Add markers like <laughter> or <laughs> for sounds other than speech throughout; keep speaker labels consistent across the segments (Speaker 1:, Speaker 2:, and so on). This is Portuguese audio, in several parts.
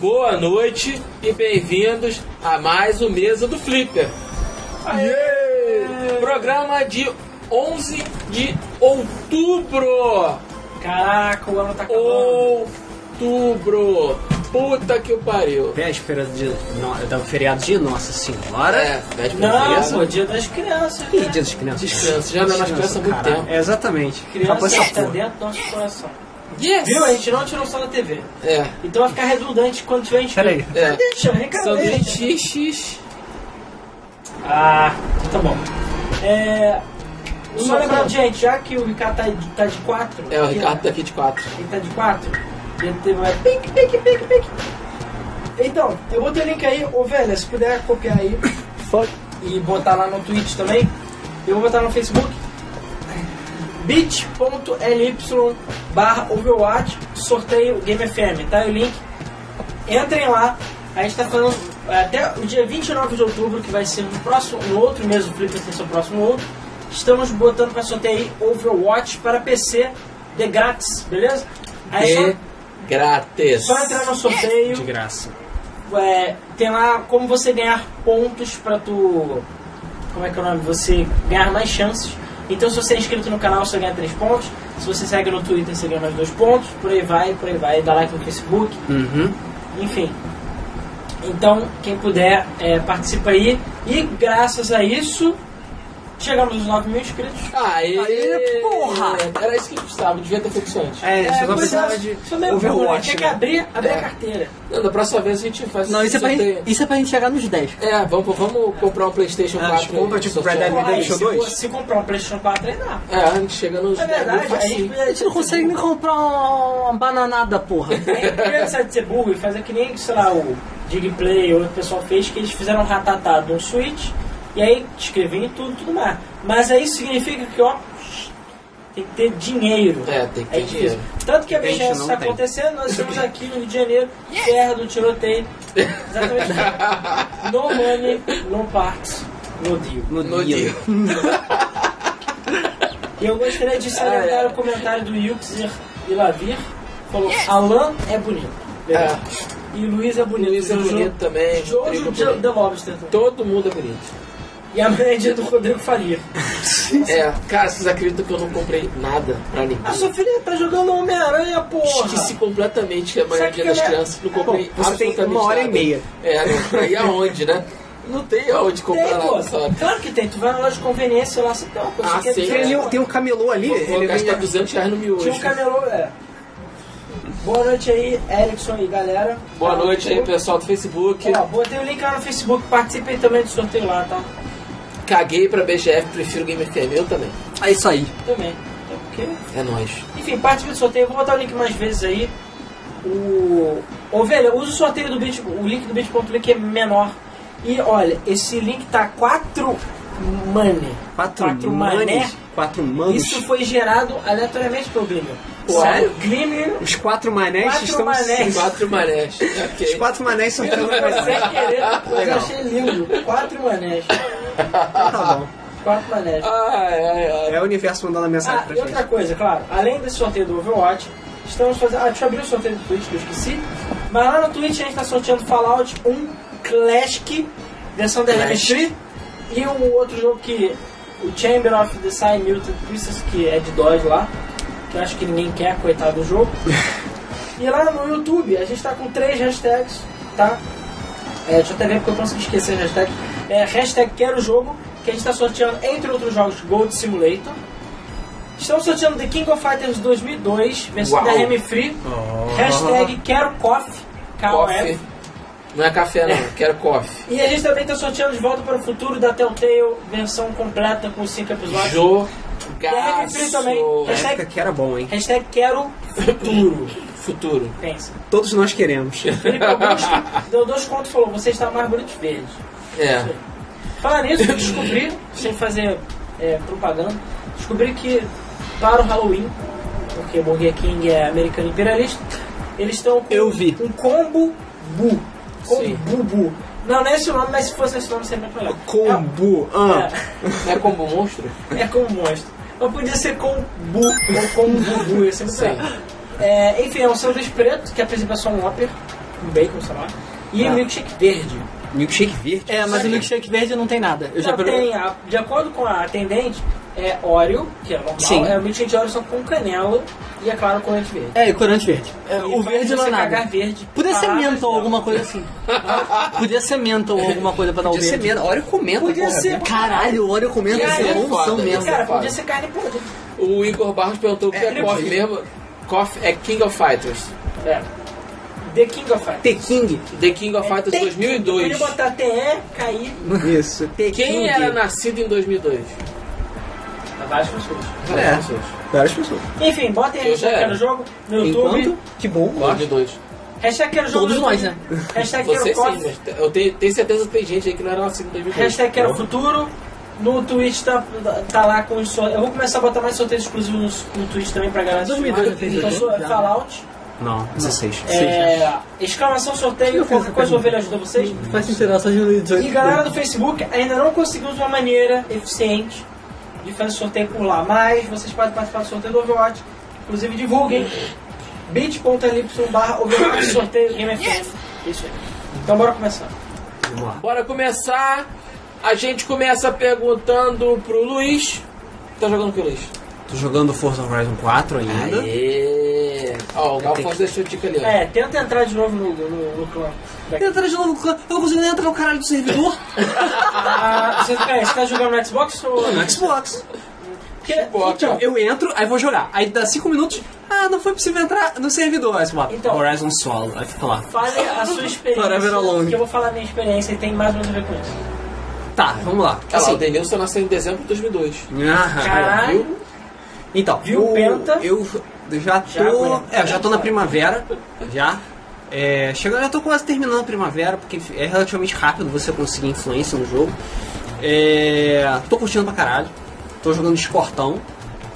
Speaker 1: Boa noite e bem-vindos a mais um Mesa do Flipper. Programa de 11 de outubro.
Speaker 2: Caraca, o ano tá acabando.
Speaker 1: Outubro. Puta que o pariu.
Speaker 3: Véspera de, no, da feriado de Nossa Senhora.
Speaker 1: É, véspera de
Speaker 2: Não,
Speaker 1: criança.
Speaker 2: pô, dia das crianças.
Speaker 3: E
Speaker 2: né?
Speaker 3: dia das crianças.
Speaker 1: Descanso, já não é mais criança há muito
Speaker 3: caralho.
Speaker 1: tempo.
Speaker 3: É, exatamente. Acabou
Speaker 2: Criança é
Speaker 3: essa
Speaker 2: está
Speaker 3: porra.
Speaker 2: dentro do nosso coração.
Speaker 1: Yes.
Speaker 2: Viu? A gente não tirou só na TV.
Speaker 1: É,
Speaker 2: Então vai ficar redundante quando tiver inscrito.
Speaker 3: Peraí.
Speaker 1: é.
Speaker 2: Deixa, recadete.
Speaker 1: Sanduíche XX.
Speaker 2: Ah, então tá bom. É, Só lembrando, gente, já que o Ricardo tá, de- tá de 4.
Speaker 1: É, o Ricardo daqui de 4.
Speaker 2: Ele tá de 4. Ele teve uma. Pique, pique, pique, pique. Então, eu botei o link aí, ô velho, se puder copiar aí e botar lá no Twitch também, eu vou botar no Facebook. bit.ly barra Overwatch sorteio Game FM, tá aí o link. Entrem lá, a gente tá falando até o dia 29 de outubro, que vai ser no próximo, no outro mês do Flipper, vai ser o próximo outro. Estamos botando pra sorteio aí Overwatch para PC de grátis, beleza? Aí é
Speaker 1: De grátis.
Speaker 2: só, só entrar no sorteio.
Speaker 3: De graça.
Speaker 2: É, tem lá como você ganhar pontos pra tu. Como é que é o nome? Você ganhar mais chances. Então, se você é inscrito no canal, você ganha 3 pontos. Se você segue no Twitter, você ganha mais 2 pontos. Por aí vai, por aí vai. Dá like no Facebook,
Speaker 3: Uhum.
Speaker 2: enfim. Então, quem puder, é, participa aí. E graças a isso, chegamos aos 9 mil inscritos.
Speaker 1: Aê,
Speaker 3: Aê, porra!
Speaker 1: Era isso que eu precisava, devia ter feito isso antes.
Speaker 3: É, você só
Speaker 2: pois
Speaker 3: precisava
Speaker 2: é,
Speaker 3: de
Speaker 2: isso é meio burro, né? Tinha
Speaker 3: Overwatch.
Speaker 2: que
Speaker 3: né?
Speaker 2: abrir, abrir
Speaker 1: É.
Speaker 2: a carteira.
Speaker 1: Não, da próxima vez a gente faz
Speaker 3: Não, isso é, pra
Speaker 1: sorteio.
Speaker 3: gente, isso é pra gente chegar nos 10.
Speaker 1: É, vamos, vamos comprar um Playstation
Speaker 3: Ah,
Speaker 1: 4.
Speaker 3: compra,
Speaker 1: aí,
Speaker 3: tipo,
Speaker 1: sorteio.
Speaker 3: Red Dead
Speaker 2: Porra, aí,
Speaker 3: Redemption
Speaker 2: se,
Speaker 3: 2?
Speaker 2: for- se comprar um PlayStation 4, aí dá.
Speaker 1: É, a gente chega nos...
Speaker 2: É verdade,
Speaker 1: faz
Speaker 2: aí
Speaker 1: sim.
Speaker 2: podia-
Speaker 3: A gente não consegue nem comprar uma bananada, porra.
Speaker 2: É, Criança de ser burro e fazer que nem, sei lá, o Digplay ou o pessoal fez, que eles fizeram um ratatá de um Switch e aí escreviam tudo, tudo mais. Mas aí isso significa que, ó, tem que ter dinheiro.
Speaker 1: É, tem que ter
Speaker 2: É difícil.
Speaker 1: dinheiro.
Speaker 2: Tanto que a
Speaker 3: A gente
Speaker 2: BGS
Speaker 3: não
Speaker 2: está
Speaker 3: tem.
Speaker 2: acontecendo, nós
Speaker 1: <laughs>
Speaker 2: estamos aqui no Rio de Janeiro, terra do tiroteio. Exatamente. no money, no parks, no deal.
Speaker 1: <laughs> No dia.
Speaker 2: E eu gostaria de
Speaker 1: Ah, é.
Speaker 2: salientar o comentário do Yuxir Ilavir. Falou, Alan é bonito. Legal. E Luiz é bonito.
Speaker 1: Luiz é
Speaker 2: Jojo-
Speaker 1: bonito também, Rodrigo
Speaker 2: Jojo
Speaker 1: é bonito.
Speaker 2: de- The Lobster. também.
Speaker 1: Todo mundo é bonito.
Speaker 2: E a média do Rodrigo Faria.
Speaker 1: É, cara, vocês acreditam que eu não comprei nada pra ninguém?
Speaker 2: A sua filha tá jogando Homem-Aranha, porra.
Speaker 1: Esqueci completamente que amanhã é
Speaker 2: Sabe
Speaker 1: dia
Speaker 2: que
Speaker 1: das
Speaker 2: é-
Speaker 1: crianças. Não comprei
Speaker 3: Bom, você tem
Speaker 1: absolutamente
Speaker 3: uma hora e
Speaker 1: nada.
Speaker 3: meia.
Speaker 1: É, não, e aonde, né? Não tem aonde comprar
Speaker 2: Tem,
Speaker 1: nada,
Speaker 2: pô.
Speaker 1: sabe?
Speaker 2: Claro que tem. Tu vai na loja de conveniência lá, você tem uma coisa
Speaker 1: Ah,
Speaker 2: que é
Speaker 1: sim.
Speaker 2: diferente.
Speaker 3: Tem um- Tem um camelô ali,
Speaker 1: Vou, vou
Speaker 3: ele
Speaker 1: gastar
Speaker 3: vende
Speaker 1: 200 reais no miojo.
Speaker 2: Tinha um camelô, é. Boa noite aí, Erickson e galera. Tá
Speaker 1: Boa noite aí, pessoal do Facebook.
Speaker 2: Ó, botei o link lá no Facebook, participem também do sorteio lá, tá?
Speaker 1: Caguei pra BGF, prefiro Game FM. Eu também.
Speaker 3: É isso aí.
Speaker 2: Também. Até porque
Speaker 1: É nóis.
Speaker 2: Enfim, participe do sorteio. Eu Vou botar o link mais vezes aí. O... Ovelha, usa o sorteio do Bit. O link do bit.ly que é menor. E olha, esse link tá 4 money.
Speaker 3: Quatro,
Speaker 2: Quatro
Speaker 3: manes.
Speaker 2: mané.
Speaker 3: Quatro manos.
Speaker 2: Isso foi gerado aleatoriamente pelo Glimmer.
Speaker 3: Sério?
Speaker 2: O
Speaker 3: <laughs>
Speaker 2: Glimmer
Speaker 3: Os quatro manés
Speaker 2: Quatro
Speaker 3: estão...
Speaker 1: <laughs>
Speaker 2: manés.
Speaker 1: Quatro marés.
Speaker 3: Os
Speaker 1: Ok.
Speaker 3: quatro manés são...
Speaker 2: <laughs> foi sem querer, mas eu
Speaker 3: Legal.
Speaker 2: achei lindo. 4 manés.
Speaker 3: Tá bom.
Speaker 2: 4 manés.
Speaker 1: Ai, ai, ai.
Speaker 3: É o universo mandando a mensagem
Speaker 2: Ah,
Speaker 3: pra
Speaker 2: e
Speaker 3: gente.
Speaker 2: outra coisa, claro, além desse sorteio do Overwatch, estamos fazendo. Ah, deixa eu abrir o sorteio do Twitch que eu esqueci. Mas lá no Twitch a gente está sorteando Fallout 1 Clash, versão da
Speaker 1: Clash.
Speaker 2: Street, e o outro jogo que. O Chamber of the Sign Mutant Princess, que é de DOS lá, que eu acho que ninguém quer, coitado do
Speaker 3: <laughs>
Speaker 2: jogo. e lá no YouTube a gente está com três hashtags, tá? É, deixa eu até ver porque eu consegui esquecer a hashtag. É, hashtag quero jogo, que a gente está sorteando, entre outros jogos, Gold Simulator. Estamos sorteando The King of Fighters 2002, versão
Speaker 1: Uau.
Speaker 2: da RM Free. Hashtag quero coffee,
Speaker 1: Coffee.
Speaker 2: KOF.
Speaker 1: Não é café, não. Quero coffee.
Speaker 2: E a gente também está sorteando De Volta para o Futuro da Telltale, versão completa com 5 episódios. Deve free também.
Speaker 1: Jogaço.
Speaker 3: Na época que era bom, hein?
Speaker 2: Hashtag quero futuro.
Speaker 1: É. Futuro.
Speaker 2: Pensa.
Speaker 3: Todos nós queremos.
Speaker 2: <laughs> Felipe Augusto deu dois contos e falou, você está mais bonito de verde.
Speaker 1: É.
Speaker 2: Falar nisso, eu descobri, sem fazer é, propaganda, descobri que para o Halloween, porque Burger King é americano imperialista, eles estão com
Speaker 3: Eu vi.
Speaker 2: um combo bu.
Speaker 1: Sim.
Speaker 2: Combo bu. Não, não é esse o nome, mas se fosse esse nome seria muito melhor.
Speaker 3: Combo. Ah.
Speaker 2: É,
Speaker 1: Não é combo monstro?
Speaker 2: é como monstro. Mas podia ser com bu ou com bubu, ia ser muito
Speaker 1: Sim.
Speaker 2: melhor. É, enfim, é um sanduíche preto, que a princípio é só um Whopper. com bacon, sei lá. E um
Speaker 3: Tá.
Speaker 2: milkshake verde.
Speaker 3: Milkshake verde?
Speaker 4: É, mas
Speaker 2: Sabe-
Speaker 4: o milkshake verde não tem nada. Eu já
Speaker 2: Só
Speaker 4: perguntei.
Speaker 2: tem a- de acordo com a atendente, é óleo, que é normal,
Speaker 4: Sim.
Speaker 2: é o milkshake de óleo só com canela e, é claro, corante verde.
Speaker 4: É, e corante verde. É,
Speaker 2: E
Speaker 4: o
Speaker 2: faz
Speaker 4: verde não
Speaker 2: você
Speaker 4: é nada.
Speaker 2: cagar verde. então.
Speaker 4: Podia ser
Speaker 2: Palavras
Speaker 4: menta ou
Speaker 2: não.
Speaker 4: alguma coisa assim. Podia ser menta ou alguma coisa pra dar o
Speaker 3: Podia ser
Speaker 4: verde.
Speaker 3: menta. Óleo comenta,
Speaker 2: Podia
Speaker 3: porra.
Speaker 2: ser-
Speaker 4: Caralho, olha eu comendo
Speaker 2: Cara,
Speaker 4: essa
Speaker 2: é
Speaker 4: evolução
Speaker 1: foda.
Speaker 4: mesmo.
Speaker 2: Cara,
Speaker 1: Fala.
Speaker 2: podia ser carne podre.
Speaker 1: O Igor Barros perguntou o que é,
Speaker 3: É,
Speaker 1: KOF
Speaker 3: eu-
Speaker 1: mesmo. KOF é King of Fighters.
Speaker 2: É. The King of Fighters.
Speaker 4: The King.
Speaker 1: The King of Fighters
Speaker 2: Tem-
Speaker 1: 2002.
Speaker 2: É Podia botar TE, cair.
Speaker 4: Isso, The
Speaker 1: Quem
Speaker 4: King.
Speaker 1: era nascido em 2002?
Speaker 2: Várias pessoas.
Speaker 1: Várias pessoas.
Speaker 4: Várias pessoas.
Speaker 2: Enfim, botem aí
Speaker 1: Eu
Speaker 2: hashtag
Speaker 1: já era.
Speaker 2: Quero Jogo no YouTube.
Speaker 4: Enquanto, que bom.
Speaker 1: 2002.
Speaker 2: Hashtag Quero Jogo
Speaker 4: Todos
Speaker 2: no
Speaker 4: nós,
Speaker 2: YouTube.
Speaker 4: né?
Speaker 2: Hashtag Quero
Speaker 1: Você sim,
Speaker 2: Coffee.
Speaker 1: mas eu tenho, tenho certeza que tem gente aí que não era nascido em 2002.
Speaker 2: Hashtag Quero Futuro. No Twitch tá, tá lá com os sor- Eu vou começar a botar mais sorteio exclusivo no, no Twitch também pra galera.
Speaker 4: 2002
Speaker 2: assistir.
Speaker 4: eu fiz Tá.
Speaker 2: Então,
Speaker 4: isso.
Speaker 2: sou- é Fallout.
Speaker 3: Não, 16.
Speaker 2: É, exclamação
Speaker 4: Por que eu
Speaker 2: sorteio.
Speaker 4: fiz
Speaker 2: Qualquer
Speaker 4: essa
Speaker 2: coisa eu
Speaker 4: pergunta?
Speaker 2: vou ajudar vocês.
Speaker 4: Faz sentido, ela só de 18.
Speaker 2: E galera do Facebook, ainda não conseguimos uma maneira eficiente de fazer sorteio por lá, mas vocês podem participar do sorteio do Overwatch, inclusive divulguem bit.ly barra Overwatch sorteio Game FM. Isso aí. Então bora começar.
Speaker 3: Vamos lá.
Speaker 1: Bora começar. A gente começa perguntando pro Luiz. Tá jogando com o Luiz?
Speaker 3: Tô jogando Forza Horizon 4 ainda.
Speaker 1: Aê. Ó, o Galfão deixou dica ali, ó.
Speaker 2: É, tenta entrar de novo no, no, no clã.
Speaker 4: Entra de novo, eu não consigo nem entrar no caralho do <laughs> servidor.
Speaker 2: Ah, você, peraí, você tá jogando no Xbox ou.
Speaker 3: Tô
Speaker 4: Né?
Speaker 3: no Xbox.
Speaker 2: Porque-
Speaker 1: Xbox.
Speaker 2: então,
Speaker 4: Eu entro, aí vou jogar. Aí dá 5 minutos, ah, não foi possível entrar no servidor. Aí você fala,
Speaker 2: Então-
Speaker 3: Horizon Solo. Aí fica lá.
Speaker 2: fale a sua
Speaker 4: Forever
Speaker 2: experiência.
Speaker 4: alone.
Speaker 2: Que eu vou falar a minha experiência e tem mais ou menos a ver com isso.
Speaker 4: Tá, vamos lá.
Speaker 1: Olha lá, o Denilson nasceu em dezembro de 2002.
Speaker 3: Ah,
Speaker 2: Caralho,
Speaker 4: Então,
Speaker 2: Viu,
Speaker 4: eu,
Speaker 2: Penta?
Speaker 4: Eu já tô.
Speaker 2: Já aguenta.
Speaker 4: é, eu já tô na primavera. Já. É, chegando, eu tô quase terminando a primavera, porque é relativamente rápido você conseguir influência no jogo. É, tô curtindo pra caralho. Tô jogando de escortão.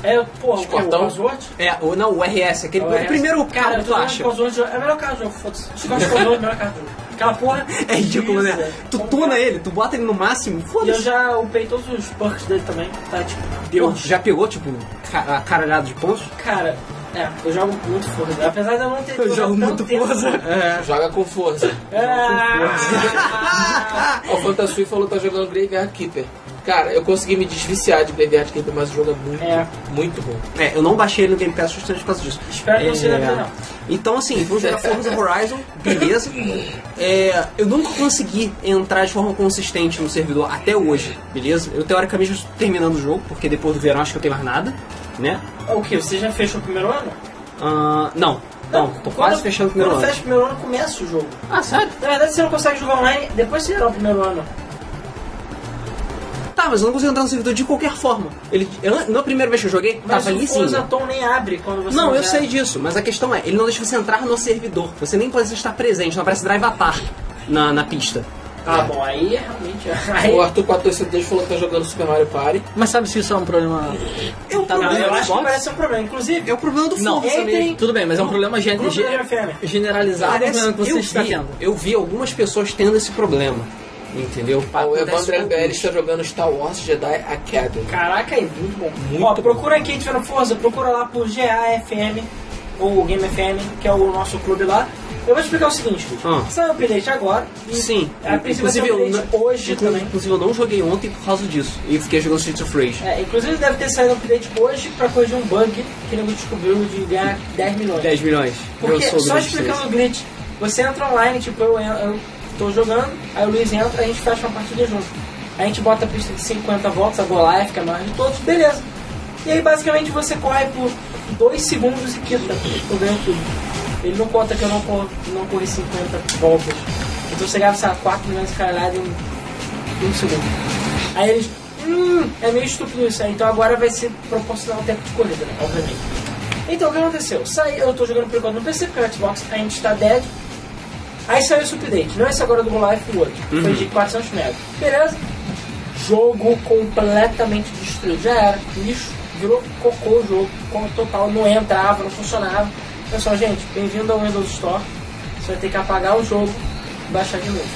Speaker 2: é, porra, o que? O
Speaker 1: Escortão?
Speaker 2: Cosworth?
Speaker 4: É, o, não, o RS, aquele
Speaker 2: Não,
Speaker 4: o
Speaker 2: é-
Speaker 4: primeiro
Speaker 2: cara,
Speaker 4: cara
Speaker 2: eu tô
Speaker 4: que tu
Speaker 2: jogando
Speaker 4: acha.
Speaker 2: com os outros, É o melhor carro do jogo, foda-se. Se gosta de Call of Duty, é o melhor carro do jogo. Aquela porra.
Speaker 4: <laughs> É ridículo, né?
Speaker 2: Isso,
Speaker 4: Tu tuna ele, tu bota ele no máximo,
Speaker 2: E eu
Speaker 4: foda-se.
Speaker 2: já upei todos os perks dele também. Tá tipo,
Speaker 4: Pô,
Speaker 2: Deus.
Speaker 4: Já pegou, tipo, ca- a caralhada de pontos?
Speaker 2: Cara, é, eu jogo muito Forza. Apesar de eu não ter. jogado tanto tempo.
Speaker 4: É.
Speaker 1: Joga com força.
Speaker 2: Ah,
Speaker 1: Ó, o Fantasui falou que tá jogando Graveyard Keeper. Cara, eu consegui me desviciar de Graveyard Keeper, mas o jogo é muito,
Speaker 2: É.
Speaker 1: muito bom.
Speaker 4: É, eu não baixei ele no Game Pass justamente por causa disso.
Speaker 2: Espero que não seja vida, não.
Speaker 4: Então, assim,
Speaker 2: <laughs>
Speaker 4: vou jogar Forza Horizon, beleza. É, eu nunca consegui entrar de forma consistente no servidor até hoje, beleza? Eu, teoricamente, estou terminando o jogo, porque depois do verão acho que eu tenho mais nada, né?
Speaker 2: <laughs> O que? Você já fechou o primeiro ano?
Speaker 4: Ah, não, não, tô quase
Speaker 2: Quando-
Speaker 4: fechando o primeiro
Speaker 2: Quando
Speaker 4: ano.
Speaker 2: fecha o primeiro ano, começa o jogo.
Speaker 4: Ah, sério?
Speaker 2: Na verdade, você não consegue jogar online depois que você zerar o primeiro ano.
Speaker 4: Tá, mas eu não consigo entrar no servidor de qualquer forma. Ele, eu, na primeira vez que eu joguei,
Speaker 2: Mas
Speaker 4: tava ali
Speaker 2: o
Speaker 4: em
Speaker 2: Forza
Speaker 4: cima.
Speaker 2: Tom nem abre quando você
Speaker 4: Não, eu
Speaker 2: zera.
Speaker 4: sei disso, mas a questão é, ele não deixa você entrar no servidor. Você nem pode estar presente, não aparece drive a par na, na pista.
Speaker 2: Ah, bom, aí realmente. <laughs> Aí,
Speaker 1: O Arthur 402 falou que tá jogando Super Mario Party.
Speaker 4: Mas sabe se isso é um problema. Eu,
Speaker 2: Não, eu acho que
Speaker 4: Xbox?
Speaker 2: parece um problema. Inclusive,
Speaker 4: É o problema do
Speaker 2: Não,
Speaker 4: Forza
Speaker 2: Ei, tem-
Speaker 4: mesmo.
Speaker 3: Tudo bem, mas é um problema gen
Speaker 2: grupo da
Speaker 3: ge-
Speaker 2: GFM.
Speaker 3: generalizado
Speaker 4: Parece,
Speaker 3: problema que você
Speaker 4: eu,
Speaker 3: está
Speaker 4: vi,
Speaker 3: tendo.
Speaker 4: eu vi algumas pessoas tendo esse problema. Entendeu?
Speaker 1: Ah, o
Speaker 4: Acontece
Speaker 1: Evandro
Speaker 4: com
Speaker 1: MBL
Speaker 4: alguns.
Speaker 1: está jogando Star Wars Jedi Academy.
Speaker 2: Caraca, é muito bom. Ó, procura aqui, tiver no Forza, procura lá por GAFM ou Game FM, que é o nosso clube lá. Eu vou explicar o seguinte, Luiz.
Speaker 4: Ah.
Speaker 2: Saiu o update agora. e
Speaker 4: Sim,
Speaker 2: A princípio vai ter
Speaker 4: eu
Speaker 2: um update
Speaker 4: não-
Speaker 2: hoje
Speaker 4: inclu-
Speaker 2: também.
Speaker 4: Inclusive, eu não joguei ontem por causa disso. E fiquei jogando Streets of Rage.
Speaker 2: É, inclusive deve ter saído um update hoje pra corrigir um bug que ele descobriu de ganhar 10 milhões.
Speaker 4: 10 milhões.
Speaker 2: É. Porque,
Speaker 4: eu sou
Speaker 2: só
Speaker 4: grande
Speaker 2: explicando o
Speaker 4: deles.
Speaker 2: glitch, você entra online, tipo, eu, eu tô jogando, aí o Luiz entra, a gente fecha uma partida junto. A gente bota a pista de 50 voltas, a Goliath, que é a maior de todos, beleza. E aí, basicamente, você corre por 2 segundos e quita, tipo, eu ganho tudo. Ele não conta que eu não, cor- não corri 50 voltas. Então você gasta, sei lá, 4 milhões de caralhada em 1 segundo. Aí eles, hum, é meio estúpido isso. Aí, então agora vai ser proporcional ao tempo de corrida, né? obviamente. Então, o que aconteceu? Saí, eu tô jogando por enquanto no PC, porque o Xbox ainda está dead. Aí saiu esse update. Não é esse agora do Go Life, o outro. Foi de 400 megas. Beleza? Jogo completamente destruído. Já era. Lixo. Virou cocô o jogo. Com total. Não entrava, não funcionava. Pessoal, gente, bem-vindo ao Windows Store. Você vai ter que apagar o jogo e baixar de novo.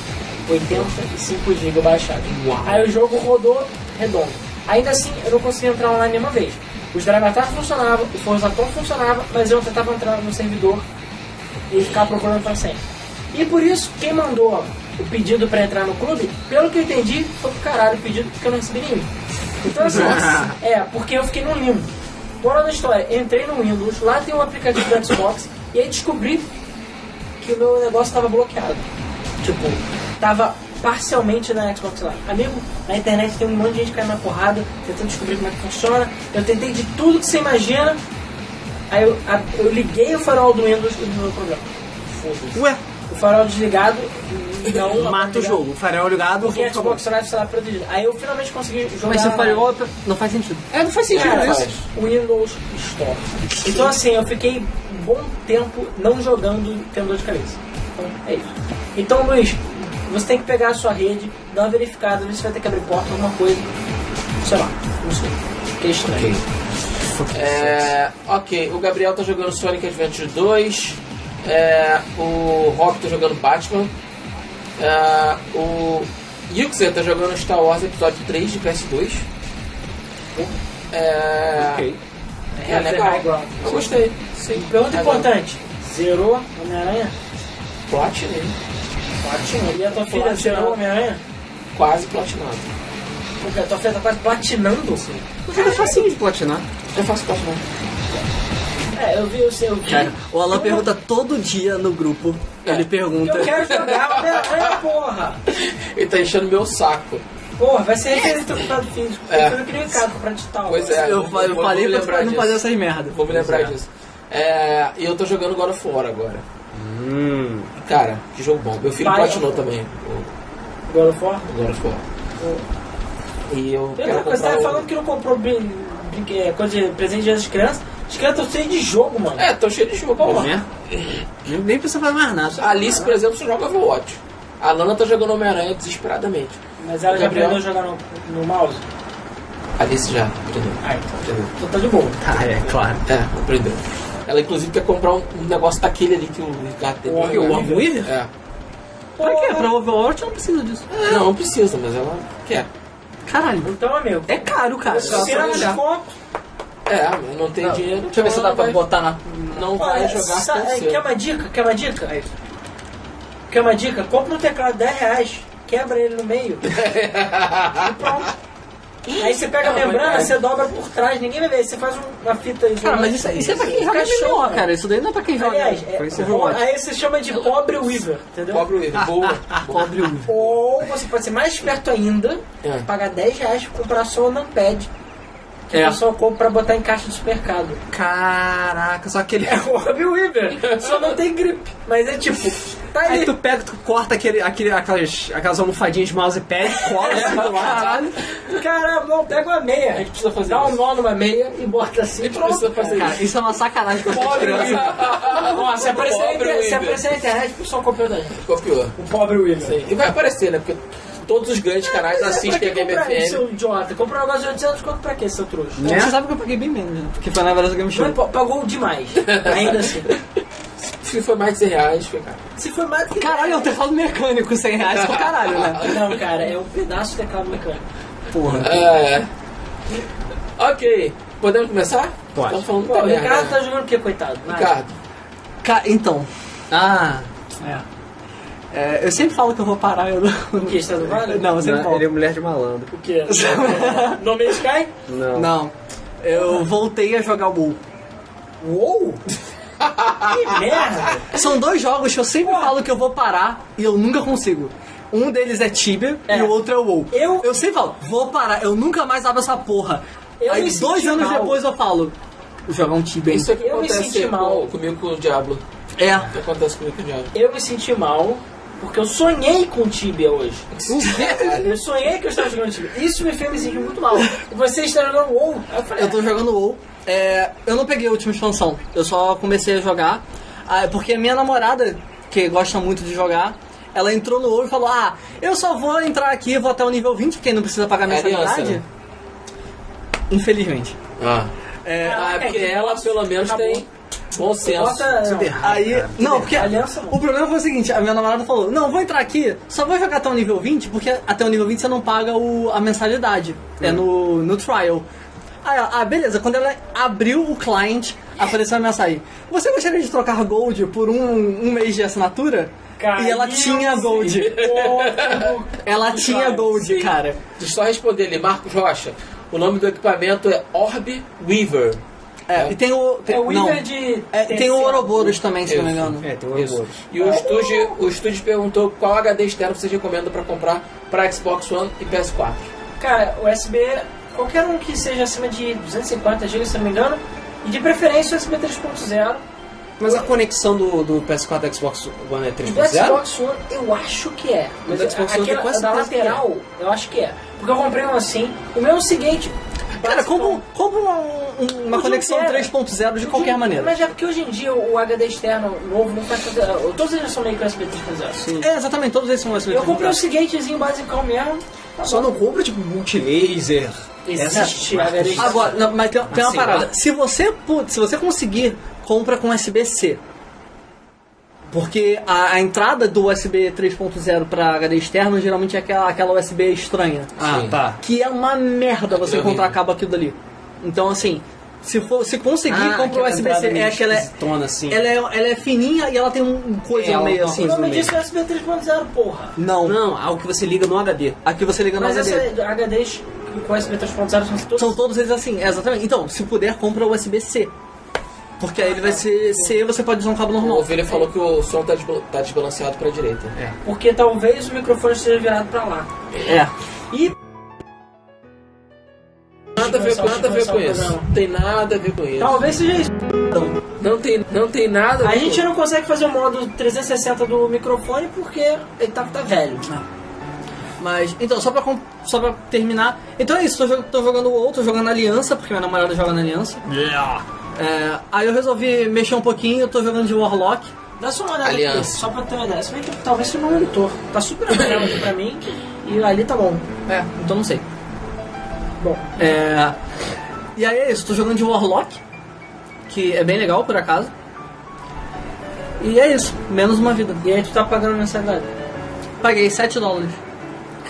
Speaker 2: 85 GB baixado.
Speaker 1: Uau.
Speaker 2: Aí o jogo rodou redondo. Ainda assim, eu não conseguia entrar online nenhuma vez. Os Dragatar funcionavam, o Forzaton funcionava, mas eu tentava entrar no servidor e ficar procurando pra sempre. E por isso, quem mandou o pedido pra entrar no clube, pelo que eu entendi, foi pro caralho o pedido porque eu não recebi nenhum. Então assim, é, porque eu fiquei no limbo. Moral da história, entrei no Windows, lá tem um aplicativo do Xbox, e aí descobri que o meu negócio tava bloqueado. Tipo, tava parcialmente na Xbox Live. Amigo, na internet tem um monte de gente caindo na porrada, tentando descobrir como é que funciona. Eu tentei de tudo que você imagina. Aí eu, a- eu liguei o farol do Windows e não deu problema. Foda-se.
Speaker 4: Ué,
Speaker 2: O farol desligado não
Speaker 4: mata
Speaker 2: ligado,
Speaker 4: o jogo. Farol é ligado,
Speaker 2: Porque é a
Speaker 4: acabou.
Speaker 2: Xbox Live está lá protegida. Aí eu finalmente consegui jogar.
Speaker 3: Mas se falhou, não faz sentido. É, não faz sentido
Speaker 2: Cara,
Speaker 3: isso.
Speaker 2: Windows Store. Então assim, eu fiquei um bom tempo não jogando tendo dor de cabeça. Então é isso. Então Luiz, você tem que pegar a sua rede, dar uma verificada, ver se vai ter que abrir porta, alguma coisa. Sei lá, não sei. Que estranho.
Speaker 1: É, ok, o Gabriel tá jogando Sonic Adventure 2, é, o Rock tá jogando Batman, é, o Yuxer tá jogando Star Wars Episódio 3 de PS2.
Speaker 2: tipo-
Speaker 1: É,
Speaker 4: Ok.
Speaker 1: é legal, eu gostei. Sim.
Speaker 2: Pergunta
Speaker 1: Agora,
Speaker 2: importante. Zerou Homem-Aranha?
Speaker 1: Platinei,
Speaker 2: Platinado. E a tua filha
Speaker 1: Platinado.
Speaker 2: zerou Homem-Aranha?
Speaker 1: quase platinado.
Speaker 2: Porque a tua filha tá quase platinando.
Speaker 4: O
Speaker 2: tá
Speaker 4: jogo é facinho de platinar.
Speaker 1: Eu faço platinado.
Speaker 2: É, eu vi o seu
Speaker 4: Cara, o Alan pergunta todo dia no grupo.
Speaker 1: É.
Speaker 4: Ele pergunta.
Speaker 2: Eu quero jogar Homem-Aranha, porra!
Speaker 1: <laughs> Ele tá enchendo meu saco.
Speaker 2: Porra, vai ser referência do prato físico.
Speaker 1: É.
Speaker 2: Eu fui criticado pra digital.
Speaker 1: Pois é.
Speaker 4: Eu, fa- eu
Speaker 1: Vou-
Speaker 4: falei é.
Speaker 1: vou
Speaker 4: pra
Speaker 1: lembrar
Speaker 4: tu não
Speaker 1: disso.
Speaker 4: fazer essas merdas.
Speaker 1: Vou me lembrar disso. É, e eu tô jogando God of War agora.
Speaker 4: Hum.
Speaker 1: Cara, que jogo bom. Meu filho
Speaker 2: Vai.
Speaker 1: platinou também o
Speaker 2: God of War.
Speaker 1: God of War. E eu
Speaker 2: Tem
Speaker 1: quero
Speaker 2: outra coisa, você
Speaker 1: comprar
Speaker 2: tava
Speaker 1: o-
Speaker 2: falando que não comprou brin- brinque- é, coisa de presente de dia das crianças. Os caras estão cheios de jogo, mano.
Speaker 1: É, tô cheio de jogo. Vamos lá.
Speaker 4: Né? Nem, nem precisa fazer mais nada.
Speaker 1: A Alice, por exemplo, só joga Overwatch. A Lana tá jogando Homem-Aranha desesperadamente.
Speaker 2: Mas ela já
Speaker 1: Gabriel?
Speaker 2: aprendeu a jogar no, no mouse.
Speaker 1: Alice já aprendeu.
Speaker 2: Ah, então.
Speaker 1: Aprendeu.
Speaker 2: Então tá de boa.
Speaker 4: Ah, é, claro.
Speaker 1: É, aprendeu. Ela inclusive quer comprar um, um negócio daquele ali que o Ricardo teve.
Speaker 2: Olha,
Speaker 1: Eu
Speaker 4: O
Speaker 1: amo.
Speaker 4: Abuir?
Speaker 1: É.
Speaker 4: Pra quê? Pra Overwatch não precisa disso.
Speaker 1: Não, não precisa, mas ela quer.
Speaker 4: Caralho.
Speaker 2: Então, amigo.
Speaker 4: É caro, cara.
Speaker 2: Se tirar no desconto,
Speaker 1: É, mas não tem dinheiro.
Speaker 3: Deixa eu ver se
Speaker 1: então
Speaker 3: dá pra
Speaker 1: vai-
Speaker 3: botar na.
Speaker 1: Não vai
Speaker 2: olha,
Speaker 1: jogar
Speaker 2: sa-
Speaker 1: tão
Speaker 2: é,
Speaker 1: cedo.
Speaker 2: quer uma dica? Quer uma dica? Quer uma dica? Compra um teclado 10 reais, quebra ele
Speaker 1: <laughs>
Speaker 2: no meio. e pronto. Aí você pega a
Speaker 1: Não, mas
Speaker 2: membrana,
Speaker 1: é.
Speaker 2: você dobra por trás, ninguém vai ver. Você faz um- uma fita isolante.
Speaker 4: Cara, mas isso, isso é pra quem joga
Speaker 2: Fica show,
Speaker 4: MMO, cara. Isso daí não é pra quem joga.
Speaker 2: Aliás, é,
Speaker 4: Pois é.
Speaker 2: po- aí você chama de pobre Weaver, entendeu?
Speaker 1: Pobre Weaver.
Speaker 2: <laughs>
Speaker 1: Boa.
Speaker 4: Pobre Uber.
Speaker 2: Ou você pode ser mais esperto ainda,
Speaker 1: É.
Speaker 2: pagar 10 reais e comprar só o numpad. Que
Speaker 4: É.
Speaker 2: o pessoal compra pra botar em caixa de supermercado.
Speaker 4: Caraca, só aquele.
Speaker 2: É o Rob Weaver, só não tem gripe. Mas é tipo, tá
Speaker 4: Aí
Speaker 2: ali.
Speaker 4: tu pega, tu corta aquele, aquele, aquelas, aquelas almofadinhas de mousepad, cola
Speaker 2: É,
Speaker 4: assim do lado.
Speaker 2: Cara, bom, pega uma meia. A gente precisa fazer Dá um nó numa meia e bota assim.
Speaker 1: A gente precisa fazer
Speaker 4: Cara, isso é uma sacanagem com as
Speaker 1: Pobre né?
Speaker 4: crianças.
Speaker 1: Weaver.
Speaker 2: Ó, se aparecer, na
Speaker 1: Pobre
Speaker 2: inter- se
Speaker 1: Weaver.
Speaker 2: aparecer na internet, o pessoal copiou da gente.
Speaker 1: Copiou.
Speaker 2: O pobre Weaver.
Speaker 1: Sim. E vai aparecer, né? Porque todos os grandes
Speaker 2: É,
Speaker 1: canais assistem a Game
Speaker 2: Pra
Speaker 1: FM.
Speaker 2: seu idiota. Comprou um negócio de 800, quanto pra quê, seu trouxa?
Speaker 4: Né? Você sabe que eu paguei bem menos, né? Porque foi na verdade o Game
Speaker 2: Não
Speaker 4: Show.
Speaker 2: impo- Pagou demais. Ainda <laughs> assim.
Speaker 1: Se foi mais de 100 reais, foi caro.
Speaker 2: Se for mais do que.
Speaker 4: Caralho, é um teclado mecânico, 100 reais pra caralho, né?
Speaker 2: Não, cara, é um pedaço de teclado mecânico.
Speaker 4: Porra.
Speaker 1: É. Ok. Podemos começar?
Speaker 4: Pode.
Speaker 1: Estamos falando
Speaker 2: Pô, o
Speaker 1: muita merda.
Speaker 2: Ricardo tá jogando o quê, coitado? Vai.
Speaker 1: Ricardo.
Speaker 4: Ca- então. Ah.
Speaker 2: É.
Speaker 4: é, eu sempre falo que eu vou parar, eu não.
Speaker 2: O que? Está no vale?
Speaker 4: Não, eu sempre falo.
Speaker 5: Ele é mulher de malandro.
Speaker 2: O <laughs> quê? No Man's Sky?
Speaker 5: Não.
Speaker 4: Não. Eu voltei a jogar o WoW.
Speaker 2: Uou! Que merda!
Speaker 4: São dois jogos que eu sempre falo que eu vou parar e eu nunca consigo. Um deles é Tibia
Speaker 2: É.
Speaker 4: e o outro é o WoW.
Speaker 2: Eu-
Speaker 4: eu sempre falo, vou parar, eu nunca mais abro essa porra.
Speaker 2: Eu
Speaker 4: Aí
Speaker 2: me
Speaker 4: dois
Speaker 2: senti
Speaker 4: anos
Speaker 2: mal.
Speaker 4: depois eu falo, vou jogar um Tibia. hein?
Speaker 1: Isso é o que
Speaker 2: Eu me senti
Speaker 1: acontece
Speaker 2: mal.
Speaker 1: com, comigo com o Diablo.
Speaker 4: É.
Speaker 1: O que acontece comigo com o Diablo?
Speaker 2: Eu me senti mal porque eu sonhei com o Tibia hoje. Eu sonhei que eu estava jogando Tibia. Isso me fez me sentir muito mal. E você está jogando WoW? Aí Eu falei,
Speaker 4: Eu tô jogando WoW. É, eu não peguei a última expansão. Eu só comecei a jogar. ah, Porque a minha namorada, que gosta muito de jogar, ela entrou no WoW e falou: Ah, eu só vou entrar aqui, vou até o nível 20, porque aí não precisa pagar
Speaker 1: É aliança,
Speaker 4: mensalidade.
Speaker 1: né?
Speaker 4: Infelizmente.
Speaker 1: Ah.
Speaker 4: É,
Speaker 1: Ah, é porque ela pelo menos
Speaker 2: Acabou.
Speaker 1: tem bom senso.
Speaker 2: bota.
Speaker 4: Aí, não, porque
Speaker 2: É, Aliança não.
Speaker 4: o problema foi o seguinte, a minha namorada falou, não, vou entrar aqui, só vou jogar até o nível 20, porque até o nível 20 você não paga o, a mensalidade,
Speaker 2: Uhum.
Speaker 4: é no, no trial. Aí, ela, ah, beleza, quando ela abriu o um client, apareceu a mensagem, você gostaria de trocar gold por um, um mês de assinatura?
Speaker 2: cara.
Speaker 6: E ela tinha gold. Ela tinha gold,
Speaker 2: Sim.
Speaker 6: cara.
Speaker 1: Deixa eu só responder ele, Marcos Rocha. O nome do equipamento é Orb Weaver.
Speaker 6: É, e tem o. Tem,
Speaker 2: É o
Speaker 6: não.
Speaker 2: Weaver de.
Speaker 6: É, tem o Ouroboros também, se não me
Speaker 1: Isso.
Speaker 6: engano.
Speaker 4: É, tem o
Speaker 1: Isso.
Speaker 4: Ouroboros.
Speaker 1: E o estúdio, o estúdio perguntou qual HD externo vocês recomendam pra comprar pra Xbox One e PS4.
Speaker 2: Cara, USB, qualquer um que seja acima de 250 GB, se não me engano, e de preferência o USB 3.0.
Speaker 6: Mas a conexão do, do PS4 da Xbox One é
Speaker 2: E
Speaker 6: 3.0?
Speaker 2: do Xbox One, eu acho que é. Mas
Speaker 6: Do Xbox One,
Speaker 2: aquela
Speaker 6: eu tenho quase
Speaker 2: da
Speaker 6: certeza que é.
Speaker 2: lateral, eu acho que é. Porque eu comprei um assim. O meu é o seguinte.
Speaker 6: Cara,
Speaker 2: participou-
Speaker 6: como, como uma, um- uma
Speaker 2: Podia
Speaker 6: conexão
Speaker 2: ter.
Speaker 6: 3.0 de qualquer maneira?
Speaker 2: Mas é porque hoje em dia o HD externo novo não faz tanta. Todos eles são meio que USB 3.0. Sim.
Speaker 6: É, exatamente, todos esses são USB
Speaker 4: assim.
Speaker 2: Eu comprei o
Speaker 6: 3.0.
Speaker 2: seguintezinho basicão mesmo. Tá
Speaker 6: Só
Speaker 2: bom.
Speaker 6: não compra, tipo, multilaser.
Speaker 2: Existe HD externo.
Speaker 6: Agora, não, mas tem, tem uma
Speaker 4: Assim,
Speaker 6: parada.
Speaker 4: ó.
Speaker 6: Se você, pu- se você conseguir, compra com USB-C. Porque a, a entrada do USB 3.0 pra HD externo geralmente é aquela, aquela USB estranha.
Speaker 4: Ah,
Speaker 1: Sim.
Speaker 4: tá.
Speaker 6: Que é uma merda você
Speaker 1: É
Speaker 6: encontrar
Speaker 1: horrível.
Speaker 6: cabo aquilo dali. Então, assim, se, for, se
Speaker 4: Ah,
Speaker 6: conseguir, compra o USB-C. É aquela.
Speaker 4: Tona assim.
Speaker 6: Ela é, ela é fininha e ela tem um um coisa
Speaker 4: É,
Speaker 6: no
Speaker 4: ela-
Speaker 6: meio
Speaker 4: uma
Speaker 6: assim.
Speaker 2: O
Speaker 4: coisa
Speaker 2: nome
Speaker 4: no meio.
Speaker 2: disso é USB 3.0, porra.
Speaker 6: Não.
Speaker 4: Não, algo que você liga no HD.
Speaker 6: Aqui você liga no
Speaker 2: Mas
Speaker 6: HD.
Speaker 2: essa HDs com USB 3.0 são todos.
Speaker 6: São todos eles assim, é, exatamente. Então, se puder, compra o USB-C. Porque aí ele vai ser C e você pode usar um cabo
Speaker 1: O
Speaker 6: normal.
Speaker 1: Ovelha falou que o som tá, desba- tá desbalanceado pra direita.
Speaker 2: Porque talvez o microfone esteja virado pra lá.
Speaker 6: É.
Speaker 2: E
Speaker 1: Nada a ver,
Speaker 2: Descansar,
Speaker 1: nada a ver com
Speaker 2: descansar o
Speaker 1: isso.
Speaker 2: programa.
Speaker 1: Não tem nada a ver com isso.
Speaker 2: talvez seja isso.
Speaker 1: Não tem, não tem nada
Speaker 2: A
Speaker 1: ver
Speaker 2: gente
Speaker 1: com
Speaker 2: não consegue fazer o modo 360 do microfone porque ele tá, tá velho.
Speaker 6: Mas, então, só pra, com- só pra terminar. Então é isso, tô, jo- tô jogando WoW, tô jogando Aliança, porque minha namorada joga na Aliança. É, aí eu resolvi mexer um pouquinho, tô jogando de Warlock.
Speaker 2: Dá só uma olhada
Speaker 1: Aliança.
Speaker 2: aqui, só pra ter uma ideia. Se bem que talvez seja um monitor. Tá super amarelo aqui pra mim e ali tá bom.
Speaker 6: É, então não sei.
Speaker 2: Bom,
Speaker 6: É, e aí é isso, tô jogando de Warlock, que é bem legal por acaso. E é isso, menos uma vida.
Speaker 2: e aí tu tá pagando mensalidade.
Speaker 6: Paguei 7 dólares.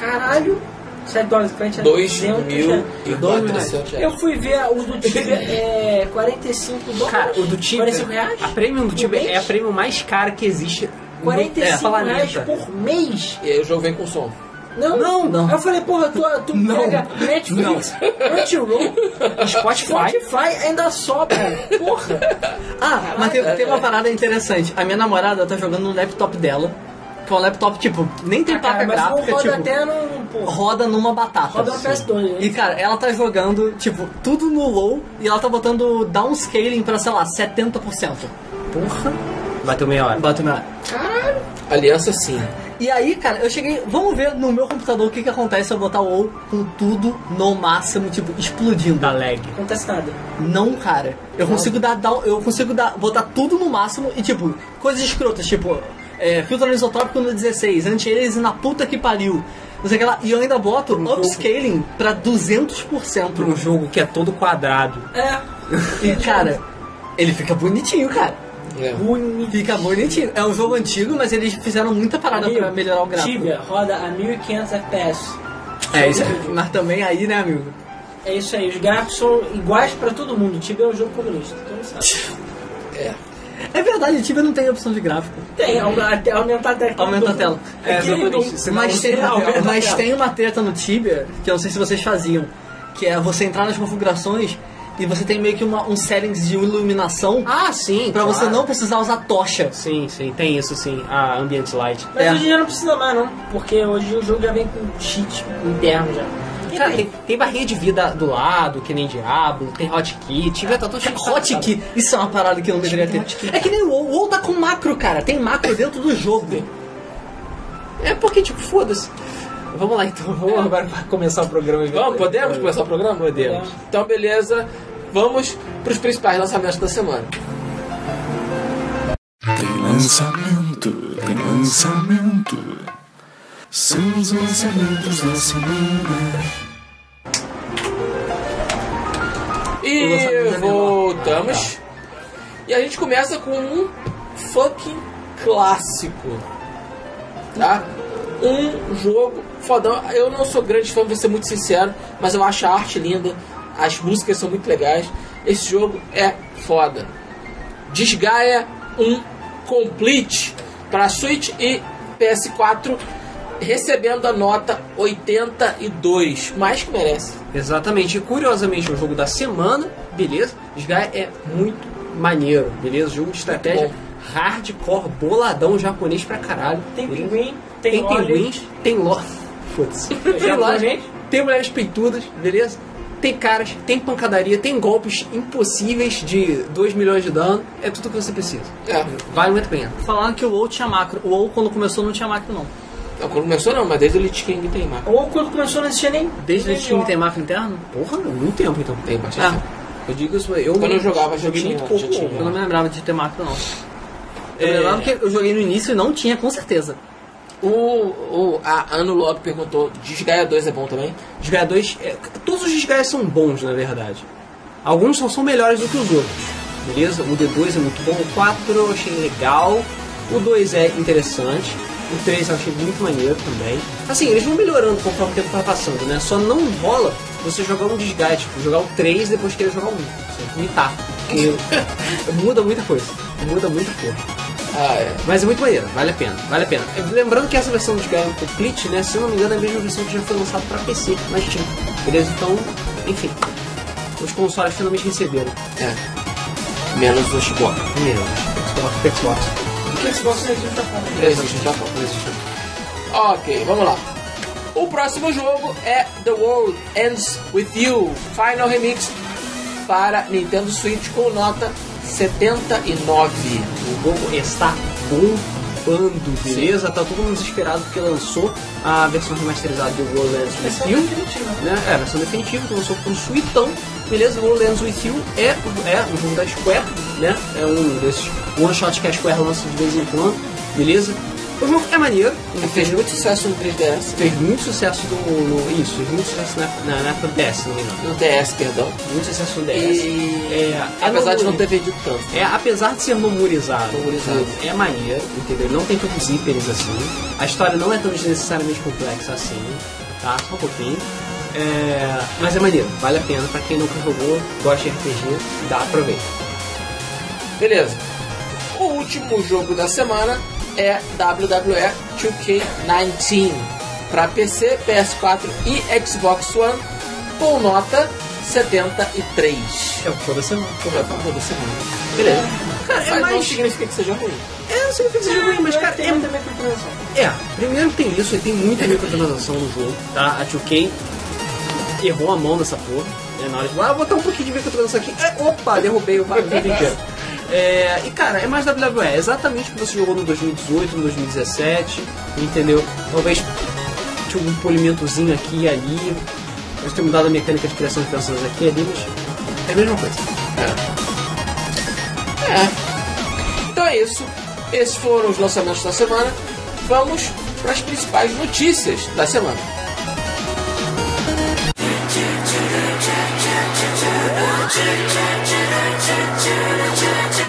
Speaker 2: Caralho, 7 dólares e 40
Speaker 1: Dois
Speaker 2: 200
Speaker 1: mil
Speaker 2: reais.
Speaker 1: e
Speaker 6: Dois mil.
Speaker 1: quatrocentos reais.
Speaker 2: é né? Eu fui ver o do Tibia, é 45 dólares.
Speaker 4: Cara, o do Tibia.
Speaker 2: 45 reais?
Speaker 4: A premium do Tibia
Speaker 2: Por
Speaker 4: é a
Speaker 2: mês?
Speaker 4: premium mais cara que existe. no-
Speaker 2: 45
Speaker 4: é,
Speaker 2: reais
Speaker 4: planeta.
Speaker 2: por mês?
Speaker 1: E aí o jogo vem com som.
Speaker 2: Não,
Speaker 6: Não, não.
Speaker 2: Aí eu falei, porra, tu, tu
Speaker 6: Não.
Speaker 2: pega Netflix, Crunchyroll,
Speaker 4: Spotify.
Speaker 2: Spotify, ainda sobra. Porra.
Speaker 6: Ah, mas tem, tem uma
Speaker 2: É.
Speaker 6: parada interessante. A minha namorada tá jogando no laptop dela, que é um laptop, tipo, nem tem placa
Speaker 2: Ah, Cara, É, mas não
Speaker 6: gráfica,
Speaker 2: roda
Speaker 6: tipo,
Speaker 2: até num... Porra.
Speaker 6: roda numa batata.
Speaker 2: Roda no
Speaker 6: Sim.
Speaker 2: PS2, né?
Speaker 6: E, cara, ela tá jogando, tipo, tudo no low e ela tá botando downscaling pra, sei lá, 70%.
Speaker 4: Bateu meia hora.
Speaker 6: Bateu minha...
Speaker 1: Aliança sim.
Speaker 6: E aí, cara, eu cheguei... Vamos ver no meu computador o que que acontece se eu botar o WoW com tudo no máximo, tipo, explodindo.
Speaker 4: Da lag.
Speaker 2: Acontece nada.
Speaker 6: Não, cara. Eu consigo dar, down- eu consigo dar, botar tudo no máximo e tipo, coisas escrotas, tipo, é, filtro anisotrópico no 16, anti-aliasing na puta que pariu. Não sei o que lá. E eu ainda boto upscaling pra 200%.
Speaker 4: Pra um jogo que é todo quadrado.
Speaker 2: É.
Speaker 6: E cara, ele fica bonitinho, cara.
Speaker 1: É.
Speaker 2: Bonito.
Speaker 6: Fica bonitinho. É um jogo antigo, mas eles fizeram muita parada pra melhorar o gráfico.
Speaker 2: Tibia roda a 1500 FPS.
Speaker 6: É isso. aí. Mas também aí, né, amigo?
Speaker 2: É isso aí, os gráficos são iguais pra todo mundo. Tibia é um jogo comunista. Então, sabe?
Speaker 6: É verdade, o Tibia não tem opção de gráfico.
Speaker 2: <laughs> Tem, aumenta- aumentar a tela.
Speaker 6: Aumenta a tela.
Speaker 2: É,
Speaker 4: exatamente.
Speaker 2: exatamente.
Speaker 4: Senão
Speaker 6: mas
Speaker 4: você
Speaker 6: tem,
Speaker 4: não aumenta
Speaker 2: a
Speaker 6: mas
Speaker 2: tela.
Speaker 6: tem uma treta no Tibia que eu não sei se vocês faziam, que é você entrar nas configurações e você tem meio que uma, um settings de iluminação pra
Speaker 4: Ah, sim. claro.
Speaker 6: você não precisar usar tocha.
Speaker 4: Sim, sim, tem isso sim. A Ambient Light.
Speaker 2: Mas
Speaker 6: É.
Speaker 2: hoje em dia não precisa mais, não. Porque hoje o jogo já vem com cheat interno já.
Speaker 4: Cara, tem, tem barrinha de vida do lado, que nem Diablo, tem hotkey, tiver tá todo cheio de
Speaker 6: Hotkey, isso é uma parada que eu não deveria ter. É que nem o WoW, o WoW tá com macro, cara. Tem macro dentro do jogo.
Speaker 4: É porque, tipo, foda-se. Vamos lá então,
Speaker 6: É.
Speaker 4: vamos agora pra começar o programa.
Speaker 1: Vamos, podemos começar o programa? Podemos. Então, beleza. Vamos pros principais lançamentos da semana.
Speaker 7: Tem lançamento, tem lançamento. São os lançamentos da semana.
Speaker 1: E voltamos. E a gente começa com um fucking clássico. Tá? Um jogo fodão. Eu não sou grande fã, vou ser muito sincero, mas eu acho a arte linda, as músicas são muito legais. Esse jogo é foda. Desgaia um Complete para Switch e PS4, recebendo a nota 82, mais que merece.
Speaker 4: Exatamente. E curiosamente, é o jogo da semana, beleza? Sky é muito maneiro, beleza? Jogo de estratégia
Speaker 1: bom.
Speaker 4: hardcore, boladão japonês pra caralho.
Speaker 2: Tem
Speaker 4: beleza?
Speaker 6: um
Speaker 2: pinguim, tem,
Speaker 4: tem
Speaker 2: olhos.
Speaker 4: pinguins, tem lo...
Speaker 1: <laughs>
Speaker 4: Foda-se. Tem
Speaker 2: já
Speaker 4: loja,
Speaker 2: falei, gente.
Speaker 4: tem mulheres peitudas, beleza? Tem caras, tem pancadaria, tem golpes impossíveis de 2 milhões de dano. É tudo que você precisa.
Speaker 1: É,
Speaker 4: Vale muito bem.
Speaker 6: Falaram que o WoW tinha macro. O WoW, quando começou, não tinha macro, não.
Speaker 1: não, quando começou não, mas desde o Lich King tem mais.
Speaker 2: Ou quando começou não existia nem.
Speaker 6: Desde o
Speaker 2: nem
Speaker 6: time
Speaker 2: jogo.
Speaker 6: tem macro interno?
Speaker 4: Porra, muito tempo então.
Speaker 1: Tem bastante.
Speaker 4: Eu digo isso, eu
Speaker 1: Ah. Quando eu jogava, já
Speaker 4: joguei
Speaker 1: tinha,
Speaker 4: muito pouco.
Speaker 1: já tinha.
Speaker 6: Eu não me lembrava de ter macro, não. Eu me lembrava que eu joguei no início e não tinha, com certeza.
Speaker 1: O, o, a Ano Lobby perguntou, Desgaia 2 é bom também?
Speaker 4: Desgaia 2, é, todos os Desgaias são bons, na verdade. Alguns só são melhores do que os outros, beleza? O D2 é muito bom, o 4 eu achei legal, o 2 é interessante, o 3 eu achei muito maneiro também. Assim, eles vão melhorando conforme o tempo vai passando, né? Só não rola você jogar um Desgaia, tipo, jogar o 3 e depois querer jogar o 1. Você vomitar, porque muda muita coisa, muda muita coisa.
Speaker 1: Ah, é.
Speaker 4: Mas é muito maneiro, vale a pena, vale a pena. É, Lembrando que essa versão do Skyrim Complete, né, se eu não me engano, é a mesma versão que já foi lançada pra PC, na Steam. Beleza? Então, enfim. Os consoles finalmente receberam.
Speaker 1: é. Menos o Xbox.
Speaker 4: Primeiro, né? Xbox, Xbox.
Speaker 1: Existe, tá bom. Ok, vamos lá. O próximo jogo é The World Ends With You Final Remix para Nintendo Switch com nota 79.
Speaker 4: O jogo está bombando, beleza? Tá todo mundo desesperado porque lançou a versão remasterizada do World Ends With You. Né? É, a versão definitiva que lançou pro Suitão, beleza? O World Ends With You é, é um jogo da Square, né? É um desses one-shots que a Square lança de vez em quando, beleza? O jogo é maneiro,
Speaker 1: E fez muito sucesso no 3DS,
Speaker 4: fez muito sucesso do, no- isso, fez muito sucesso na, na, na época do DS, se não me engano.
Speaker 1: no DS, perdão.
Speaker 4: Muito sucesso no DS.
Speaker 1: E
Speaker 4: É,
Speaker 1: apesar de não
Speaker 4: ter
Speaker 1: ter vendido tanto.
Speaker 4: é, apesar de ser memorizado,
Speaker 1: Memorizado.
Speaker 4: é maneiro, entendeu? Não tem tantos íperes assim. A história não é tão desnecessariamente complexa assim, tá? Só um pouquinho. É, mas é maneiro, vale a pena. Pra quem nunca jogou, gosta de RPG, dá, aproveita.
Speaker 1: Beleza. O último jogo da semana é WWE 2K19 para PC, PS4 e Xbox One com nota 73.
Speaker 4: É o que toda semana.
Speaker 1: Porra, tá toda semana. Beleza.
Speaker 4: Cara, é
Speaker 1: Mas não
Speaker 4: mais-
Speaker 1: significa que seja ruim.
Speaker 4: É, não sei o que você jogou aí, mas cara,
Speaker 2: Tem
Speaker 4: é
Speaker 2: muita microtransação.
Speaker 4: É, primeiro que tem isso, aí tem muita microtransação no jogo, tá? A 2K errou a mão dessa porra. Né? Na hora de falar, ah, vou botar um pouquinho de microtransação aqui. É, opa, derrubei o <laughs> vídeo inteiro. É, e cara, é mais WWE, é exatamente o que você jogou no 2018, no 2017, entendeu? Talvez tinha um polimentozinho aqui e ali. Eles têm mudado a mecânica de criação de personagens aqui e ali, mas é a mesma coisa.
Speaker 1: Então é isso. Esses foram os lançamentos da semana. Vamos para as principais notícias da semana.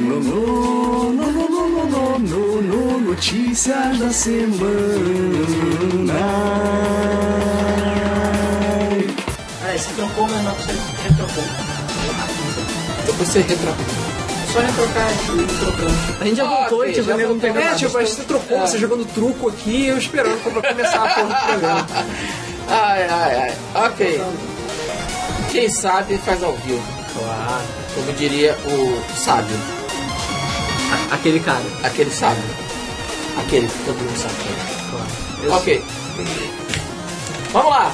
Speaker 5: No, no, no, no, no, no, no, no, no, notícias da semana.
Speaker 2: Ah, esse trancou, mas não precisa retrocou.
Speaker 1: Você retrocou.
Speaker 2: Só retrocar aqui, trocando.
Speaker 6: A gente já voltou
Speaker 1: Ok,
Speaker 6: e tipo,
Speaker 1: já
Speaker 6: o nego
Speaker 1: voltou.
Speaker 6: não pegou
Speaker 4: É,
Speaker 6: nada.
Speaker 4: tipo, a gente trocou, você jogando truco aqui, eu esperando pra começar a porra
Speaker 6: É.
Speaker 4: do programa.
Speaker 1: tá
Speaker 6: <laughs>
Speaker 1: Ai, ai, ai. Ok. Quem sabe faz ao vivo.
Speaker 4: <laughs> Claro.
Speaker 1: Como diria o sábio.
Speaker 4: Aquele cara.
Speaker 1: Aquele sábio. Aquele que todo mundo sabe. quem é. Ok. Vamos lá.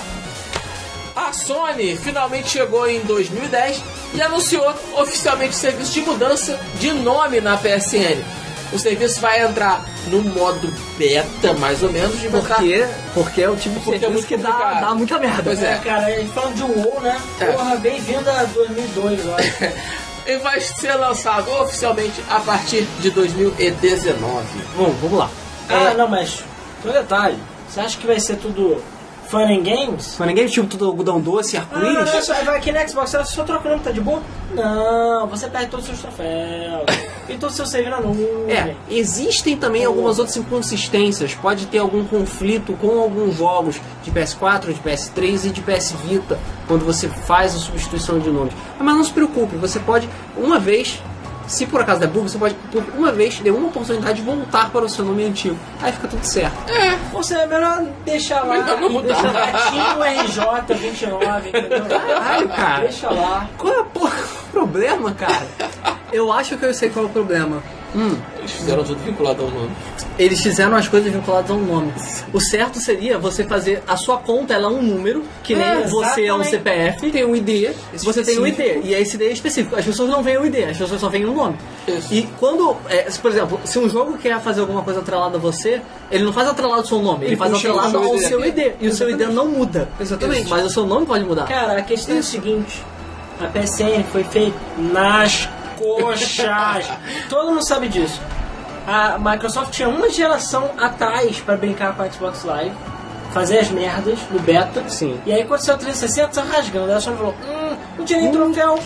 Speaker 1: A Sony finalmente chegou em 2010 e anunciou oficialmente o serviço de mudança de nome na PSN. O serviço vai entrar no modo beta, mais ou menos, de botar.
Speaker 6: Porque, porque é o tipo de
Speaker 1: Porque é
Speaker 6: serviço
Speaker 1: muito
Speaker 6: que dá,
Speaker 1: complicado.
Speaker 6: dá muita merda.
Speaker 1: Pois
Speaker 2: É,
Speaker 1: é. <laughs>
Speaker 2: cara, ele falando de WoW, né?
Speaker 1: É.
Speaker 2: Porra, bem-vindo a 2002, eu acho.
Speaker 1: E vai ser lançado oficialmente a partir de 2019.
Speaker 4: Bom, vamos lá.
Speaker 2: Ah, não, mas tem um detalhe. Você acha que vai ser tudo fun and games?
Speaker 4: Mas ninguém tipo tudo algodão doce,
Speaker 2: Ah, não,
Speaker 4: arco-íris?
Speaker 2: não, vai aqui na Xbox, você só troca o nome, tá de boa? Não, você perde todos os seus troféus. e todos os seus save na nuvem.
Speaker 4: É, existem também algumas outras inconsistências. Pode ter algum conflito com alguns jogos de PS4, de PS3 e de PS Vita, quando você faz a substituição de nomes. Mas não se preocupe, você pode, uma vez, Se por acaso der bug, você pode, por uma vez, ter uma oportunidade de voltar para o seu nome antigo. Aí fica tudo certo.
Speaker 2: Ou seja, é melhor deixar lá.
Speaker 1: Melhor não mudar.
Speaker 2: Deixa lá, Tinho RJ29, entendeu?
Speaker 4: Caralho, cara.
Speaker 2: Deixa lá.
Speaker 4: Qual é a porra do <laughs> problema, cara?
Speaker 6: Eu acho que eu sei qual é o problema.
Speaker 1: Eles fizeram tudo vinculado ao nome.
Speaker 6: Eles fizeram as coisas vinculadas a um nome. O certo seria você fazer a sua conta, ela é um número, que nem
Speaker 4: Ah,
Speaker 2: É,
Speaker 6: você é um
Speaker 2: exatamente.
Speaker 6: CPF,
Speaker 4: Tem um ID.
Speaker 6: você tem um ID. E esse ID é específico. As pessoas não veem o ID, as pessoas só veem o nome. E quando, é, se, por exemplo, se um jogo quer fazer alguma coisa atrelada a você, ele não faz atrelado ao seu nome, ele, faz
Speaker 4: puxa o
Speaker 6: atrelado
Speaker 4: seu
Speaker 6: ao
Speaker 4: ID.
Speaker 6: seu ID. E o seu ID não muda.
Speaker 4: Exatamente.
Speaker 6: Mas o seu nome pode mudar.
Speaker 2: Cara, a questão é a seguinte: a PSN foi feita nas coxas. Todo mundo sabe disso. A Microsoft tinha uma geração atrás pra brincar com a Xbox Live, fazer as merdas no beta.
Speaker 4: Sim.
Speaker 2: E aí quando saiu o 360, saiu rasgando. Ela só falou: hum, não tinha nem troféu.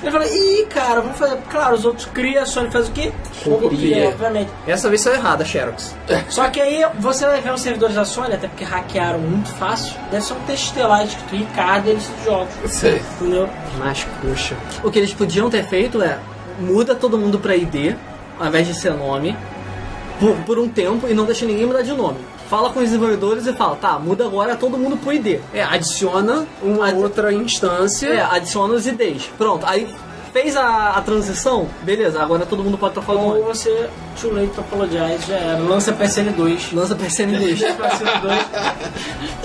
Speaker 2: Ele falou, ih, cara, vamos fazer. Claro, os outros criam, a Sony faz o quê?
Speaker 4: Copia.
Speaker 2: obviamente.
Speaker 4: Essa vez saiu errada, Xerox.
Speaker 2: Só que aí você vai ver os servidores da Sony, até porque hackearam muito fácil. Deve ser um testelar escrito Ricardo e eles jogos.
Speaker 1: Sei.
Speaker 2: Entendeu?
Speaker 6: Mas, poxa. O que eles podiam ter feito é muda todo mundo pra ID, ao invés de ser nome, por, por um tempo e não deixa ninguém mudar de nome. Fala com os desenvolvedores e fala, tá, muda agora todo mundo pro ID.
Speaker 4: É, adiciona uma
Speaker 6: Ad-
Speaker 4: outra instância.
Speaker 6: É, adiciona os IDs. Pronto, aí fez a, a transição, beleza, agora todo mundo pode trocar o
Speaker 2: Ou
Speaker 6: nome.
Speaker 2: você, too late to apologize, já era. Lança PSN 2.
Speaker 6: Lança PSN inglês.
Speaker 1: <laughs>
Speaker 2: PSN 2.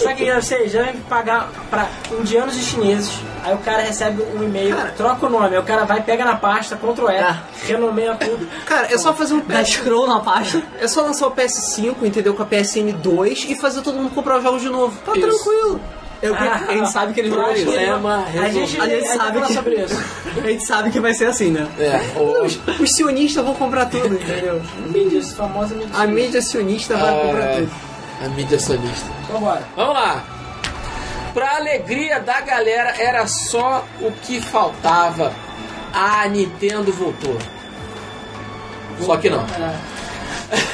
Speaker 2: Só que já sei, já deve pagar pra indianos e chineses. Aí o cara recebe um e-mail, troca o nome. Aí o cara vai, pega na pasta, Ctrl F,
Speaker 6: Ah.
Speaker 2: renomeia tudo.
Speaker 4: Cara, é só fazer um
Speaker 6: Dá
Speaker 4: patch.
Speaker 6: scroll na pasta.
Speaker 4: É só lançar o PS5, entendeu? Com a PSN 2 e fazer todo mundo comprar os jogos de novo. Tá
Speaker 1: Isso.
Speaker 4: tranquilo. É
Speaker 6: Eu,
Speaker 4: Ah.
Speaker 6: a gente sabe que eles vão isso.
Speaker 2: Problema A gente,
Speaker 6: A gente sabe
Speaker 2: fala
Speaker 6: que-
Speaker 2: sobre isso.
Speaker 6: A gente sabe que vai ser assim, né?
Speaker 1: É, ou-
Speaker 4: Os, os sionistas vão comprar tudo, entendeu?
Speaker 2: Mídia, essa famosa mídia.
Speaker 4: A mídia sionista vai comprar
Speaker 1: Ai,
Speaker 4: tudo.
Speaker 1: A mídia solista.
Speaker 2: Vambora.
Speaker 1: Vamos lá. Pra alegria da galera, era só o que faltava. A Nintendo voltou. Só que não.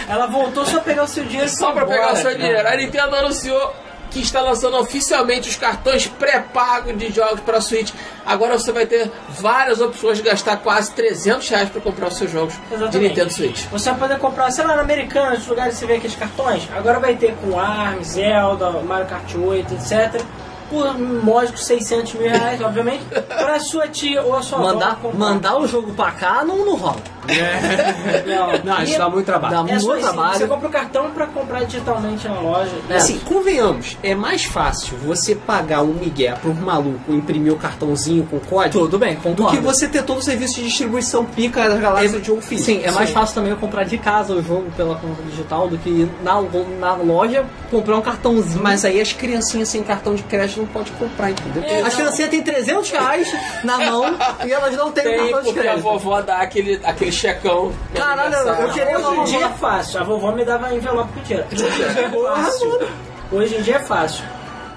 Speaker 2: Ela voltou só pra pegar o seu dinheiro. e
Speaker 1: Só
Speaker 2: foi
Speaker 1: pra pegar o
Speaker 2: embora,
Speaker 1: seu
Speaker 2: cara.
Speaker 1: dinheiro. A Nintendo anunciou que está lançando oficialmente os cartões pré-pago de jogos para Switch. Agora você vai ter várias opções de gastar quase 300 reais para comprar os seus jogos de
Speaker 2: Exatamente.
Speaker 1: Nintendo Switch.
Speaker 2: Você vai poder comprar, sei lá, na Americana, nos lugares que você vê aqueles cartões. Agora vai ter com ARM, Zelda, Mario Kart 8, etc. Por um módico 600 mil reais, <laughs> obviamente, pra sua tia ou a sua avó
Speaker 6: Mandar,
Speaker 2: comprar.
Speaker 6: mandar o jogo pra cá não, não rola.
Speaker 2: Não,
Speaker 4: Não, isso dá muito trabalho.
Speaker 6: Dá
Speaker 2: é só
Speaker 6: muito
Speaker 2: isso. Você
Speaker 6: trabalho.
Speaker 2: compra o cartão pra comprar digitalmente na loja.
Speaker 4: É. Assim, convenhamos, é mais fácil você pagar um migué pra um maluco imprimir o cartãozinho com código
Speaker 6: Tudo bem,
Speaker 4: do que
Speaker 6: concordo.
Speaker 4: você ter todo o serviço de distribuição pica da galáxia de jogo físico.
Speaker 6: Sim, é mais fácil também eu comprar de casa o jogo pela conta digital do que ir na, na loja comprar um cartãozinho.
Speaker 4: Mas aí as criancinhas sem cartão de crédito não podem comprar, entendeu?
Speaker 6: a criancinha tem 300 reais na mão e elas não têm um
Speaker 1: Tem
Speaker 6: cartão de
Speaker 1: porque a
Speaker 6: crédito.
Speaker 1: vovó dá aquele, aquele checão. no
Speaker 6: Caralho, eu
Speaker 1: aniversário.
Speaker 6: queria
Speaker 2: Hoje em
Speaker 6: uma
Speaker 2: dia é
Speaker 6: vovó.
Speaker 2: fácil. A vovó me dava envelope com dinheiro. Hoje em <laughs> dia é fácil. Hoje em dia é fácil.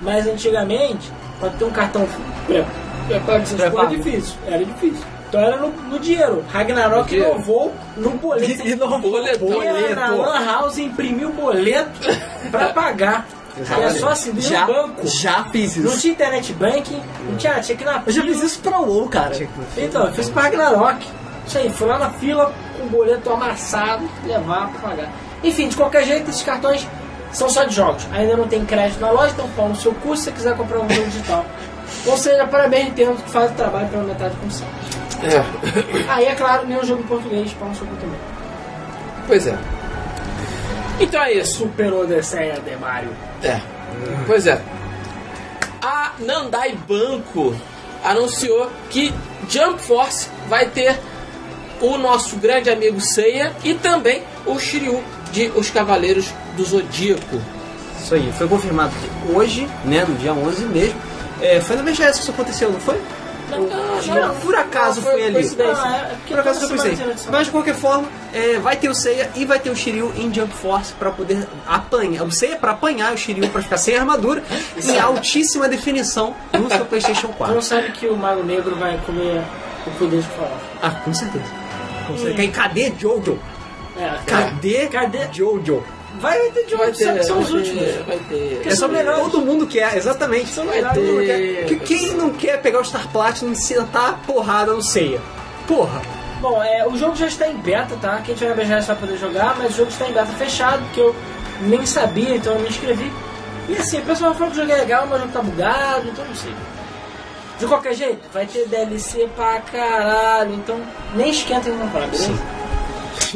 Speaker 2: Mas antigamente, pra ter um cartão pré- pré-pago essas
Speaker 6: Pré-pago.
Speaker 2: coisas, era difícil. Era difícil. Então era no, no dinheiro. Ragnarok
Speaker 1: dinheiro.
Speaker 2: inovou no <laughs> boleto.
Speaker 6: E não
Speaker 1: Boletão.
Speaker 2: Ia na Lan House imprimir o boleto pra pagar. Era só assim, no
Speaker 6: já,
Speaker 2: banco.
Speaker 6: já fiz
Speaker 2: Não
Speaker 6: isso.
Speaker 2: tinha internet banking, não tinha, tinha que ir na
Speaker 6: Eu já
Speaker 2: fila.
Speaker 6: fiz isso pra WoW, cara.
Speaker 2: Então, eu fiz pra Ragnarok. Isso aí, fui lá na fila com o boleto amassado, levar pra pagar. Enfim, de qualquer jeito, esses cartões são só de jogos. Ainda não tem crédito na loja, então pau no seu curso se você quiser comprar um jogo digital. Ou seja, parabéns, Nintendo, que faz o trabalho pela metade da comissão.
Speaker 1: É.
Speaker 2: Aí, é claro, nenhum jogo em português, pau no seu cu também.
Speaker 1: Pois é. Então é isso.
Speaker 2: Super Odesseia de Mario.
Speaker 1: É. Pois é. A Nandai Banco anunciou que Jump Force vai ter o nosso grande amigo Seiya e também o Shiryu de Os Cavaleiros do Zodíaco.
Speaker 4: Isso aí, foi confirmado que hoje, né, no dia 11 mesmo, é, foi na BGS que isso aconteceu, não foi?
Speaker 1: não,
Speaker 4: por acaso
Speaker 1: não, foi
Speaker 4: foi, ali.
Speaker 1: coincidência.
Speaker 2: Ah, é, porque
Speaker 4: Por acaso
Speaker 2: toda
Speaker 4: foi coincidência.
Speaker 2: semana tem notícia.
Speaker 4: Mas de qualquer forma, é, vai ter o Seiya e vai ter o Shiryu em Jump Force pra poder apanhar. O Seiya é pra apanhar, o Shiryu pra ficar
Speaker 2: <laughs>
Speaker 4: sem armadura e altíssima definição no seu PlayStation
Speaker 2: Tu não
Speaker 4: 4.
Speaker 2: sabe que o Mago Negro vai comer o poder de farofa.
Speaker 4: Ah, com certeza. Com certeza. E Cadê Jojo?
Speaker 2: É,
Speaker 4: Cadê,
Speaker 2: Cadê?
Speaker 4: Jojo? É
Speaker 2: Vai ter de
Speaker 1: Vai
Speaker 2: onde, sabe
Speaker 1: ter,
Speaker 2: que são
Speaker 1: vai
Speaker 2: os
Speaker 1: ter,
Speaker 2: últimos.
Speaker 1: Vai ter. É
Speaker 2: Porque são melhores.
Speaker 4: Todo mundo quer, exatamente.
Speaker 2: São
Speaker 1: Vai
Speaker 2: melhores.
Speaker 1: ter.
Speaker 4: Que quem não quer pegar o Star Platinum e sentar a porrada no Seiya? Porra!
Speaker 2: Bom, é, o jogo já está em beta, tá? Quem tiver BGS vai poder jogar, mas o jogo está em beta fechado, que eu nem sabia, então eu me inscrevi. E assim, o pessoal falou que o jogo é legal, mas o jogo tá bugado, então não sei. De qualquer jeito, vai ter DLC pra caralho, então nem esquenta em comprar, beleza?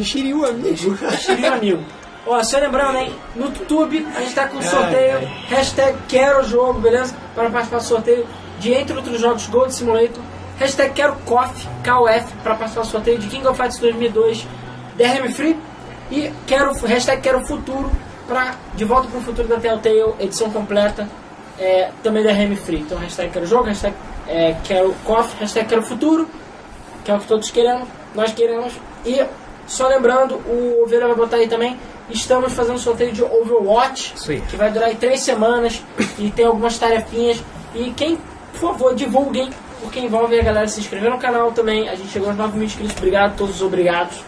Speaker 4: Xiriu, amigo.
Speaker 2: Querido amigo. Ó, só lembrando, hein? No YouTube a gente tá com sorteio. Hashtag quero jogo, beleza? Para participar do sorteio de entre outros jogos Gold Simulator. Hashtag quero KOF, KOF, para participar do sorteio de King of Fighters 2002 DRM Free. E quero, hashtag quero futuro para De Volta pro Futuro da Telltale, edição completa, é, também DRM Free. Então hashtag quero jogo, hashtag é, quero KOF, hashtag quero futuro que é o que todos queremos, nós queremos. E só lembrando, o Oveira vai botar aí também, estamos fazendo sorteio de Overwatch,
Speaker 4: Isso aí.
Speaker 2: que vai durar aí três semanas e tem algumas tarefinhas. E quem, por favor, divulguem, porque envolve a galera se inscrever no canal também. A gente chegou aos 9 mil inscritos, obrigado a todos os obrigados,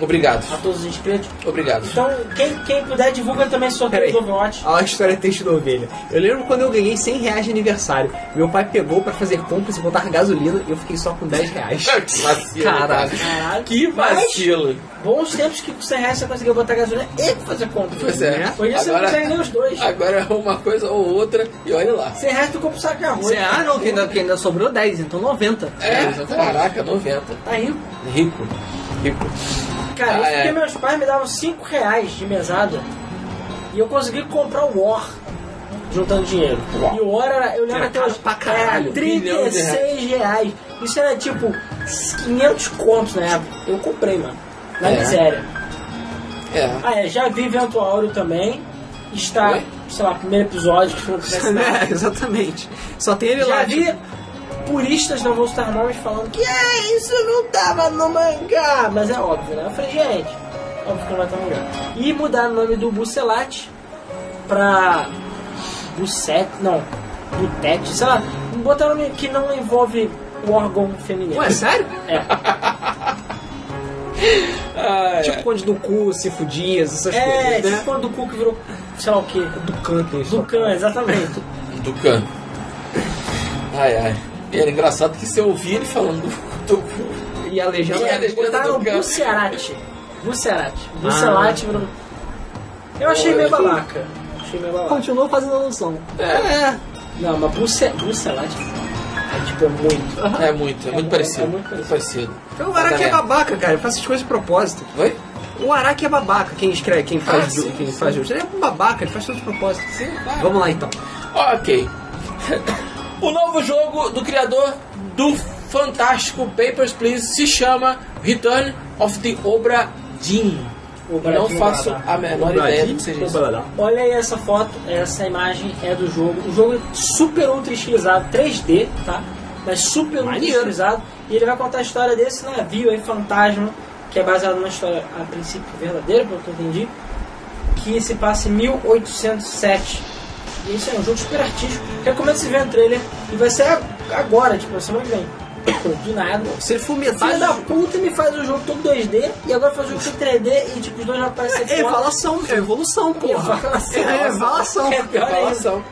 Speaker 1: Obrigado.
Speaker 2: a todos os inscritos.
Speaker 1: Obrigado.
Speaker 2: Então, quem, quem puder, divulga também esse sorteio
Speaker 4: Peraí.
Speaker 2: do Overwatch.
Speaker 4: Olha lá a história triste da ovelha. Eu lembro quando eu ganhei 100 reais de aniversário. Meu pai pegou pra fazer compras e botar gasolina e eu fiquei só com 10 reais.
Speaker 1: Que vacilo,
Speaker 4: Caraca.
Speaker 1: cara.
Speaker 2: Caralho,
Speaker 1: Que vacilo.
Speaker 2: bons tempos que com 100 reais você conseguiu botar gasolina e fazer compra.
Speaker 1: Pois é.
Speaker 4: Né?
Speaker 2: Hoje você não
Speaker 1: Agora-
Speaker 2: consegue nem os dois.
Speaker 1: Agora é uma coisa ou outra e olha lá.
Speaker 2: 100 reais tu compra um saco de arroz.
Speaker 6: Você- ah, não, que ainda, que ainda sobrou 10, então 90.
Speaker 1: É, caraca, 90.
Speaker 2: Tá rico.
Speaker 1: Rico. Rico.
Speaker 2: Cara, isso
Speaker 1: Ah, é.
Speaker 2: porque meus pais me davam 5 reais de mesada e eu consegui comprar o War juntando dinheiro.
Speaker 1: Uau.
Speaker 2: E o War era, eu lembro
Speaker 4: Era
Speaker 2: até
Speaker 4: caro
Speaker 2: hoje,
Speaker 4: pra caralho,
Speaker 2: era
Speaker 1: bilhão de
Speaker 2: 36 reais. Isso era tipo 500 contos na época. Eu comprei, mano. Na
Speaker 1: É.
Speaker 2: miséria.
Speaker 1: É.
Speaker 2: Ah, é, já vi Vento Áureo também. Está,
Speaker 1: Oi?
Speaker 2: sei lá, primeiro episódio que foi
Speaker 1: É
Speaker 4: <laughs> né? Exatamente. Só tem ele
Speaker 2: Já
Speaker 4: lá.
Speaker 2: vi puristas, não vou citar nomes, falando que "Ah, isso não tava no mangá. Mas é óbvio, né? Eu falei, gente, óbvio que não vai estar no mangá. E mudaram o nome do Bucelate pra Bucet, não, Butete, sei lá. Botaram um nome que não envolve o órgão feminino.
Speaker 4: Ué, sério?
Speaker 2: É.
Speaker 4: <laughs> Tipo Conde do Cu, Cifo Dias, essas
Speaker 2: É,
Speaker 4: coisas,
Speaker 2: tipo
Speaker 4: né?
Speaker 2: quando do cu que virou, sei lá o que.
Speaker 1: tipo
Speaker 4: Do canto, isso.
Speaker 2: Ducan, exatamente.
Speaker 1: Ducan. Ai, ai. E era engraçado que você ouvia ele falando do, do
Speaker 4: E a legenda
Speaker 1: E a
Speaker 4: é...
Speaker 1: legenda-
Speaker 2: Botaram
Speaker 1: Ducan.
Speaker 2: Bucerati. Bucerati. Bucelate virou. Eu achei meio babaca. Achei meio babaca.
Speaker 6: Continuou fazendo alusão.
Speaker 2: Não, mas Bruce, Brucelate é tipo é muito.
Speaker 1: É muito, é muito parecido.
Speaker 2: é muito
Speaker 1: muito parecido.
Speaker 4: Então o Araki é
Speaker 1: Exatamente.
Speaker 4: babaca, cara. Ele faz essas coisas de propósito.
Speaker 1: Oi?
Speaker 4: O Araki é babaca, quem escreve, quem faz,
Speaker 1: Ah,
Speaker 4: ju-
Speaker 1: sim,
Speaker 4: quem
Speaker 1: sim.
Speaker 4: faz justo. Ele é um babaca, ele faz tudo de propósito.
Speaker 1: Sim, claro.
Speaker 4: Vamos lá então.
Speaker 1: Ok. O novo jogo do criador do fantástico Papers, Please se chama Return of the Obra Dinn. Não
Speaker 2: Brasil
Speaker 1: faço
Speaker 2: Guarda.
Speaker 1: a menor ideia do que seja isso.
Speaker 4: então.
Speaker 2: Olha aí essa foto, essa imagem é do jogo. O jogo é super ultra estilizado, 3D, tá? Mas super ultra
Speaker 4: Maneiro.
Speaker 2: estilizado. E ele vai contar a história desse navio aí, fantasma, que é baseado numa história a princípio verdadeira, pelo que eu entendi, que se passa em 1807. E isso é um jogo super artístico. Recomendo você ver o trailer e vai ser agora, tipo, semana que vem. <coughs> Do nada.
Speaker 4: Se ele for
Speaker 2: Filha
Speaker 4: metade
Speaker 2: da
Speaker 4: do
Speaker 2: puta me faz o jogo todo 2D e agora faz o jogo todo 3D e tipo, os dois já parecem
Speaker 4: É
Speaker 2: foda.
Speaker 4: evolução, é evolução, porra.
Speaker 2: Evalação.
Speaker 4: É evolução.
Speaker 2: É pior é isso.
Speaker 1: Falação.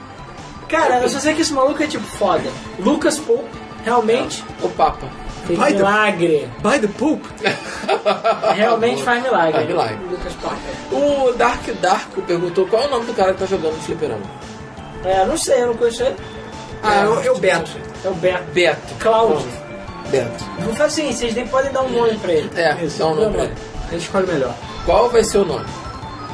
Speaker 2: Cara, eu só sei que esse maluco é tipo foda. Lucas Pope realmente
Speaker 1: O Papa.
Speaker 2: fez
Speaker 4: Vai,
Speaker 2: milagre.
Speaker 4: By the poop.
Speaker 2: Realmente faz milagre.
Speaker 1: Faz milagre.
Speaker 2: Lucas Pope.
Speaker 1: <laughs> O Dark Dark perguntou qual é o nome do cara que tá jogando no fliperama.
Speaker 2: É, não sei, eu não conheço ele.
Speaker 4: Ah, eu, eu beto.
Speaker 2: É o Beto.
Speaker 1: Beto.
Speaker 2: Cláudio.
Speaker 1: Beto.
Speaker 2: Vou fazer o seguinte, vocês nem podem dar um nome pra ele.
Speaker 1: É, dá um nome pra ele.
Speaker 4: A gente escolhe melhor.
Speaker 1: Qual vai ser o nome?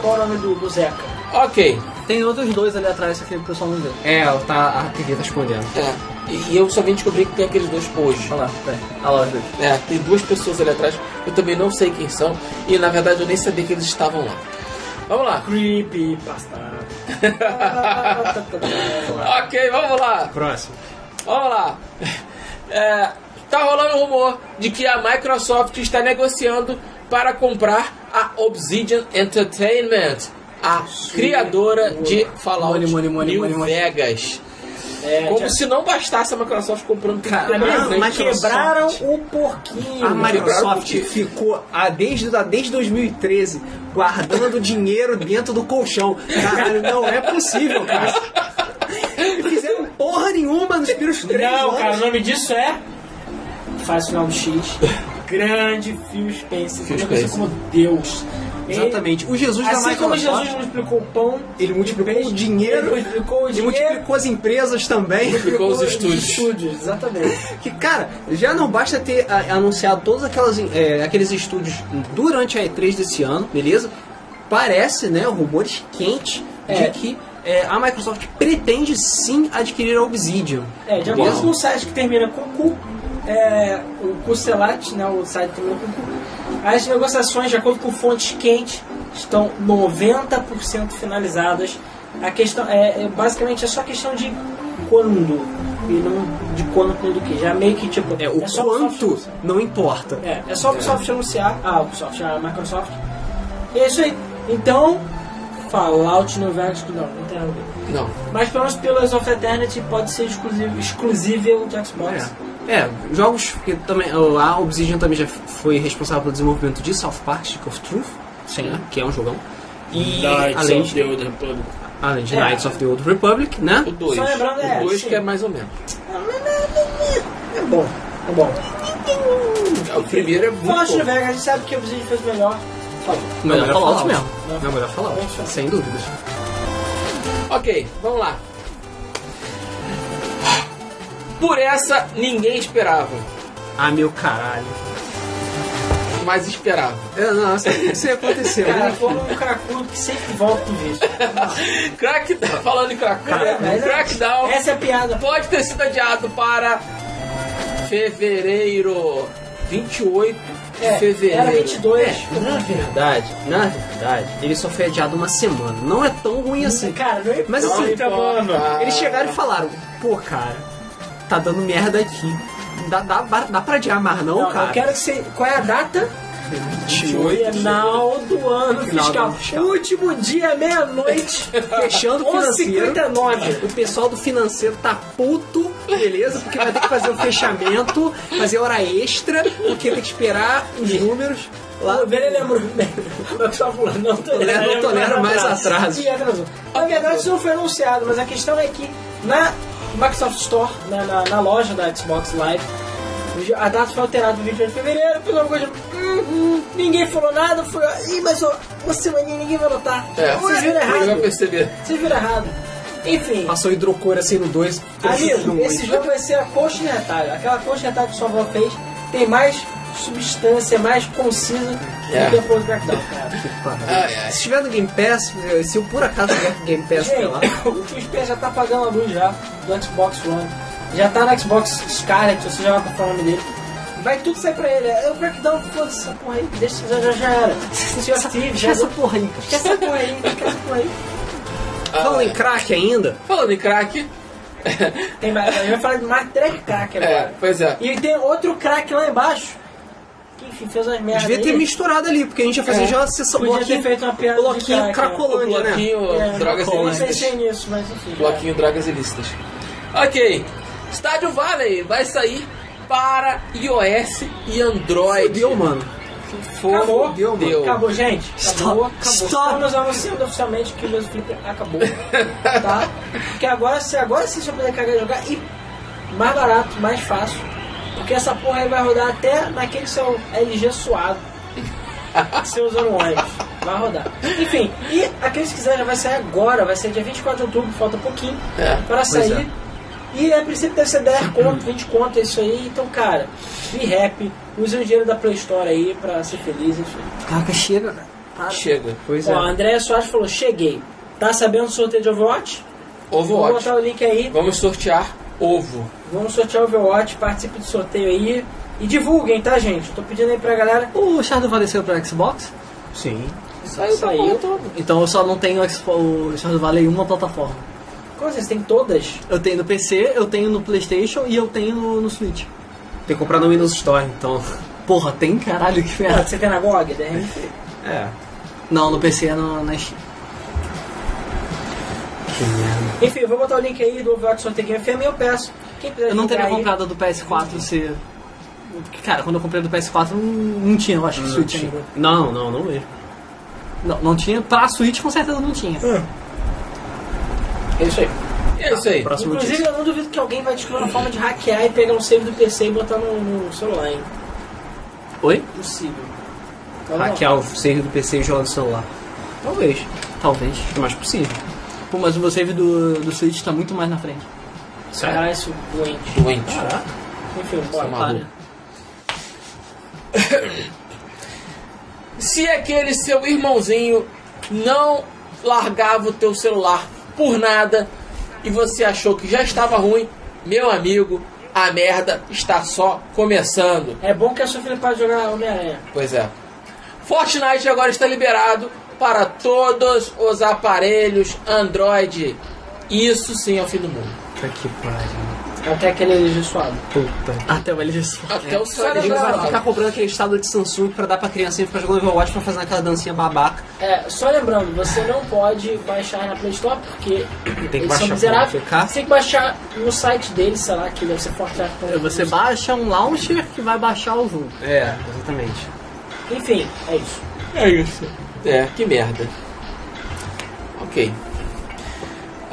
Speaker 2: Qual é o nome do, do Zeca?
Speaker 1: Ok.
Speaker 6: Tem outros dois ali atrás que o pessoal não vê.
Speaker 4: É, ela tá, a TV tá escondendo.
Speaker 1: É. E- E eu só vim descobrir que tem aqueles dois hoje.
Speaker 6: Olha lá, peraí. Olha lá os dois.
Speaker 1: É, tem duas pessoas ali atrás, eu também não sei quem são, e na verdade eu nem sabia que eles estavam lá. Vamos lá.
Speaker 2: Creepy pasta.
Speaker 1: <laughs> Ok, vamos lá.
Speaker 4: Próximo.
Speaker 1: Vamos lá. É, tá rolando um rumor de que a Microsoft está negociando para comprar a Obsidian Entertainment, a criadora de Fallout
Speaker 4: Money, money, money,
Speaker 1: New
Speaker 4: money, money.
Speaker 1: Vegas.
Speaker 2: É,
Speaker 1: Como
Speaker 2: já-
Speaker 1: se não bastasse a Microsoft comprando tudo
Speaker 4: Cara,
Speaker 1: pela
Speaker 4: mas-
Speaker 1: frente.
Speaker 4: mas
Speaker 2: É Quebraram o porquinho.
Speaker 4: A Microsoft
Speaker 1: porque-
Speaker 4: ficou ah, desde, ah, desde 2013 guardando <laughs> dinheiro dentro do colchão. Caralho, não é possível, cara. Não fizeram porra nenhuma nos primeiros três
Speaker 2: Não,
Speaker 4: anos.
Speaker 2: cara, o nome disso é. Faz o sinal do X. grande Phil Spencer,
Speaker 1: Phil
Speaker 2: que é conhecido
Speaker 1: Spencer.
Speaker 2: como Deus. Ele-
Speaker 4: Exatamente. O Jesus da
Speaker 2: Assim como
Speaker 4: Microsoft.
Speaker 2: Jesus multiplicou o pão,
Speaker 4: Ele multiplicou
Speaker 2: fez-
Speaker 4: o dinheiro,
Speaker 2: ele multiplicou o
Speaker 4: Ele
Speaker 2: dinheiro,
Speaker 4: multiplicou as empresas também.
Speaker 1: Multiplicou os estúdios.
Speaker 2: estúdios, exatamente.
Speaker 4: Que, cara, já não basta ter a- anunciado todos aquelas, é, aqueles estúdios durante a E3 desse ano, beleza? Parece, né, rumores quentes
Speaker 2: É.
Speaker 4: de que é, a Microsoft pretende sim adquirir a Obsidian.
Speaker 2: É, de acordo com o site que termina com cu, é, o Cucelat, né, o site que termina com cu, as negociações, de acordo com fontes quentes, estão 90% finalizadas. A questão é, é, basicamente é só questão de quando e não de quando com do que. Já meio que tipo
Speaker 4: É, o
Speaker 2: só
Speaker 4: quanto
Speaker 2: Microsoft-
Speaker 4: não importa.
Speaker 2: É, é só o Microsoft anunciar, ah, o Microsoft, a Microsoft. E é isso aí. Então, Fallout não vai não, não tem nada a ver.
Speaker 1: Não.
Speaker 2: Mas pelo menos Pillars of Eternity pode ser exclusivo, exclusível de Xbox.
Speaker 4: É, é, jogos que também. A Obsidian também já foi responsável pelo desenvolvimento de South Park, Stick of Truth, né, que é um jogão. E além, de, além de
Speaker 2: É.
Speaker 4: Knights of the Old Republic, né?
Speaker 1: O 2.
Speaker 2: Só lembrando, é,
Speaker 1: O 2
Speaker 2: sim.
Speaker 1: que é mais ou menos.
Speaker 2: É bom, é bom.
Speaker 1: O primeiro é muito
Speaker 2: Fallout New
Speaker 1: bom.
Speaker 2: Vegas, a gente sabe que o Obsidian fez melhor. Falou.
Speaker 4: Melhor
Speaker 6: Melhor
Speaker 4: Fallout
Speaker 6: Fallout.
Speaker 4: mesmo.
Speaker 2: Melhor
Speaker 4: Não, melhor Fallout,
Speaker 2: Fallout.
Speaker 4: sem dúvidas.
Speaker 1: é- Ok, vamos lá. Por essa, ninguém esperava.
Speaker 4: Ah, meu caralho.
Speaker 1: Mas esperava.
Speaker 4: É, não, isso- isso ia acontecer.
Speaker 2: Cara,
Speaker 4: né?
Speaker 2: como um cracudo que sempre volta do vídeo.
Speaker 1: <laughs> Crackdown, falando em Crackdown.
Speaker 2: mas é-
Speaker 1: Crackdown
Speaker 2: Essa é a piada.
Speaker 1: pode ter sido adiado para fevereiro. 28 de
Speaker 2: É,
Speaker 1: fevereiro.
Speaker 2: era 22.
Speaker 4: Na verdade, na verdade, ele só foi adiado uma semana. Não é tão ruim assim.
Speaker 2: Cara, não é
Speaker 4: Mas assim,
Speaker 2: tá mano.
Speaker 4: eles chegaram e falaram, pô, cara, tá dando merda aqui. Dá, dá, dá pra adiar, mas não,
Speaker 2: Não,
Speaker 4: cara.
Speaker 2: eu quero que você. Qual é a data?
Speaker 4: 28.
Speaker 2: Final do ano
Speaker 4: Final do
Speaker 2: fiscal.
Speaker 4: ano fiscal.
Speaker 2: Último dia, meia-noite.
Speaker 4: <laughs> Fechando o financeiro.
Speaker 2: 11h59.
Speaker 4: O pessoal do financeiro tá puto, beleza? Porque vai ter que fazer o fechamento, fazer hora extra, porque tem que esperar os números lá.
Speaker 2: O velho é lembra o que tava falando, não tolera,
Speaker 4: Tá? é,
Speaker 2: é
Speaker 4: Não tolera mais atraso.
Speaker 2: E atrasou. Na verdade, isso não foi anunciado, mas a questão é que na Microsoft Store, na, na- na loja da Xbox Live, a data foi alterada no 28 de fevereiro, pelo amor de Deus, hum, hum, ninguém falou nada, foi, ih, mas ó, uma semaninha ninguém vai notar.
Speaker 1: É,
Speaker 2: vocês viram
Speaker 1: ninguém vai
Speaker 2: errado,
Speaker 1: perceber.
Speaker 2: vocês viram errado. Enfim,
Speaker 4: Passou hidrocor assim no 2.
Speaker 2: Amigo, esse jogo vai ser a coxa de retalho. Aquela coxa de retalho que sua avó fez tem mais substância, é mais concisa
Speaker 1: É.
Speaker 2: do que a Pro
Speaker 4: <laughs>
Speaker 2: Crackdown, cara. Ah,
Speaker 1: Ai,
Speaker 2: é.
Speaker 1: ai.
Speaker 4: Se tiver no Game Pass, eh, se eu por acaso tiver no Game Pass, sei lá.
Speaker 2: Gente, o Phil já tá pagando a luz já do Xbox One. Já tá no Xbox Scarlet, você já vai comprar o nome dele. Vai tudo sair pra ele. É o Crackdown, foda-se essa porra aí. Deixa, já, já, já era. Senhor Steve, já
Speaker 6: Essa é porra aí, cara.
Speaker 2: Esquece essa porra aí, esquece essa porra aí.
Speaker 4: Falando Ah, em crack ainda,
Speaker 1: Falando em crack,
Speaker 2: Tem mais, a gente vai falar de mais três crack
Speaker 1: é,
Speaker 2: agora.
Speaker 1: pois é.
Speaker 2: E tem outro crack lá embaixo. Que enfim, fez umas merdas.
Speaker 4: devia ter
Speaker 2: aí.
Speaker 4: misturado ali, porque a gente ia fazer
Speaker 2: É.
Speaker 4: já a sessão
Speaker 2: Podia ter feito uma piada de crack,
Speaker 4: bloquinho
Speaker 1: O
Speaker 4: cracolândia, né?
Speaker 1: bloquinho
Speaker 2: É,
Speaker 1: Drogas
Speaker 2: Eu não
Speaker 1: Ilícitas.
Speaker 2: pensei nisso, mas enfim.
Speaker 1: Bloquinho Drogas Ilícitas. Ok. Estádio Valley vai sair para iOS e Android.
Speaker 4: Fudeu, mano.
Speaker 2: Acabou.
Speaker 1: Deu, mano.
Speaker 2: Acabou, Acabou, gente. Acabou,
Speaker 4: Stop.
Speaker 2: acabou.
Speaker 4: Stop.
Speaker 2: Estamos anunciando oficialmente que o mesmo Flip acabou. tá? Porque agora, se agora sim você vai poder cagar e jogar e mais barato, mais fácil. Porque essa porra aí vai rodar até naquele seu LG suado. <laughs> que Você usando ônibus. Vai rodar. Enfim, e aqueles que quiserem já vai sair agora, vai ser dia 24 de outubro, falta pouquinho
Speaker 1: É,
Speaker 2: para sair. E é a princípio deve ser 10 conto, 20 conto, é isso aí. Então, cara, be happy, use o dinheiro da Play Store aí pra ser feliz, enfim. Tá?
Speaker 4: Caraca, chega, velho.
Speaker 1: Chega.
Speaker 4: né? Pois
Speaker 2: Ó,
Speaker 4: é.
Speaker 2: André Soares falou, cheguei. Tá sabendo do sorteio de Overwatch? Vou
Speaker 1: Overwatch.
Speaker 2: botar o link aí.
Speaker 1: Vamos sortear ovo.
Speaker 2: Vamos sortear o Overwatch, participe do sorteio aí. E divulguem, tá, gente? Tô pedindo aí pra galera.
Speaker 6: O Shadow Valley saiu pra Xbox,
Speaker 4: Sim.
Speaker 2: Saiu, saiu.
Speaker 6: então eu só não tenho o Xbox- o Shadow Valley em uma plataforma.
Speaker 2: Como vocês têm todas?
Speaker 6: Eu tenho no PC, eu tenho no Playstation e eu tenho no, no Switch.
Speaker 4: Tem que comprar no Windows Store,
Speaker 2: <laughs>
Speaker 4: então.
Speaker 6: Porra, tem caralho que
Speaker 2: Ah,
Speaker 6: merda.
Speaker 2: Você tem na GOG, né?
Speaker 4: É.
Speaker 6: Não, no PC é no, na Steam.
Speaker 4: Que merda.
Speaker 2: Enfim, eu vou botar o link aí do Overwatch Sorteio Game FM e eu peço. Quem quiser
Speaker 6: Eu não
Speaker 2: divulgar
Speaker 6: teria
Speaker 2: aí,
Speaker 6: comprado a do PS4 se. Porque, Cara, quando eu comprei a do PS4 não, não tinha, eu acho, Switch ainda.
Speaker 4: Não, não, não mesmo.
Speaker 6: Não, não tinha. Pra Switch com certeza não tinha.
Speaker 2: É isso aí.
Speaker 1: E é isso aí.
Speaker 4: Próximo
Speaker 2: Inclusive,
Speaker 4: notícia.
Speaker 2: eu não duvido que alguém vai descobrir uma forma de hackear e pegar um save do PC e botar no, no celular, hein?
Speaker 4: Oi?
Speaker 2: Possível. Então,
Speaker 4: Hackear o save do PC e jogar no celular. Talvez.
Speaker 6: Talvez.
Speaker 4: Acho é mais possível.
Speaker 6: Pô, mas o meu save do, do Switch tá muito mais na frente.
Speaker 2: Caralho, esse doente.
Speaker 1: Doente.
Speaker 2: Enfim,
Speaker 4: é Tá
Speaker 2: bora.
Speaker 1: Maluco. Se aquele seu irmãozinho não largava o teu celular por nada e você achou que já estava ruim, meu amigo, a merda está só começando.
Speaker 2: É bom que a sua filha pode jogar Homem-Aranha.
Speaker 1: Pois é. Fortnite agora está liberado para todos os aparelhos Android. Isso sim é o fim do mundo.
Speaker 4: Puta que pariu.
Speaker 2: Até aquele LG suado.
Speaker 4: Puta.
Speaker 6: Até o LG
Speaker 1: Até o seu
Speaker 4: É, A gente vai
Speaker 1: celular.
Speaker 4: ficar cobrando aquele estado de Samsung pra dar pra criancinha ficar jogando Overwatch pra fazer aquela dancinha babaca.
Speaker 2: É, só lembrando, você não pode baixar na Play Store porque
Speaker 4: que
Speaker 2: eles
Speaker 4: baixar
Speaker 2: são
Speaker 4: pra
Speaker 2: miseráveis.
Speaker 4: ficar.
Speaker 2: Você tem que baixar no site deles, sei lá, que deve ser Fortnite.
Speaker 6: Você baixa um launcher que vai baixar o jogo.
Speaker 4: É, exatamente.
Speaker 2: Enfim, é isso.
Speaker 1: É isso. É, que merda. Ok.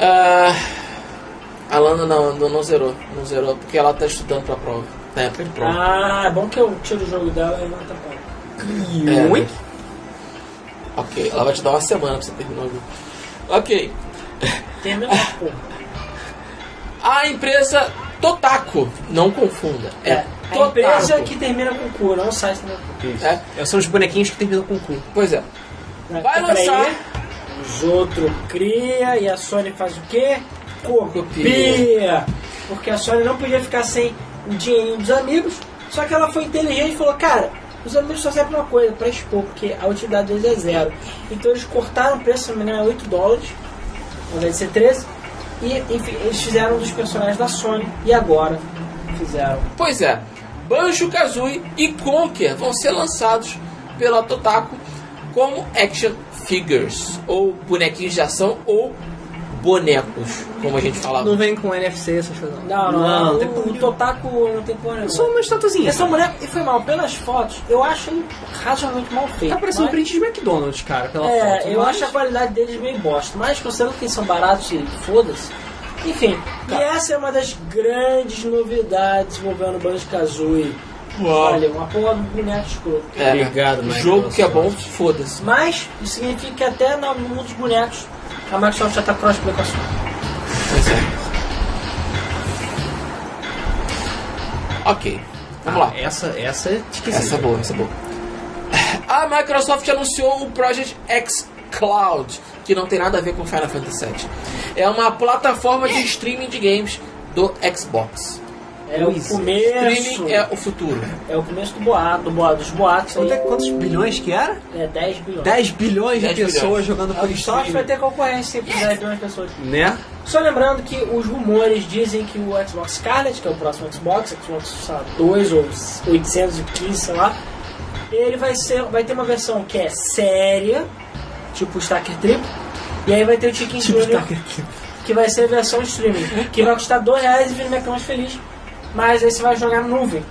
Speaker 1: Ah, a Lana não, não, não zerou. Não zerou porque ela tá estudando pra prova. Na época de prova.
Speaker 2: Ah, é bom que eu tiro o jogo dela e não tá bom.
Speaker 1: É, né?
Speaker 4: Muito?
Speaker 1: Ok, ela vai te dar uma semana pra você terminar o jogo. Ok.
Speaker 2: Termina pô.
Speaker 1: A empresa Totaco, não confunda. É,
Speaker 2: É, a
Speaker 4: tá.
Speaker 1: Totaco.
Speaker 2: empresa que termina com cu, não o site termina com cu.
Speaker 1: É,
Speaker 4: São os bonequinhos que terminam com o cu.
Speaker 1: pois é.
Speaker 2: Né?
Speaker 1: Vai
Speaker 2: Então, peraí,
Speaker 1: lançar.
Speaker 2: Os outros cria e a Sony faz o quê?
Speaker 1: Copia.
Speaker 2: Copia. Porque a Sony não podia ficar sem o dinheirinho dos amigos, só que ela foi inteligente e falou, cara, os amigos só servem pra uma coisa, pra expor, porque a utilidade deles é zero. Então eles cortaram o preço, se não me engano, é 8 dólares, ao invés de ser 13. E enfim, eles fizeram um dos personagens da Sony e agora fizeram.
Speaker 1: Pois é, Banjo Kazooie e Conker vão ser lançados pela Totaku como action figures, ou bonequinhos de ação, ou bonecos, como a gente
Speaker 6: Não
Speaker 1: falava.
Speaker 6: vem com NFC, essas coisas.
Speaker 2: Não, não,
Speaker 4: Não,
Speaker 2: não.
Speaker 4: não
Speaker 2: o,
Speaker 4: tem
Speaker 2: o Totaku não tem porra nenhuma.
Speaker 4: Só uma
Speaker 6: É
Speaker 4: estatuazinha.
Speaker 2: Essa mulher, e foi mal, pelas fotos, eu acho ele razoavelmente mal feito.
Speaker 4: Tá parecendo um
Speaker 2: mas-
Speaker 4: print de McDonald's, cara, pela foto.
Speaker 2: É, eu
Speaker 4: mas-
Speaker 2: acho a qualidade deles meio bosta, mas considerando que eles são baratos e foda-se. Enfim,
Speaker 4: Tá.
Speaker 2: e essa é uma das grandes novidades envolvendo o Banjo Kazooie.
Speaker 1: Uau.
Speaker 2: Olha, uma porra do boneco escroto.
Speaker 1: É,
Speaker 4: Obrigado, Microsoft.
Speaker 1: Jogo que é bom, foda-se.
Speaker 2: Mas isso significa que até no mundo dos bonecos a Microsoft já tá crossplay com a sua.
Speaker 1: Pois é. Ok, vamos lá.
Speaker 4: Essa, essa é esquisita.
Speaker 1: Essa é boa, essa é boa. A Microsoft anunciou o Project X Cloud, que não tem nada a ver com Final Fantasy VII. É uma plataforma de streaming de games do Xbox.
Speaker 2: É o começo.
Speaker 1: Streaming é o futuro.
Speaker 2: É o começo do boato, do boato dos boatos.
Speaker 4: Quanto é-
Speaker 2: Aí,
Speaker 4: Quantos bilhões que era?
Speaker 2: é 10 bilhões.
Speaker 4: 10 bilhões de
Speaker 1: 10 bilhões.
Speaker 4: pessoas jogando por
Speaker 2: A Microsoft vai
Speaker 4: streaming.
Speaker 2: ter concorrência sempre yes. 10 bilhões de pessoas.
Speaker 4: Né?
Speaker 2: Só lembrando que os rumores dizem que o Xbox Scarlet, que é o próximo Xbox, Xbox sei lá, 2 ou 815, sei lá, ele vai, ser, vai ter uma versão que é séria, tipo o Stacker Trip, e aí vai ter o Chicken Junior, que vai ser a versão streaming, que vai custar 2 reais e vir no McDonald's feliz, mas aí você vai jogar na nuvem.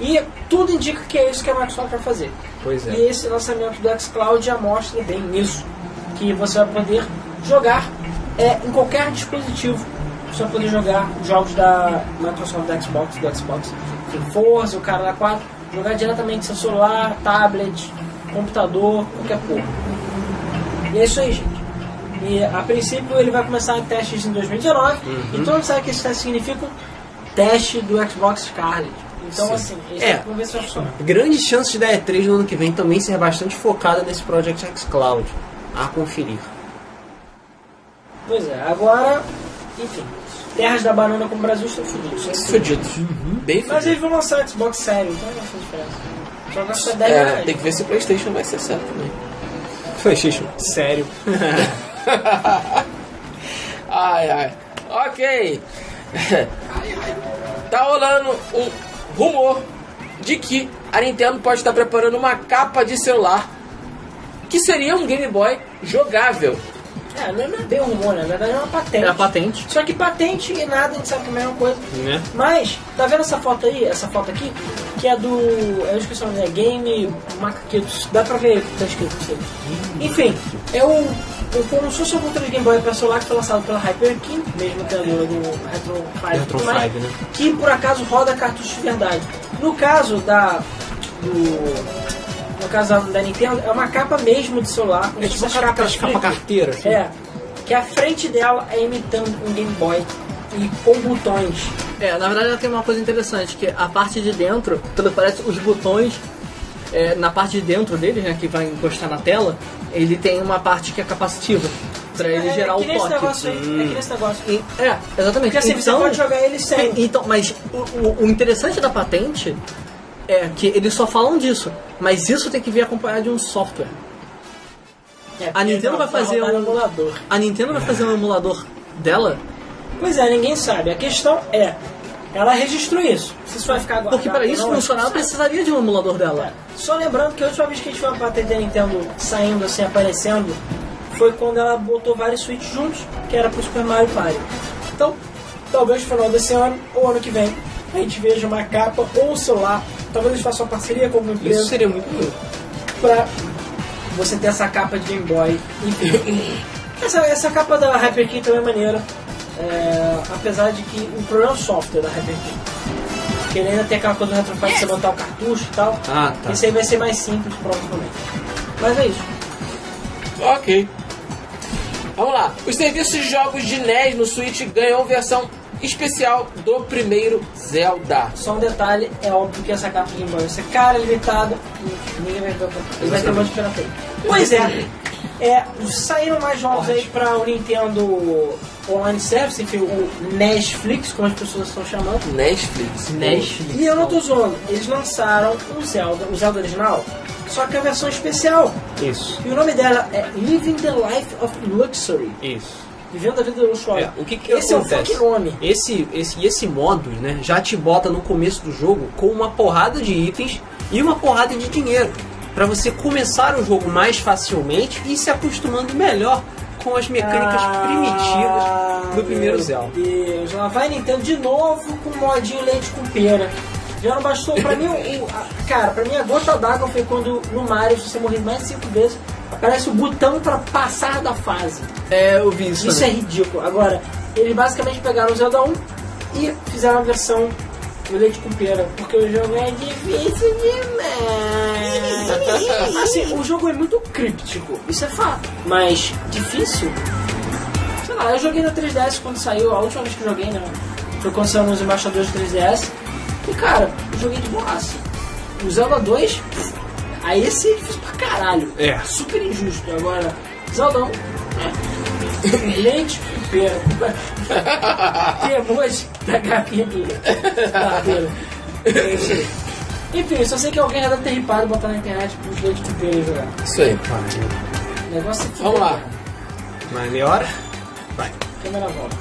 Speaker 2: E tudo indica que é isso que a Microsoft vai fazer.
Speaker 4: Pois é.
Speaker 2: E esse lançamento do xCloud já mostra bem isso, que você vai poder jogar é, em qualquer dispositivo. Você vai poder jogar os jogos da Microsoft, da Xbox, do Xbox, enfim, Forza, o cara da 4, jogar diretamente seu celular, tablet, computador, qualquer porra. E é isso aí, gente. E a princípio ele vai começar testes em 2019,
Speaker 1: Uhum.
Speaker 2: e todo mundo sabe que esse teste significa teste do Xbox Scarlet. Então, assim, esse
Speaker 4: É.
Speaker 2: é. vamos ver se vai funcionar.
Speaker 4: Grandes chances da E3 no ano que vem também ser bastante focada nesse Project X Cloud. A conferir.
Speaker 2: Pois é, agora, enfim, terras da banana com o Brasil estão fodidos. né?
Speaker 1: Fudido. é Bem
Speaker 2: Mas
Speaker 1: fudido.
Speaker 2: eles vão lançar Xbox sério, então não faz diferença. Só gasta 10
Speaker 1: É,
Speaker 2: reais.
Speaker 1: tem que ver se o PlayStation vai ser certo né? também.
Speaker 4: Foi, Xixo. Sério.
Speaker 1: <laughs> Ai, ai. Ok. <laughs> tá rolando um rumor de que a Nintendo pode estar preparando uma capa de celular que seria um Game Boy jogável.
Speaker 2: É, não é- não é bem um rumor, né? Na verdade é uma patente.
Speaker 6: Era patente.
Speaker 2: Só que patente e nada, a gente sabe que é a mesma coisa.
Speaker 4: Né?
Speaker 2: Mas, tá vendo essa foto aí, essa foto aqui? Que é do. Eu esqueci o nome, é Game Macaquitos. Dá pra ver o que tá escrito aqui. Enfim, é um. Eu como um social controle de Game Boy pra celular que foi lançado pela Hyperkin, mesmo tendo do Retro 5, e
Speaker 4: Retro
Speaker 2: tudo mais,
Speaker 4: 5, né?
Speaker 2: que por acaso roda cartucho de verdade. No caso da do. No caso da- da Nintendo, é uma capa mesmo de celular. Com
Speaker 4: É tipo
Speaker 2: essas
Speaker 4: aquela
Speaker 2: capas
Speaker 4: capa carteira. assim.
Speaker 2: É, que a frente dela é imitando um Game Boy e com botões.
Speaker 6: É, na verdade ela tem uma coisa interessante, que a parte de dentro, tudo parece os botões é, na parte de dentro dele, né, que vai encostar na tela, ele tem uma parte que é capacitiva, pra ele
Speaker 2: é,
Speaker 6: gerar
Speaker 2: é
Speaker 6: o
Speaker 2: que nesse
Speaker 6: toque.
Speaker 2: Negócio aí, É que nesse negócio.
Speaker 6: E- é, exatamente.
Speaker 2: Porque assim, você
Speaker 6: então,
Speaker 2: pode jogar ele sem.
Speaker 6: então, mas o, o- o interessante da patente é que eles só falam disso, mas isso tem que vir acompanhado de um software.
Speaker 2: É,
Speaker 6: A Nintendo
Speaker 2: não,
Speaker 6: vai fazer
Speaker 2: roubar
Speaker 6: um-
Speaker 2: no emulador.
Speaker 6: A Nintendo vai fazer um emulador dela,
Speaker 2: Pois é, ninguém sabe. A questão é, ela registrou isso. Se isso vai ficar é? agora.
Speaker 6: porque para isso funcionar ela precisaria de um emulador dela.
Speaker 2: Só lembrando que a última vez que a gente foi uma patente da Nintendo saindo assim, aparecendo, foi quando ela botou vários Switches juntos, que era pro Super Mario Party. Então, talvez no final desse ano ou ano que vem, a gente veja uma capa ou um celular. Talvez eles façam uma parceria com alguma empresa.
Speaker 4: Isso seria muito bonito.
Speaker 2: pra você ter essa capa de Game Boy.
Speaker 4: <laughs>
Speaker 2: Enfim. essa, essa capa da HyperKey também é maneira. É, apesar de que o problema é o software da HyperKey. Que ele ainda tem aquela coisa do retrofit de você botar o cartucho e tal.
Speaker 4: Ah, tá.
Speaker 2: Esse aí vai ser mais simples, provavelmente. Mas é isso.
Speaker 1: Ok. Vamos lá. Os serviços de jogos de NES no Switch ganham versão especial do primeiro Zelda.
Speaker 2: Só um detalhe, é óbvio que essa capa de Game Boy vai ser cara, limitada, e ninguém vai ver o que- Ele vai ter um monte de pirataria. Pois é, é, saíram mais jogos aí pra o Nintendo Online Service, enfim, o Netflix, como as pessoas estão chamando.
Speaker 1: Netflix.
Speaker 6: Netflix.
Speaker 2: E eu não tô zoando, eles lançaram o Zelda, o Zelda original, só que a versão especial.
Speaker 4: Isso.
Speaker 2: E o nome dela é Living the Life of Luxury.
Speaker 4: Isso.
Speaker 2: Vivendo a vida do luxuário.
Speaker 4: É, o que que
Speaker 2: Esse é o
Speaker 4: acontece?
Speaker 2: funk nome.
Speaker 4: Esse, esse, e esse modo, né, já te bota no começo do jogo com uma porrada de itens e uma porrada de dinheiro. Pra você começar o jogo mais facilmente e se acostumando melhor com as mecânicas
Speaker 2: Ah,
Speaker 4: primitivas do primeiro
Speaker 2: meu
Speaker 4: Zelda.
Speaker 2: Deus, lá vai Nintendo de novo com modinho leite com pera. Já não bastou, pra mim, o, o- a- cara, pra mim a gota d'água foi quando no Mario, se você morrer mais de cinco vezes, aparece o botão pra passar da fase.
Speaker 6: É, eu vi isso.
Speaker 2: Isso é ridículo. Agora, eles basicamente pegaram o Zelda 1 e fizeram a versão do leite com pera, porque o jogo é difícil demais.
Speaker 6: <laughs>
Speaker 2: assim, o jogo é muito críptico, isso é fato. Mas difícil? Sei lá, eu joguei na 3DS quando saiu, a última vez que eu joguei, né? Foi quando saiu nos embaixadores do 3DS. E cara, eu joguei de borracha. O Zelda 2, pff, aí esse é difícil pra caralho.
Speaker 4: É.
Speaker 2: Super injusto. Agora, né? Zelda 1, Leite com pera. <laughs> Temos da capinha do da pera. Enfim, eu só sei que alguém já deve ter ripado e botar na internet pros leite com pera e jogar.
Speaker 1: Isso aí.
Speaker 2: O negócio é que-
Speaker 1: Vamos lá.
Speaker 4: Melhor?
Speaker 2: Câmera volta.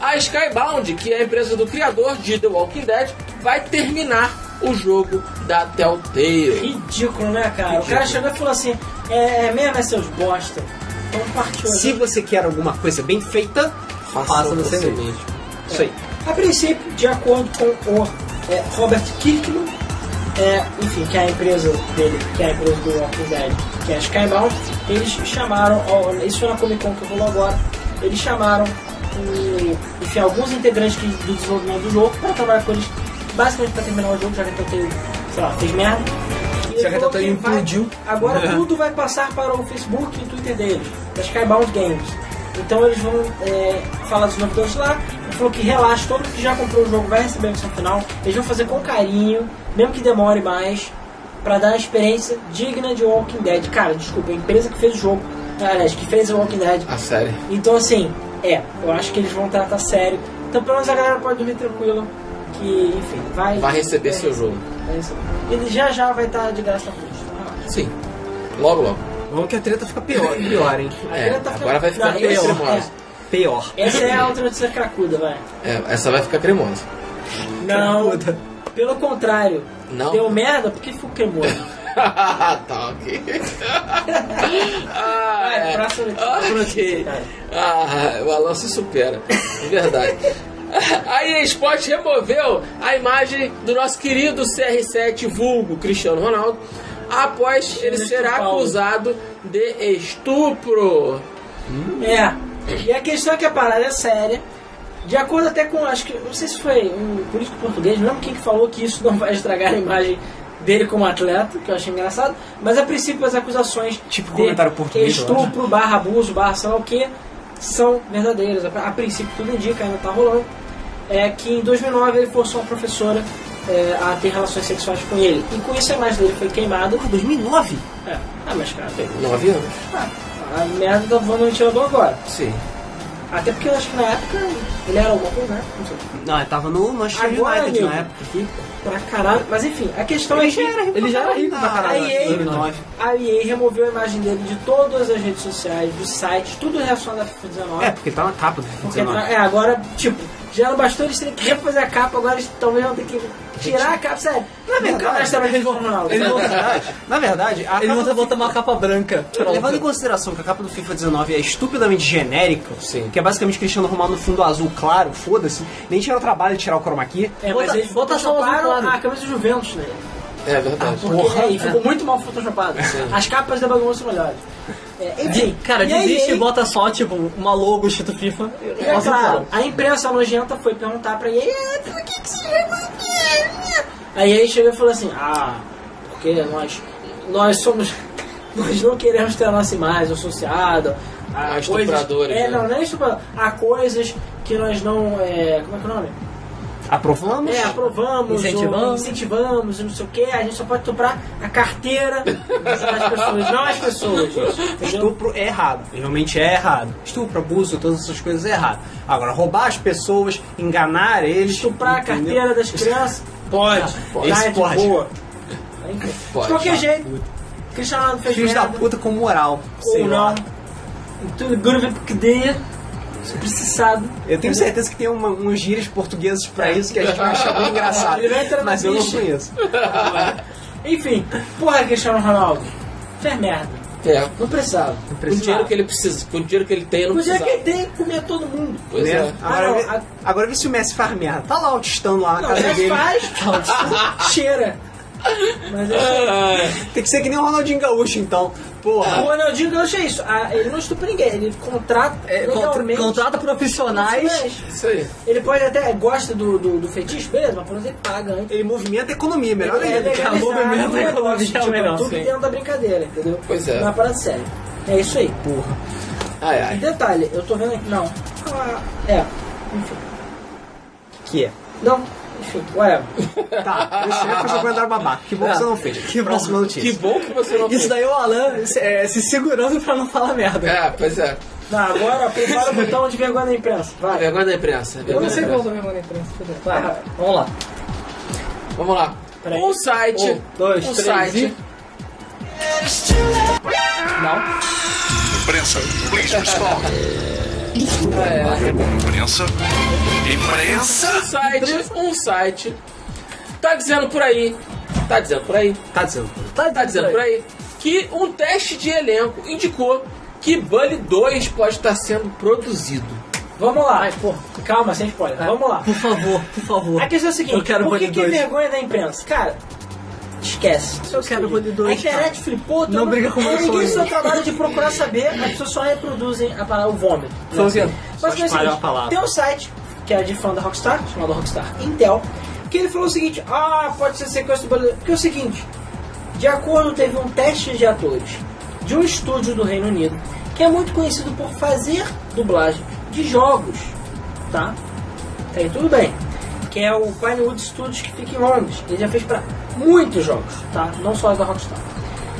Speaker 1: A Skybound, que é a empresa do criador de The Walking Dead, vai terminar o jogo da Telltale.
Speaker 2: Ridículo, né, cara? O cara chegou e falou assim: é, é mesmo, é seus bosta. Então partiu.
Speaker 4: Se
Speaker 2: né?
Speaker 4: você quer alguma coisa bem feita, faça você mesmo. É. Isso aí.
Speaker 2: A princípio, de acordo com o é, Robert Kirkman, é, enfim, que é a empresa dele, que é a empresa do Walking Dead, que é a Skybound, eles chamaram, ó, isso foi na Comic Con que rolou agora, eles chamaram hum, enfim, alguns integrantes que- do desenvolvimento do jogo para trabalhar com eles, basicamente para terminar o jogo, já que eu tenho, sei lá, fez merda. E
Speaker 4: Já que
Speaker 2: ele falou
Speaker 4: a Telltale
Speaker 2: vai-
Speaker 4: implodiu.
Speaker 2: Agora tudo vai passar para o Facebook e o Twitter deles, da Skybound Games. Então eles vão é, falar dos novidades lá. Ele falou que relaxa, todo mundo que já comprou o jogo vai receber a versão final. Eles vão fazer com carinho, mesmo que demore mais, para dar uma experiência digna de Walking Dead. Cara, desculpa, a empresa que fez o jogo, aliás, que fez o Walking Dead.
Speaker 1: A série.
Speaker 2: Então assim, é, eu acho que eles vão tratar sério. Então pelo menos a galera pode dormir tranquila. Que, enfim, vai. é,
Speaker 1: Vai receber seu jogo.
Speaker 2: vai receber. Ele já já vai estar de graça na frente. Então, relaxa.
Speaker 1: Sim. Logo, logo.
Speaker 4: Vamos que a treta fica pior, pior hein?
Speaker 1: É,
Speaker 2: Ela tá
Speaker 1: agora vai ficar
Speaker 2: Não,
Speaker 1: bem
Speaker 2: esse-
Speaker 1: cremosa.
Speaker 4: Pior.
Speaker 2: é. Essa é a outra notícia cracuda, vai.
Speaker 1: É, essa vai ficar cremosa.
Speaker 2: Não, pelo contrário.
Speaker 1: Não.
Speaker 2: Deu merda porque né? ficou cremoso.
Speaker 1: tá, ok. ah, é.
Speaker 2: Vai, próxima notícia.
Speaker 1: Ok.
Speaker 2: Próxima notícia, cara.
Speaker 1: Ah, o Alan se supera. De verdade. A EA Sports removeu a imagem do nosso querido CR7 vulgo Cristiano Ronaldo após ele
Speaker 2: Cristiano
Speaker 1: ser
Speaker 2: Paulo.
Speaker 1: acusado de estupro.
Speaker 2: É. E a questão é que a parada é séria. De acordo até com, acho que, não sei se foi um político português, não lembro quem que falou que isso não vai estragar a imagem dele como atleta, que eu achei engraçado. Mas a princípio as acusações
Speaker 4: Tipo
Speaker 2: de
Speaker 4: comentário português,
Speaker 2: estupro, barra abuso, barra sei lá o que, são verdadeiras. A a princípio tudo indica, ainda tá rolando. É que em 2009 ele forçou uma professora é, a ter relações sexuais com ele. E com isso a imagem dele foi queimada.
Speaker 4: 2009?
Speaker 2: É. Ah, mas cara,
Speaker 1: Nove anos.
Speaker 2: a merda tá voando no ventilador agora.
Speaker 1: Sim.
Speaker 2: Até porque eu acho que na época ele era alguma coisa, né? Não sei.
Speaker 4: Não, ele tava no Manchester
Speaker 2: Agora,
Speaker 4: United na
Speaker 2: amigo.
Speaker 4: época.
Speaker 2: Pra caralho. Mas enfim, a questão é que
Speaker 6: Ele já era rico pra caralho.
Speaker 2: Aí, aí.
Speaker 4: 2009.
Speaker 2: a EA removeu a imagem dele de todas as redes sociais, dos sites, tudo relacionado à FIFA 19.
Speaker 4: É, porque ele tá na capa do
Speaker 2: Porque
Speaker 4: 19.
Speaker 2: é, agora, tipo, já não bastou eles terem que refazer a capa, agora eles talvez vão ter que tirar a capa, sério. Não é mesmo que
Speaker 4: verdade.
Speaker 2: eu mais eles vão
Speaker 4: Eles vão- é, <laughs> Na verdade, a
Speaker 6: Ele
Speaker 4: capa
Speaker 6: volta
Speaker 4: do
Speaker 6: botar uma capa branca.
Speaker 4: FIFA- Levando em consideração que a capa do FIFA 19 é estupidamente genérica,
Speaker 1: Sim.
Speaker 4: que é basicamente Cristiano Ronaldo no fundo azul claro, foda-se, nem tirar o trabalho de tirar o chroma key.
Speaker 2: É, mas
Speaker 6: Bota-
Speaker 2: eles
Speaker 6: bota só o
Speaker 2: photoshoparam
Speaker 6: azul
Speaker 2: a camisa do Juventus, né?
Speaker 1: É verdade.
Speaker 2: Porque aí ficou muito mal photoshopado. As capas da bagunça são melhores. É, enfim,
Speaker 6: Cara,
Speaker 2: e a
Speaker 6: desiste
Speaker 2: EA
Speaker 6: e bota só, tipo, uma logo escrito FIFA.
Speaker 2: E é claro, a imprensa nojenta foi perguntar pra EA, "Ah, por que que você é mulher?" Aí ele chegou e falou assim, ah, porque nós, nós somos, <laughs> nós não queremos ter a nossa imagem associada a,
Speaker 1: A
Speaker 2: coisas-
Speaker 1: estupradores,
Speaker 2: É,
Speaker 1: né?
Speaker 2: não, não é estuprador, a coisas que nós não, é, como é que é o nome?
Speaker 4: Aprovamos?
Speaker 2: É, aprovamos,
Speaker 6: Incentivamos.
Speaker 2: ou incentivamos, e não sei o que, a gente só pode estuprar a carteira das pessoas, não as
Speaker 4: <laughs>
Speaker 2: pessoas, entendeu?
Speaker 4: Estupro é errado, realmente é errado. Estupro, abuso, todas essas coisas é errado. Agora, roubar as pessoas, enganar eles.
Speaker 2: Estuprar a
Speaker 4: entendeu? é
Speaker 2: carteira das crianças.
Speaker 4: Pode, pode.
Speaker 2: Tá, é de
Speaker 4: pode.
Speaker 2: boa.
Speaker 1: Pode.
Speaker 2: de qualquer jeito, Cristiano Ronaldo fez
Speaker 4: Filhos da
Speaker 2: merda,
Speaker 4: puta com moral. sei
Speaker 2: ou
Speaker 4: lá.
Speaker 2: não. E tudo grupo que dê, se precisar.
Speaker 4: Eu tenho certeza que tem uma, uns gírias portugueses pra isso que a gente vai achar
Speaker 2: <laughs>
Speaker 4: bem engraçado.
Speaker 2: É. Ele vai entrar na
Speaker 4: Mas eu não
Speaker 2: ficha.
Speaker 4: conheço.
Speaker 2: Enfim, porra, Cristiano Ronaldo, fez merda.
Speaker 1: É.
Speaker 2: Não precisava.
Speaker 1: Com o dinheiro que ele precisa, com o dinheiro que ele tem, não
Speaker 2: Mas é
Speaker 1: precisa.
Speaker 2: que ele tem que comer todo mundo.
Speaker 1: Pois
Speaker 4: né?
Speaker 1: é.
Speaker 4: Agora,
Speaker 2: Ah, não,
Speaker 4: vê-
Speaker 2: a-
Speaker 4: agora vê se o Messi faz merda. Tá lá o Tistão lá na
Speaker 2: Não,
Speaker 4: casa
Speaker 2: ele
Speaker 4: dele.
Speaker 2: faz, <laughs> cheira. Mas é isso aí.
Speaker 1: Ah,
Speaker 4: Tem que ser que nem o Ronaldinho Gaúcho, então. Porra.
Speaker 2: O Ronaldinho Gaúcho é isso. Ah, ele não estupra ninguém, ele contrata
Speaker 6: É, contra-
Speaker 2: legalmente.
Speaker 6: contrata profissionais.
Speaker 2: profissionais.
Speaker 1: isso aí.
Speaker 2: Ele pode até gosta do, do, do fetiche, beleza, mas por exemplo, ele paga antes.
Speaker 4: Ele movimenta a economia, melhor
Speaker 2: É,
Speaker 4: ainda.
Speaker 2: legalizar
Speaker 6: acabou mesmo,
Speaker 2: o negócio,
Speaker 6: economia é o melhor,
Speaker 2: tipo, Tudo
Speaker 6: sim.
Speaker 2: dentro da brincadeira, entendeu?
Speaker 1: Pois é.
Speaker 2: Não é uma parada séria. É isso aí.
Speaker 1: Ai,
Speaker 2: E
Speaker 1: ai.
Speaker 2: detalhe, eu tô vendo aqui. Não. Ah, é. Enfim.
Speaker 4: Que é.
Speaker 2: Não. Enfim, whatever.
Speaker 4: Tá, esse é jogou andar babá. Que bom que você não fez. Que Próxima
Speaker 1: Que
Speaker 4: notícia.
Speaker 1: bom que você não
Speaker 6: Isso
Speaker 1: fez.
Speaker 6: daí é o Alan se- é, se segurando pra não falar merda.
Speaker 1: É, pois é.
Speaker 2: Não, agora prepara o botão de vergonha da imprensa. Vai.
Speaker 1: Vergonha da imprensa.
Speaker 6: Eu
Speaker 1: vergonha
Speaker 6: não
Speaker 1: da
Speaker 6: sei como
Speaker 1: imprensa.
Speaker 6: eu tô na imprensa. fudeu. Vai, vamos lá.
Speaker 1: Vamos lá.
Speaker 2: Peraí.
Speaker 1: Um site.
Speaker 6: Um, dois,
Speaker 1: um
Speaker 6: três
Speaker 1: site.
Speaker 6: e- Não.
Speaker 8: Imprensa, please respond. Imprensa, imprensa.
Speaker 1: Um site. Um site. Tá dizendo por aí. Tá dizendo por aí.
Speaker 4: Tá dizendo.
Speaker 1: Tá, tá dizendo por aí que um teste de elenco indicou que Bully 2 pode estar sendo produzido.
Speaker 2: Vamos lá. Calma, sem spoiler. Vamos lá.
Speaker 6: Por favor, por favor.
Speaker 2: A questão é a seguinte:
Speaker 6: Eu quero
Speaker 2: por que,
Speaker 6: Bully
Speaker 2: que
Speaker 6: 2.
Speaker 2: vergonha da imprensa? Cara, esquece.
Speaker 6: Eu quero Bully 2,
Speaker 2: A internet flipou. todo-
Speaker 6: briga com meus
Speaker 2: Ninguém
Speaker 6: sonhos.
Speaker 2: só trabalho de procurar saber, as pessoas só reproduzem a palavra o vômito. né?
Speaker 6: Só assim,
Speaker 2: Mas é o
Speaker 4: espalhou a
Speaker 2: seguinte,
Speaker 4: palavra.
Speaker 2: tem um site que é de fã da Rockstar, chamado Rockstar Intel, que ele falou o seguinte: ah, pode ser sequência do Bully. Porque é o seguinte: de acordo, teve um teste de atores de um estúdio do Reino Unido, que é muito conhecido por fazer dublagem de jogos, tá? Tá aí tudo bem. Que é o Pinewood Studios que fica em Londres. Ele já fez pra muitos jogos, tá? Não só os da Rockstar.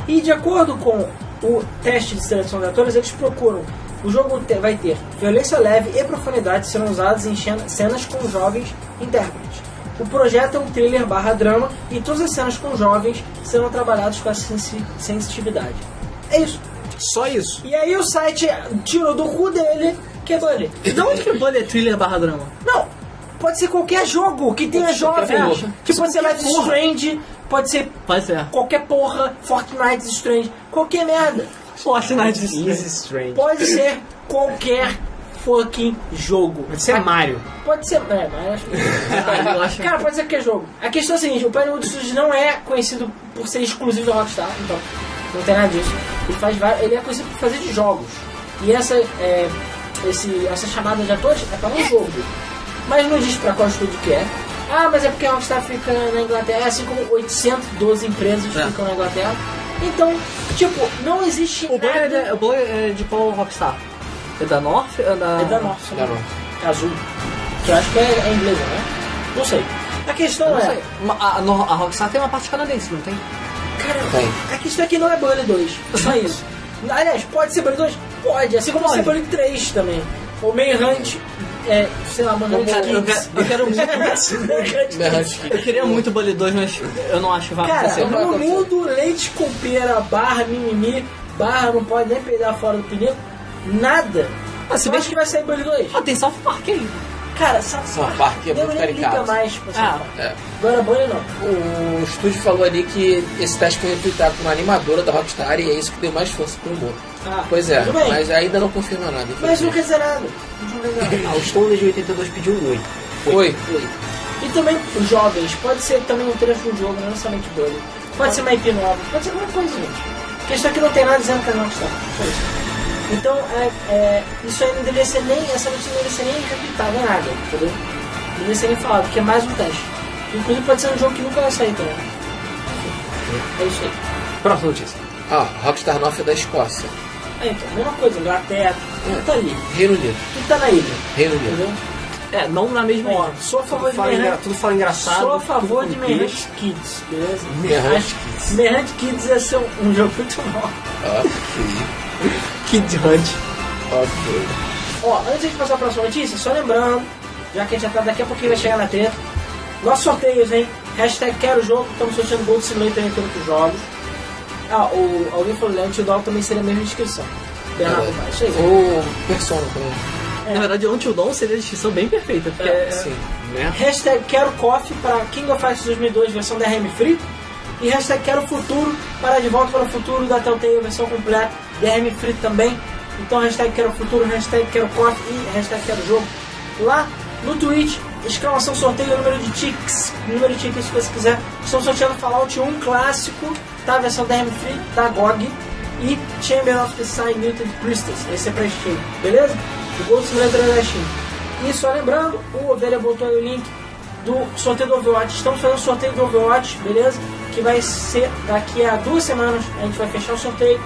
Speaker 2: E de acordo com o teste de seleção de atores, eles procuram. O jogo te- vai ter violência leve e profundidade serão usados em cena- cenas com jovens intérpretes. O projeto é um thriller barra drama e todas as cenas com jovens serão trabalhadas com a sensi- sensitividade. É isso.
Speaker 4: Só isso.
Speaker 2: E aí o site tirou do cu dele que é Bunny.
Speaker 6: De onde que Bully é thriller barra drama?
Speaker 2: Não! Pode ser qualquer jogo que tenha jovem.
Speaker 1: porra.
Speaker 2: Tipo, pode ser Life is Strange, pode ser
Speaker 6: Pois é.
Speaker 2: qualquer porra, Fortnite is Strange, qualquer merda.
Speaker 6: Fortnite
Speaker 4: Easy Strange.
Speaker 2: Pode ser qualquer fucking jogo.
Speaker 4: Pode ser Mario.
Speaker 2: Pode ser. É, mas eu acho
Speaker 6: <laughs> Ah, eu acho-
Speaker 2: que- Cara, pode ser qualquer jogo. A questão é a seguinte: o Pinewood Studios não é conhecido por ser exclusivo da Rockstar, então não tem nada disso. Ele, faz vários- ele é conhecido por fazer de jogos. E essa, é, esse, essa chamada de atores é para um jogo. Mas não diz para qual estúdio que é, Ah, mas é porque a Rockstar fica na Inglaterra, assim como 812 empresas
Speaker 6: É.
Speaker 2: ficam na Inglaterra. Então, tipo, não existe
Speaker 6: O Blur é
Speaker 2: nada...
Speaker 6: de, o Blur é de qual Rockstar? É da North? É da...
Speaker 2: É da Norte,
Speaker 1: Garoto.
Speaker 2: azul. Que eu acho que é, é inglesa, né? Não sei. A questão
Speaker 6: Não
Speaker 2: é...
Speaker 6: sei. Ma- A, a Nor- a Rockstar tem uma parte canadense, não tem?
Speaker 2: Cara,
Speaker 1: Tem.
Speaker 2: a questão é que não é Bully 2. Só isso. <laughs> Aliás, pode ser Bully 2? Pode. Assim como
Speaker 6: Pode.
Speaker 2: ser Bully 3 também. Ou Manhunt... É, sei lá, Manhunt
Speaker 6: Cara, eu,
Speaker 2: Kids.
Speaker 6: quero- eu quero
Speaker 2: <laughs>
Speaker 6: muito.
Speaker 2: Manhunt
Speaker 1: Berrante.
Speaker 6: Eu queria muito Bully 2, mas eu não acho que vai
Speaker 2: Cara,
Speaker 6: acontecer.
Speaker 1: não vai
Speaker 2: no
Speaker 1: acontecer.
Speaker 2: mundo, leite com pera, barra, mimimi, barra, não pode nem peidar fora do pneu, nada.
Speaker 6: Ah, se
Speaker 2: Eu
Speaker 6: bem
Speaker 2: acho
Speaker 6: que-
Speaker 2: que vai sair Bully 2.
Speaker 6: Ah, tem South Park aí.
Speaker 2: Cara, South
Speaker 1: South
Speaker 2: Park,
Speaker 1: Park é
Speaker 2: nego
Speaker 1: muito
Speaker 2: nem liga
Speaker 1: caricado.
Speaker 2: mais pra South
Speaker 6: Ah.
Speaker 2: Park.
Speaker 1: É.
Speaker 2: Agora Bully não.
Speaker 1: O estúdio falou ali que esse teste foi replicado por uma animadora da Rockstar e é isso que deu mais força pro humor.
Speaker 2: Ah,
Speaker 1: Pois é,
Speaker 2: tudo bem.
Speaker 1: mas ainda não confirma nada.
Speaker 2: Mas é não
Speaker 1: infelizmente.
Speaker 2: quer dizer nada. Não quer dizer nada.
Speaker 4: Ah, o Stone de 82 pediu um oi.
Speaker 1: Oi.
Speaker 2: E também os jovens, pode ser também um trecho do jogo, não somente Bully. Pode ser uma IP nova, pode ser alguma coisa, gente. A questão é que não tem nada dizendo que não está. Só isso. Então, é, é, isso aí não deveria ser nem, essa notícia não deveria ser nem repitada, nem nada, entendeu? Não deveria ser nem falado, porque é mais um teste. Inclusive pode ser um jogo que nunca vai sair também. É isso aí.
Speaker 4: Próxima notícia.
Speaker 1: Ah, Rockstar North é da Escócia.
Speaker 2: É, então, mesma coisa, Inglaterra, tu tá ali,
Speaker 1: Reino Unido.
Speaker 2: tu tá na ilha,
Speaker 1: Reino Unido.
Speaker 2: entendeu?
Speaker 6: É, não na mesma
Speaker 2: Ó,
Speaker 6: ilha.
Speaker 2: sou a favor de
Speaker 4: Fala
Speaker 2: Manhattan.
Speaker 4: engra- Tudo fala engraçado.
Speaker 2: Sou a favor de
Speaker 4: tudo com
Speaker 2: Manhunt Kids, beleza?
Speaker 1: Manhunt
Speaker 2: Kids. Manhunt Kids é ser um, <laughs> um jogo muito bom.
Speaker 1: Ok.
Speaker 6: Kid Hunt.
Speaker 1: é Ok.
Speaker 2: Ó, antes de passar a próxima notícia, só lembrando, já que a gente já tá daqui a pouquinho vai chegar na treta, nossos sorteios, hein? Hashtag quero jogo, estamos sorteando Gold Simulator entre outros jogos. Ah, o, alguém falou, Leandro Tidal também seria a mesma inscrição. Bernardo, vai, isso aí.
Speaker 1: Ou Persona também.
Speaker 2: é.
Speaker 6: Na verdade, Until Dawn seria a descrição bem perfeita. Porque é,
Speaker 1: Sim.
Speaker 2: Hashtag quero coffee para King of Fighters 2002 versão DRM Free. E hashtag quero futuro para De Volta para o Futuro da Telltale versão completa DRM Free também. Então hashtag quero futuro, hashtag quero coffee e hashtag quero jogo. Lá no Twitch, exclamação sorteio, número de tics, número de tickets que você quiser. Estão sorteando Fallout 1 clássico, tá? Versão DRM Free da GOG. E Chamber of the Sign Mutant Priestess. Esse é pra Steam, beleza? O Gold Simulator é da Steam. E só lembrando, o Ovelha botou aí o link do sorteio do Overwatch. Estamos fazendo o sorteio do Overwatch, beleza? Que vai ser daqui a duas semanas. A gente vai fechar o sorteio.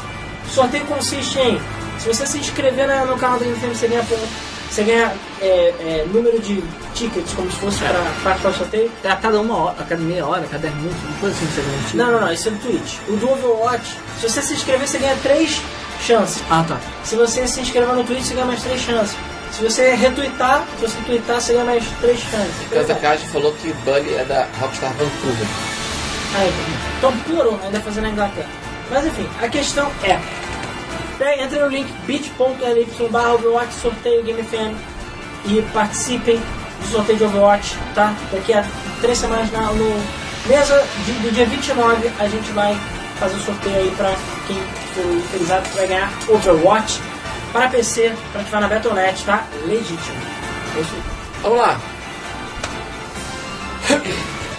Speaker 2: O sorteio consiste em: se você se inscrever na- no canal do MFM, você ganha, ponto, você ganha é, é, número de tickets, como se fosse para participar do sorteio.
Speaker 6: é a cada uma hora, a cada meia hora, a cada 10 minutos, uma coisa assim que seria mentira.
Speaker 2: Não, não, não, isso é do Twitch. O do Overwatch, se você se inscrever, você ganha três chances.
Speaker 6: Ah, tá.
Speaker 2: Se você se inscrever no Twitch, você ganha mais três chances. Se você retweetar, se você tweetar, você ganha mais três chances.
Speaker 1: Kanta Kaji falou que Bully é da Rockstar Vancouver.
Speaker 2: Aí, então piorou, ainda fazendo na Inglaterra. Mas enfim, a questão é. Pega, entra no link bit.ly barra Overwatch sorteio GameFM e participem do sorteio de Overwatch, tá? Daqui a três semanas na, no mesa de- do dia 29 a gente vai fazer o sorteio aí pra quem for utilizado que vai ganhar Overwatch para PC, pra que vai na Battle.net, tá? Legítimo. É isso aí.
Speaker 1: Vamos lá.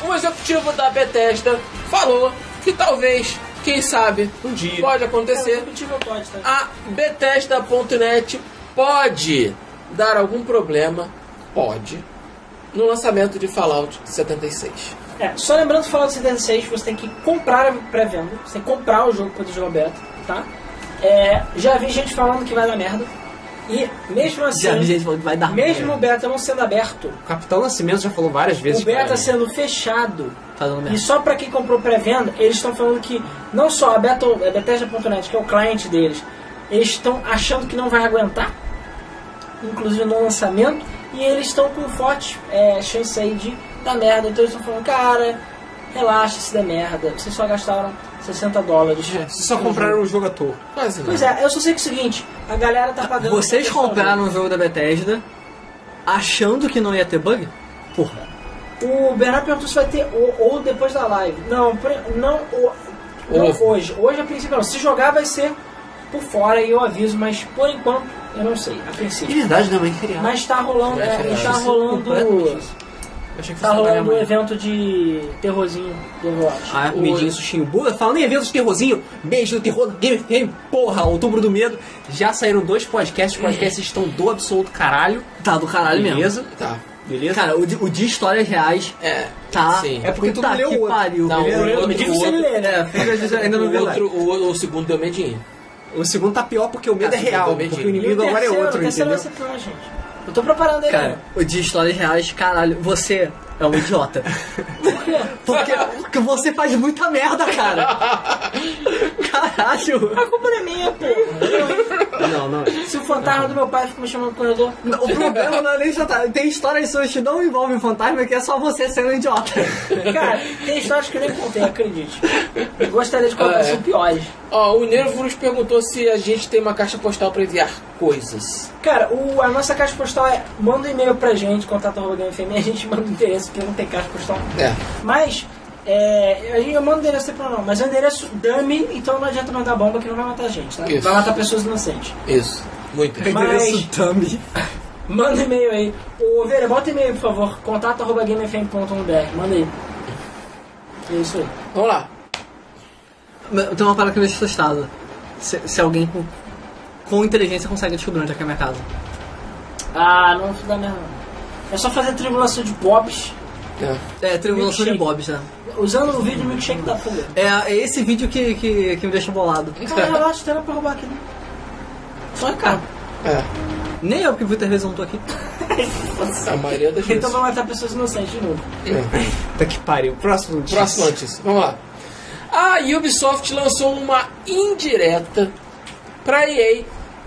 Speaker 1: Um executivo da Bethesda falou que talvez, quem sabe, um dia pode acontecer
Speaker 2: Executivo pode, tá?
Speaker 1: a Bethesda.net pode dar algum problema, pode, no lançamento de Fallout 76.
Speaker 2: É, só lembrando que Fallout 76 você tem que comprar a pré-venda, você tem que comprar o jogo para poder jogar beta, tá? É, já vi gente falando que vai dar merda. E mesmo assim,
Speaker 6: Já vi gente falando que vai dar
Speaker 2: mesmo
Speaker 6: merda.
Speaker 2: o beta não sendo aberto,
Speaker 4: O Capitão Nascimento já falou várias vezes.
Speaker 2: o é beta
Speaker 4: cara.
Speaker 2: sendo fechado,
Speaker 6: Tá dando merda.
Speaker 2: e só para quem comprou pré-venda, eles estão falando que não só a, Battle, a Bethesda.net, que é o cliente deles, eles estão achando que não vai aguentar, inclusive no lançamento, e eles estão com forte é, chance aí de dar merda. Então eles estão falando, cara, relaxa se der merda, vocês só gastaram 60 dólares.
Speaker 6: É.
Speaker 4: Vocês só compraram um o jogo à toa.
Speaker 1: Quase não.
Speaker 2: Pois é, eu só sei que é o seguinte, a galera tá pagando...
Speaker 6: Ah, Vocês compraram o jogo da Bethesda achando que não ia ter bug? Porra.
Speaker 2: O Bernardo perguntou se vai ter ou, ou depois da live. Não, pre- não, o- não
Speaker 1: Ou.
Speaker 2: hoje. Hoje a princípio não. Se jogar vai ser por fora e eu aviso, mas por enquanto eu não sei, a
Speaker 4: É
Speaker 2: princípio.
Speaker 4: verdade, não, é feriado.
Speaker 2: Mas tá rolando,
Speaker 1: É,
Speaker 2: é,
Speaker 1: feriado.
Speaker 2: tá rolando,
Speaker 6: Eu achei que
Speaker 4: é
Speaker 2: tá
Speaker 6: fosse trabalhar
Speaker 2: rolando um
Speaker 6: amanhã.
Speaker 2: evento de terrorzinho do Overwatch.
Speaker 6: Ah, comidinha, sushinho. Boa, falando em eventos de terrorzinho, beijo do terror, Game FM, porra, outubro do medo. Já saíram dois podcasts, os podcasts estão do absoluto caralho. Tá do caralho
Speaker 4: Beleza?
Speaker 1: Tá.
Speaker 4: beleza?
Speaker 6: Cara, o, de- o de histórias reais
Speaker 1: É,
Speaker 6: tá.
Speaker 1: sim.
Speaker 4: É porque tu
Speaker 6: Puta
Speaker 4: não leu
Speaker 6: que
Speaker 4: o outro.
Speaker 6: pariu.
Speaker 1: Não,
Speaker 6: Primeiro
Speaker 1: o
Speaker 6: eu-
Speaker 1: outro-
Speaker 6: é difícil
Speaker 1: o
Speaker 6: ele
Speaker 1: outro-
Speaker 6: ler, né? Ainda- ainda não vi
Speaker 1: o,
Speaker 6: lá.
Speaker 1: outro, o, o segundo deu medinho.
Speaker 4: O segundo tá pior porque o medo
Speaker 1: Ah,
Speaker 4: é real,
Speaker 1: segundo medo.
Speaker 4: porque o
Speaker 2: E o
Speaker 4: inimigo agora é
Speaker 2: terceiro,
Speaker 4: outro,
Speaker 2: o terceiro
Speaker 4: entendeu?
Speaker 2: vai ser pior, gente. Eu tô preparando ele.
Speaker 6: Cara, o de histórias reais, caralho, você é
Speaker 1: <laughs>
Speaker 6: um idiota.
Speaker 2: Por quê?
Speaker 6: Porque, porque você faz muita merda, cara. Caralho.
Speaker 2: A culpa não é minha, pô.
Speaker 6: é
Speaker 4: Não, não.
Speaker 2: Se o fantasma do meu pai fica me chamando no corredor,
Speaker 6: O problema não é nem fantasma. Tem histórias suas que não envolvem fantasma que é só você sendo idiota.
Speaker 2: Cara, tem histórias que eu nem contei, acredite. Eu gostaria de contar
Speaker 1: Ah, é.
Speaker 2: são piores.
Speaker 1: Ó, o Nervo nos perguntou se a gente tem uma caixa postal pra enviar coisas.
Speaker 2: Cara, o, a nossa caixa postal é. Manda um e-mail pra gente, contato arroba GameFM, a gente manda o endereço, porque não tem caixa postal.
Speaker 1: É.
Speaker 2: Mas, é, a gente, eu mando o endereço pra não, mas é um endereço dummy, então não adianta mandar bomba que não vai matar a gente, tá?
Speaker 1: Isso.
Speaker 2: Vai matar pessoas inocentes.
Speaker 1: Isso. Muito.
Speaker 2: Mas,
Speaker 4: Dummy.
Speaker 2: manda um e-mail aí. Ô, Vera, bota um e-mail, por favor. Contato arroba GameFM.br, manda aí. É isso aí.
Speaker 1: Vamos lá.
Speaker 6: Mas Tem uma parada que me deixa assustado. Se, se alguém com, com inteligência consegue descobrir onde é que é a minha casa.
Speaker 2: Ah, não dá merda. não. É só fazer tribulação de bobs
Speaker 1: É.
Speaker 6: É, triangulação de
Speaker 2: Milkshake.
Speaker 6: Bobs, né?
Speaker 2: usando o vídeo milkshake da Folha.
Speaker 6: É, é esse vídeo que, que, que me deixa bolado.
Speaker 1: <laughs>
Speaker 2: Cara, relaxa, tem nada pra roubar aqui. né? Só é caro.
Speaker 1: É.
Speaker 6: Nem eu, porque muitas vezes eu não tô aqui.
Speaker 1: A maioria das vezes.
Speaker 2: Então vai matar pessoas inocentes de novo.
Speaker 1: É.
Speaker 4: Tá que pariu. Próximo notícia.
Speaker 1: Próxima notícia. Vamos lá. A Ubisoft lançou uma indireta pra EA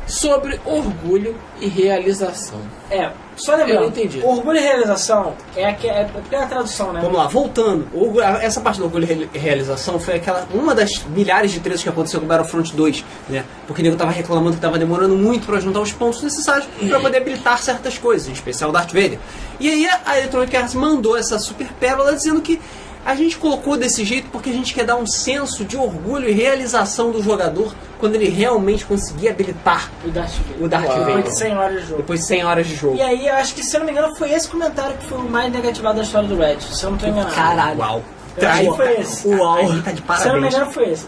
Speaker 1: sobre orgulho e realização.
Speaker 2: É, só
Speaker 1: Eu não
Speaker 2: lembrando,
Speaker 1: entendi.
Speaker 2: orgulho e realização é, a que- é, porque é a tradução, né?
Speaker 4: Vamos lá, voltando. O orgulho- a- essa parte do orgulho e reali- realização foi aquela uma das milhares de tretas que aconteceu com Battlefront 2, né? Porque o nego tava reclamando que tava demorando muito pra juntar os pontos necessários pra poder habilitar certas coisas, em especial o Darth Vader. E aí a Electronic Arts mandou essa super pérola dizendo que a gente colocou desse jeito porque a gente quer dar um senso de orgulho e realização do jogador quando ele realmente conseguir habilitar
Speaker 2: O Darth Vader.
Speaker 4: o Darth
Speaker 1: Uau.
Speaker 2: Depois de
Speaker 4: Vader
Speaker 2: 100 horas de jogo.
Speaker 4: depois de 100 horas de jogo.
Speaker 2: E aí, eu acho que, se eu não me engano, foi esse comentário que foi o mais negativado da história do Red. Se eu não tô enganado.
Speaker 6: Caralho.
Speaker 4: Uau.
Speaker 2: Eu acho que foi esse.
Speaker 6: Uau.
Speaker 4: Aí tá
Speaker 2: Se
Speaker 4: de
Speaker 2: eu não me
Speaker 4: parabéns.
Speaker 2: engano, foi esse.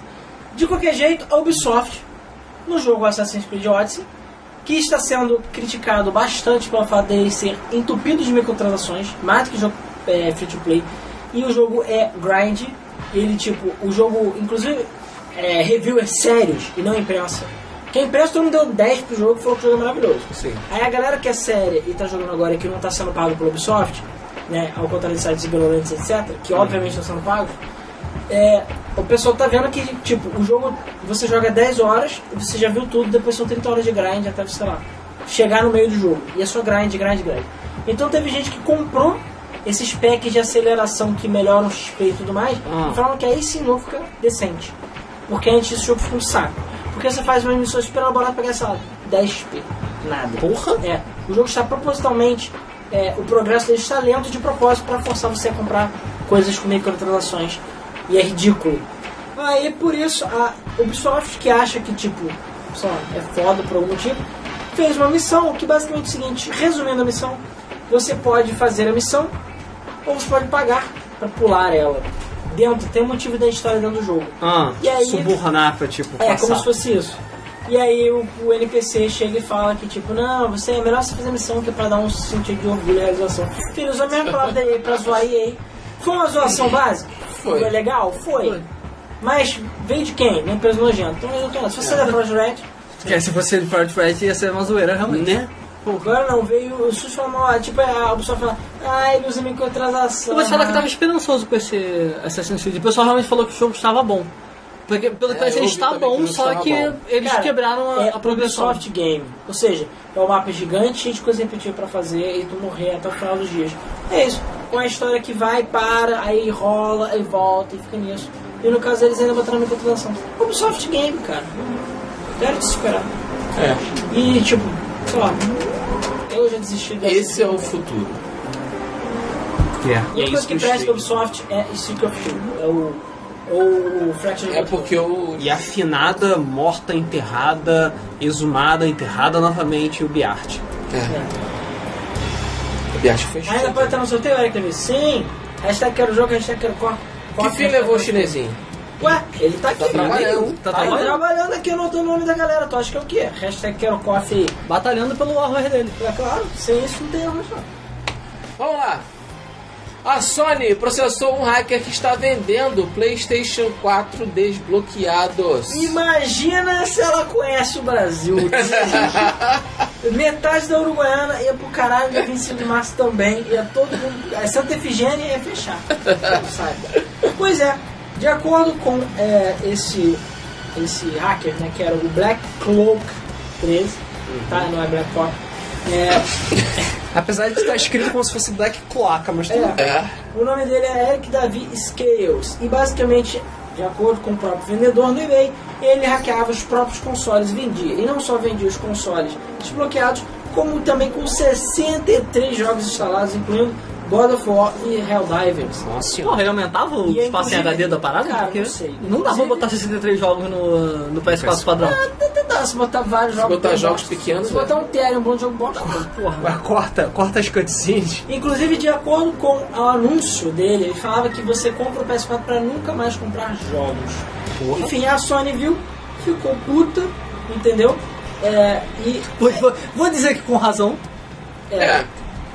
Speaker 2: De qualquer jeito, a Ubisoft, no jogo Assassin's Creed Odyssey, que está sendo criticado bastante pelo fato dele ser entupido de microtransações, mais do que jogo é, free to play, e o jogo é grind, ele tipo, o jogo, inclusive, é, reviewers sérios e não imprensa. Quem imprensa todo mundo deu 10 pro jogo, falou que o jogo é maravilhoso.
Speaker 4: Sim.
Speaker 2: Aí a galera que é séria e tá jogando agora e que não tá sendo pago pela Ubisoft, né, ao contrário de sites ignorantes, etc., que obviamente estão sendo pagos, é, o pessoal tá vendo que, tipo, o jogo você joga 10 horas, você já viu tudo, depois são 30 horas de grind até você, sei lá, chegar no meio do jogo. E é só grind, grind, grind. Então teve gente que comprou esses packs de aceleração que melhoram o XP e tudo mais, e falaram que aí sim não fica decente. Porque antes esse jogo fica um saco. Porque você faz uma missão super elaborada pra ganhar, sei lá, 10 XP. Nada.
Speaker 4: Porra.
Speaker 2: É, o jogo está propositalmente. é, o progresso dele está lento de propósito para forçar você a comprar coisas com microtransações. E é ridículo. Aí por isso a Ubisoft que acha que tipo, sei lá, é foda por algum motivo, fez uma missão que basicamente é o seguinte, resumindo a missão, você pode fazer a missão ou você pode pagar para pular ela. Dentro, tem um motivo da história dentro do jogo.
Speaker 4: Ah,
Speaker 2: E aí-
Speaker 4: subornar pra, tipo,
Speaker 2: É,
Speaker 4: passar.
Speaker 2: como se fosse isso. E aí o, o NPC chega e fala que, tipo, não, você é melhor você fazer missão que é pra dar um sentido de orgulho e realização. Filho, usou a mesma palavra da EA pra zoar a EA. Foi uma zoação básica?
Speaker 1: Foi.
Speaker 2: legal? Foi. Mas veio de quem? Nem peso nojento. Então, eu tô- se você é da Project Red,
Speaker 6: Porque se fosse de Pirate Red ia ser uma zoeira, realmente.
Speaker 4: Né?
Speaker 2: pô, agora não, veio o SUS falar, tipo, a pessoa fala, ah, ele usa microtransação.
Speaker 6: Eu vou te falar que eu tava esperançoso com esse Assassin's Creed. O pessoal realmente falou que o jogo estava bom. Porque, pelo que
Speaker 1: É,
Speaker 6: parece,
Speaker 1: eu
Speaker 6: ele
Speaker 1: ouvi
Speaker 6: está
Speaker 1: também que
Speaker 6: bom,
Speaker 1: não
Speaker 6: só
Speaker 1: estava
Speaker 6: que
Speaker 1: bom.
Speaker 6: eles
Speaker 2: Cara,
Speaker 6: quebraram a,
Speaker 2: é
Speaker 6: a progressão.
Speaker 2: Ubisoft Game. Ou seja, é um mapa gigante, cheio de coisa repetida pra fazer e tu morrer até o final dos dias. É isso. Com a história que vai, para, aí rola, aí volta e fica nisso. E no caso eles ainda botaram microtransação. Ubisoft Game, cara. Quero te esperar.
Speaker 1: É.
Speaker 2: E tipo, sei lá. Eu já desisti dessa.
Speaker 1: Esse é o futuro.
Speaker 4: é.
Speaker 2: E a única coisa que presta da Ubisoft é Secret of Shield. É o. Ou o Fractured
Speaker 1: É
Speaker 2: Control.
Speaker 1: porque o.
Speaker 4: E afinada, morta, enterrada, exumada, enterrada novamente, o Biart.
Speaker 1: É. O Biacho foi
Speaker 2: Ainda
Speaker 1: extinto.
Speaker 2: pode estar no sorteio, Eric TV. Sim! Hashtag quero jogo, hashtag quero cor.
Speaker 1: Que fim levou o chinesinho?
Speaker 2: Ué, ele tá aqui.
Speaker 1: Tá trabalhando.
Speaker 2: Tá, trabalhando. aqui anotando o nome da galera. Tu acha que é o quê? Hashtag quero coffee. Tá
Speaker 6: Batalhando pelo hardware dele.
Speaker 2: É claro, sem isso não tem erro, só.
Speaker 1: Vamos lá. A Sony processou um hacker que está vendendo PlayStation 4 desbloqueados.
Speaker 2: Imagina se ela conhece o Brasil. Metade da Uruguaiana ia pro caralho dia 25 de março também. Ia todo mundo. A Santa Efigênia ia fechar. não saiba. Pois é, de acordo com é, esse, esse hacker, né, que era o Black Cloak 13, tá? Não é Black Cloak. É,
Speaker 4: Apesar de estar escrito como se fosse Black Cloaca, mas tudo
Speaker 2: é,
Speaker 4: bem.
Speaker 1: É.
Speaker 2: O nome dele é Eric Davi Scales e basicamente, de acordo com o próprio vendedor no eBay, ele hackeava os próprios consoles e vendia. E não só vendia os consoles desbloqueados, como também com 63 jogos instalados, incluindo God of War e Helldivers.
Speaker 4: Nossa senhora.
Speaker 6: Porra, ele aumentava o
Speaker 2: E aí,
Speaker 6: espaço em
Speaker 2: inclusive-
Speaker 6: HD da parada?
Speaker 2: Cara,
Speaker 6: Porque
Speaker 2: não sei.
Speaker 6: Não dá pra
Speaker 2: Inclusive-
Speaker 6: botar 63 jogos no, no PS4 padrão.
Speaker 2: Até tentar, se botar vários jogos.
Speaker 1: botar
Speaker 2: bem
Speaker 1: jogos
Speaker 2: bons.
Speaker 1: pequenos,
Speaker 2: Se
Speaker 1: né?
Speaker 2: botar um Terry, um bom jogo bom, tá bom, porra.
Speaker 6: né?
Speaker 4: Ué, corta, corta as cutscenes.
Speaker 2: Inclusive, de acordo com o anúncio dele, ele falava que você compra o PS4 para nunca mais comprar jogos. Enfim, a Sony viu, ficou puta, entendeu? É, e,
Speaker 6: Vou, vou- vou dizer que com razão.
Speaker 2: é,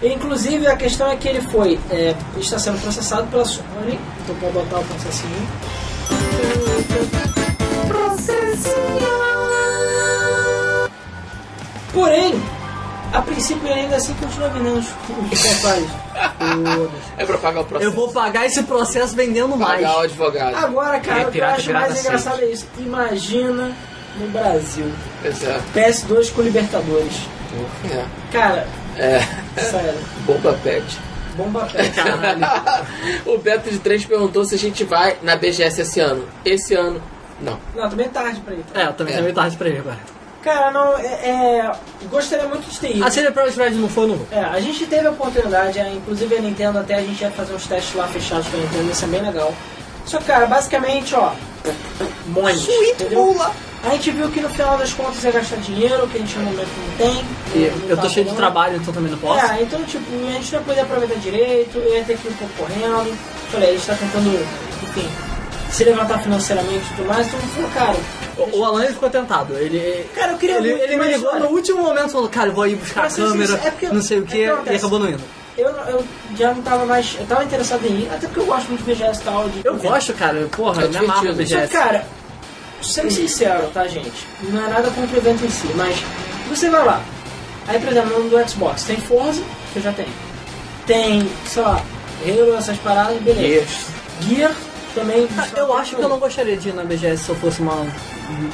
Speaker 2: Inclusive, a questão é que ele foi, é, está sendo processado pela Sony, então pode botar o processinho. Porém, a princípio ele ainda assim continua vendendo os <laughs> os consoles.
Speaker 1: É pra pagar o processo.
Speaker 6: Eu vou pagar esse processo vendendo mais.
Speaker 1: pagar o advogado.
Speaker 2: Agora, cara, o que eu
Speaker 4: pirata,
Speaker 2: acho
Speaker 4: pirata
Speaker 2: mais
Speaker 4: sente.
Speaker 2: engraçado é isso. Imagina no Brasil.
Speaker 1: Exato.
Speaker 2: PS2 com Libertadores. Cara,
Speaker 1: É.
Speaker 2: sério.
Speaker 1: Bomba pet.
Speaker 2: Bomba
Speaker 6: É,
Speaker 2: pé.
Speaker 1: <laughs> o Beto de 3 perguntou se a gente vai na BGS esse ano. Esse ano, não.
Speaker 2: Não, também é tarde pra ir.
Speaker 6: É, eu também
Speaker 1: É.
Speaker 6: é. meio tarde pra ele agora.
Speaker 2: Cara, não, é, é, Gostaria muito de ter ido.
Speaker 6: A Siri Pro Red não foi, eu não vou.
Speaker 2: É, a gente teve a oportunidade, é, inclusive a Nintendo até a gente ia fazer uns testes lá fechados com a Nintendo, isso é bem legal. Só que, cara, basicamente, ó, monte. entendeu? A gente viu que no final das contas é gastar dinheiro, que a gente no momento não tem. não
Speaker 6: Eu
Speaker 2: tá
Speaker 6: tô cheio de
Speaker 2: rolando.
Speaker 6: trabalho, então também não posso.
Speaker 2: É, então, tipo, a gente não podia aproveitar direito, eu ia ter que ir um pouco correndo. Falei, a gente tá tentando, enfim, se levantar financeiramente e tudo mais, então falou, cara.
Speaker 6: O- O Alan ele ficou tentado. Ele,
Speaker 2: Cara, eu queria
Speaker 6: ele,
Speaker 2: muito,
Speaker 6: ele me
Speaker 2: mas
Speaker 6: ligou
Speaker 2: olha-
Speaker 6: no último momento e falou: Cara, eu vou aí buscar
Speaker 2: Mas
Speaker 6: a
Speaker 2: isso- isso-
Speaker 6: câmera,
Speaker 2: é porque-
Speaker 6: não sei o que,
Speaker 2: é que
Speaker 6: e
Speaker 2: acontece.
Speaker 6: acabou não indo.
Speaker 2: Eu, não- eu já não tava mais. Eu tava interessado em ir, até porque eu gosto muito de BGS e tal. De,
Speaker 6: Eu gosto, cara, porra,
Speaker 1: É
Speaker 6: eu me amarro no
Speaker 1: divertido.
Speaker 2: Só que,
Speaker 6: BGS.
Speaker 2: cara, sendo sincero, tá, gente? Não é nada contra o evento em si, mas você vai lá. Aí, por exemplo, no do Xbox, tem Forza, que eu já tenho. Tem, sei lá, Halo, essas paradas, beleza. Gear, também.
Speaker 6: Ah, Eu acho que eu não gostaria de ir na BGS se eu fosse uma.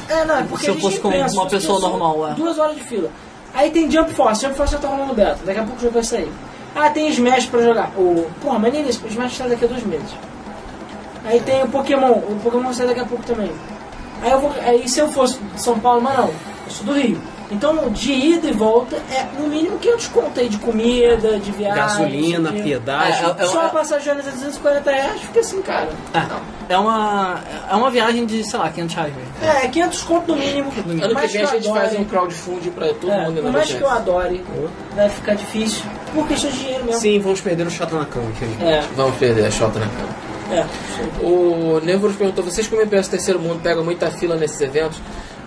Speaker 2: É, não, é porque a
Speaker 6: Se eu
Speaker 2: gente
Speaker 6: fosse
Speaker 2: tem
Speaker 6: como
Speaker 2: pressa,
Speaker 6: uma
Speaker 2: você
Speaker 6: pessoa
Speaker 2: tem só
Speaker 6: normal, é.
Speaker 2: Duas horas de fila. Aí tem Jump Force, Jump Force já tá rolando beta, daqui a pouco o jogo vai sair. Ah, tem Smash pra jogar. O... Porra, mas nem nisso, o Smash sai daqui a dois meses. Aí tem o Pokémon, o Pokémon sai daqui a pouco também. Aí, eu vou... Aí se eu fosse de São Paulo, mas não, eu sou do Rio. Então de ida e volta é no mínimo 500 conto aí de comida, de viagem.
Speaker 4: Gasolina,
Speaker 2: de-
Speaker 4: piedade.
Speaker 6: É, é, é,
Speaker 2: Só a
Speaker 6: é-
Speaker 2: passagem de 240 reais, fica assim, cara.
Speaker 6: é, é uma, é uma viagem de, sei lá, 500 reais. velho.
Speaker 2: É, 500 conto no mínimo.
Speaker 1: Ano
Speaker 2: Mas
Speaker 1: que vem a gente
Speaker 2: eu
Speaker 1: faz
Speaker 2: adoro.
Speaker 1: um crowdfunding pra todo
Speaker 2: É,
Speaker 1: mundo
Speaker 2: por
Speaker 1: na
Speaker 2: mais
Speaker 1: BGS.
Speaker 2: que eu adore, vai ficar difícil. Por questão de dinheiro mesmo.
Speaker 4: Sim, vamos perder o chato na cama, querido.
Speaker 2: É,
Speaker 1: Vamos perder a né, shot na cama.
Speaker 2: é.
Speaker 1: O Nevoros perguntou, vocês como empresa do terceiro mundo pegam muita fila nesses eventos?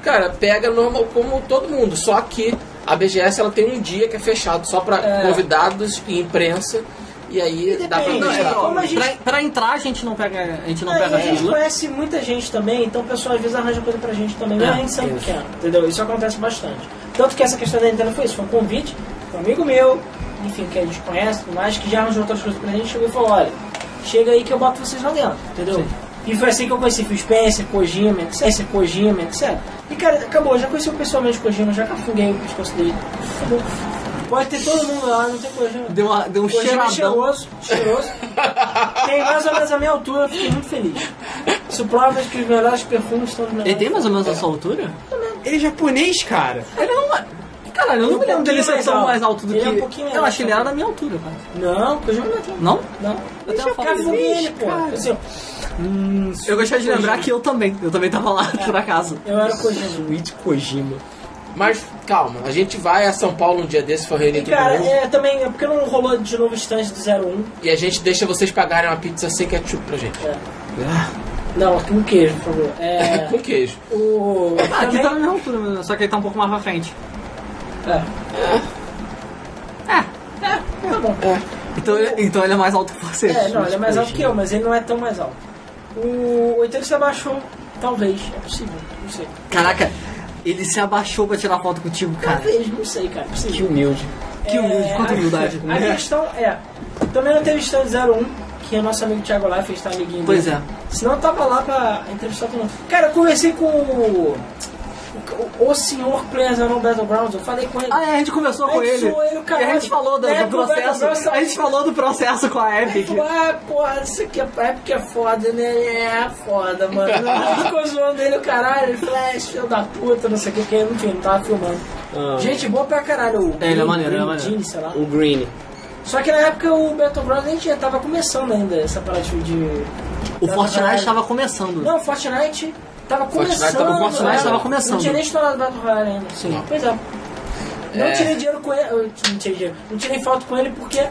Speaker 1: Cara, pega normal como todo mundo, só que a BGS ela tem um dia que é fechado só pra
Speaker 2: É.
Speaker 1: convidados e imprensa, e aí dá pra
Speaker 2: depende,
Speaker 1: buscar.
Speaker 2: né? Como a gente-
Speaker 6: pra, pra entrar, a gente não pega, a gente não
Speaker 2: Aí
Speaker 6: pega né?
Speaker 2: a gente
Speaker 6: fila.
Speaker 2: conhece muita gente também, então o pessoal às vezes arranja coisa pra gente também,
Speaker 6: É,
Speaker 2: mesmo a gente sendo pequeno, entendeu? Isso acontece bastante. Tanto que essa questão da Nintendo foi isso, foi um convite, um amigo meu, enfim, que a gente conhece, tudo mais, que já arranjou outras coisas pra gente, chegou e falou, olha, chega aí que eu boto vocês lá dentro, entendeu? E foi assim que eu conheci Phil Spencer, Kojima, etc. Spencer, Kojima, etc. E cara, acabou, eu já conheci pessoalmente Kojima, já cafunguei o pescoço dele. Pode ter todo mundo lá, não tem Kojima.
Speaker 6: Deu, uma, deu um
Speaker 2: Kojima é
Speaker 6: cheiradão.
Speaker 2: cheiroso,
Speaker 6: <laughs>
Speaker 2: cheiroso. Tem mais ou menos a minha altura, eu fiquei muito feliz. Isso prova que os melhores perfumes estão nos
Speaker 6: Ele
Speaker 2: melhores.
Speaker 6: tem mais ou menos a sua altura?
Speaker 4: Ele é japonês, cara.
Speaker 6: Ele não é. Caralho, eu
Speaker 2: Ele é
Speaker 6: não
Speaker 2: um
Speaker 6: me lembro dele
Speaker 2: pouquinho
Speaker 6: ser
Speaker 2: mais
Speaker 6: tão
Speaker 2: alto.
Speaker 6: mais alto do
Speaker 2: Ele
Speaker 6: que.
Speaker 2: é um pouquinho mais
Speaker 6: eu acho
Speaker 2: alto.
Speaker 6: que ele era da minha altura, cara.
Speaker 2: Não, Kojima não é tão-
Speaker 6: Não?
Speaker 2: Não.
Speaker 6: Eu tenho uma foto dele.
Speaker 2: Cafunguei ele, pô. Assim, ó,
Speaker 6: Eu gostaria de lembrar que eu também. Eu também tava lá,
Speaker 2: É.
Speaker 6: por acaso.
Speaker 2: eu era Kojima.
Speaker 4: Luigi Kojima.
Speaker 1: Mas calma, a gente vai a São Paulo um dia desse, for
Speaker 2: E
Speaker 1: reunir todo
Speaker 2: cara,
Speaker 1: mundo,
Speaker 2: é, também, é porque não rolou de novo o stand do 01.
Speaker 1: e a gente deixa vocês pagarem uma pizza sem ketchup pra gente.
Speaker 2: Não, um queijo, por favor. É,
Speaker 6: <laughs>
Speaker 1: Com queijo.
Speaker 2: o...
Speaker 6: Ah, aqui
Speaker 2: também-
Speaker 6: tá na minha altura, mesmo, só que ele tá um pouco mais pra frente.
Speaker 2: É. É. É, tá bom.
Speaker 6: Então, ele- então ele é mais alto que você.
Speaker 2: É, não, ele é mais alto que eu, mas ele não é tão mais alto. O 80 se abaixou, talvez, é possível, não sei.
Speaker 6: Caraca, ele se abaixou pra tirar foto contigo, cara.
Speaker 2: Talvez, não sei, cara, é
Speaker 6: Que
Speaker 2: possível.
Speaker 6: humilde. Que humilde,
Speaker 2: É,
Speaker 6: quanta
Speaker 2: a-
Speaker 6: humildade. né?
Speaker 2: A questão é, também não teve stand 01, que é nosso amigo Thiago Leifert, tá amiguinho
Speaker 6: Pois
Speaker 2: dele.
Speaker 6: é.
Speaker 2: Senão eu tava lá pra entrevistar todo mundo. Cara, eu conversei com o, o, o senhor Players Unknown Battlegrounds, eu falei com ele.
Speaker 6: Ah, é, a gente conversou
Speaker 2: Aí
Speaker 6: com ele.
Speaker 2: zoou ele,
Speaker 6: e
Speaker 2: caralho.
Speaker 6: a gente falou do,
Speaker 2: Né,
Speaker 6: do
Speaker 2: pro Battlegrounds,
Speaker 6: processo. A gente falou do processo com a
Speaker 2: Aí
Speaker 6: Epic.
Speaker 2: falou, ah, porra, isso aqui é é porque é foda, né? É foda,
Speaker 6: <laughs>
Speaker 2: mano. Ele ficou zoando ele o caralho, ele flash, filho da puta, não sei o que, que ele, enfim, não tava filmando. Gente boa pra caralho, o
Speaker 6: Ah. É, ele é maneiro, ele é
Speaker 2: Green
Speaker 6: maneiro.
Speaker 2: Jeans, sei lá.
Speaker 4: O Green.
Speaker 2: Só que na época o Battle Bros a gente já tava começando ainda essa parada de- de.
Speaker 6: O Fortnite
Speaker 2: Royale.
Speaker 6: estava começando.
Speaker 2: Não, Fortnite tava
Speaker 1: Fortnite
Speaker 2: começando.
Speaker 1: tava- Fortnite
Speaker 2: cara.
Speaker 6: tava começando.
Speaker 2: Não tinha nem estourado Battle Royale ainda.
Speaker 1: Sim.
Speaker 2: Pois é. Não
Speaker 1: É.
Speaker 2: tirei dinheiro com ele. eu Não tirei dinheiro. Não tirei foto com ele porque.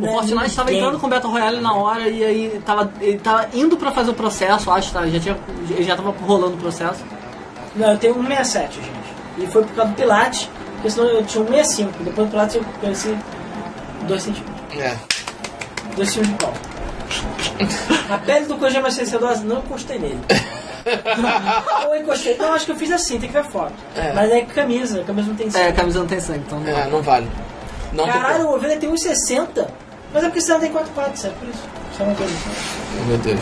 Speaker 6: O Fortnite estava entrando com o Battle Royale na hora e aí tava, ele tava indo pra fazer o processo, acho, tá? Já tinha, ele já tava rolando o processo.
Speaker 2: Não, eu tenho 167, gente. E foi por causa do Pilates, porque senão eu tinha 165. Depois do Pilates eu cresci 2 centímetros.
Speaker 1: É.
Speaker 2: 2 centímetros de pau. A pele do Kojima 62 não
Speaker 1: <laughs>
Speaker 2: encostei nele. Ou encostei. Não, acho que eu fiz assim, tem que ver foto.
Speaker 1: É.
Speaker 2: Mas é camisa, a camisa não tem
Speaker 6: É, a
Speaker 2: sangue.
Speaker 6: camisa não tem sangue, então não.
Speaker 1: É, não vale. Não tem
Speaker 2: Caralho, o ovelha tem 1,60. Mas é porque você não tem 4 patas, é por isso. Você não tem isso.
Speaker 1: como. Meu Deus.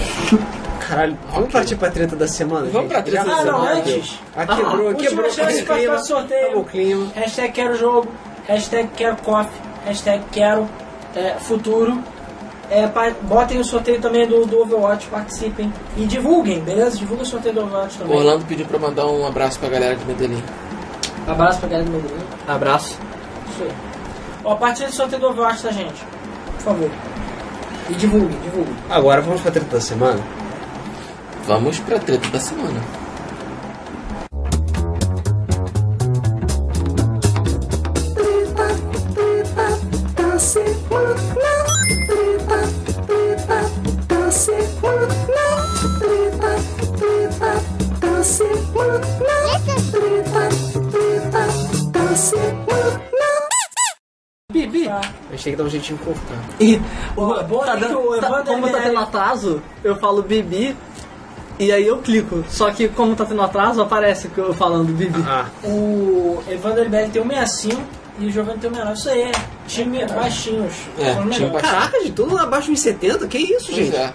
Speaker 4: Caralho, vamos partir pra treta da semana?
Speaker 1: Vamos
Speaker 4: gente?
Speaker 1: pra treta
Speaker 4: Já
Speaker 1: da
Speaker 2: Ah, não,
Speaker 4: acabou.
Speaker 2: antes.
Speaker 4: Ah, quebrou,
Speaker 2: Última
Speaker 4: quebrou.
Speaker 2: chance
Speaker 4: acabou o
Speaker 2: pra
Speaker 4: clima,
Speaker 2: participar do sorteio.
Speaker 4: Acabou o clima.
Speaker 2: Hashtag quero jogo, hashtag quero coffee, hashtag quero é, futuro. É, pa- botem o sorteio também do, do Overwatch, participem. E divulguem, beleza? Divulguem o sorteio do Overwatch
Speaker 1: O
Speaker 2: também.
Speaker 1: Orlando pediu pra mandar um abraço pra galera de Medellín.
Speaker 2: Abraço pra galera do Medellín.
Speaker 6: Abraço.
Speaker 2: Isso aí. Ó, partilha do sorteio do Overwatch da gente, por favor. E divulguem, divulguem.
Speaker 4: Agora vamos pra treta da semana?
Speaker 1: Vamos pra treta da semana.
Speaker 6: Bibi.
Speaker 4: A gente tem que dar um jeitinho de cortar.
Speaker 6: E
Speaker 2: Boa, boa,
Speaker 6: tá
Speaker 2: hein, que o
Speaker 6: dando, tá-
Speaker 2: Evandro
Speaker 6: como tá
Speaker 2: ML.
Speaker 6: tendo atraso, eu falo Bibi e aí eu clico. Só que como tá tendo atraso, aparece que eu falando Bibi.
Speaker 4: Ah,
Speaker 2: O Evandro Elberg tem 165 e o Giovanni tem 69. Isso aí é time baixinhos.
Speaker 1: É,
Speaker 2: São
Speaker 1: time
Speaker 2: os melhores.
Speaker 1: baixinho.
Speaker 4: caraca, de tudo abaixo de 70? Que isso,
Speaker 1: Pois
Speaker 4: gente?
Speaker 1: é.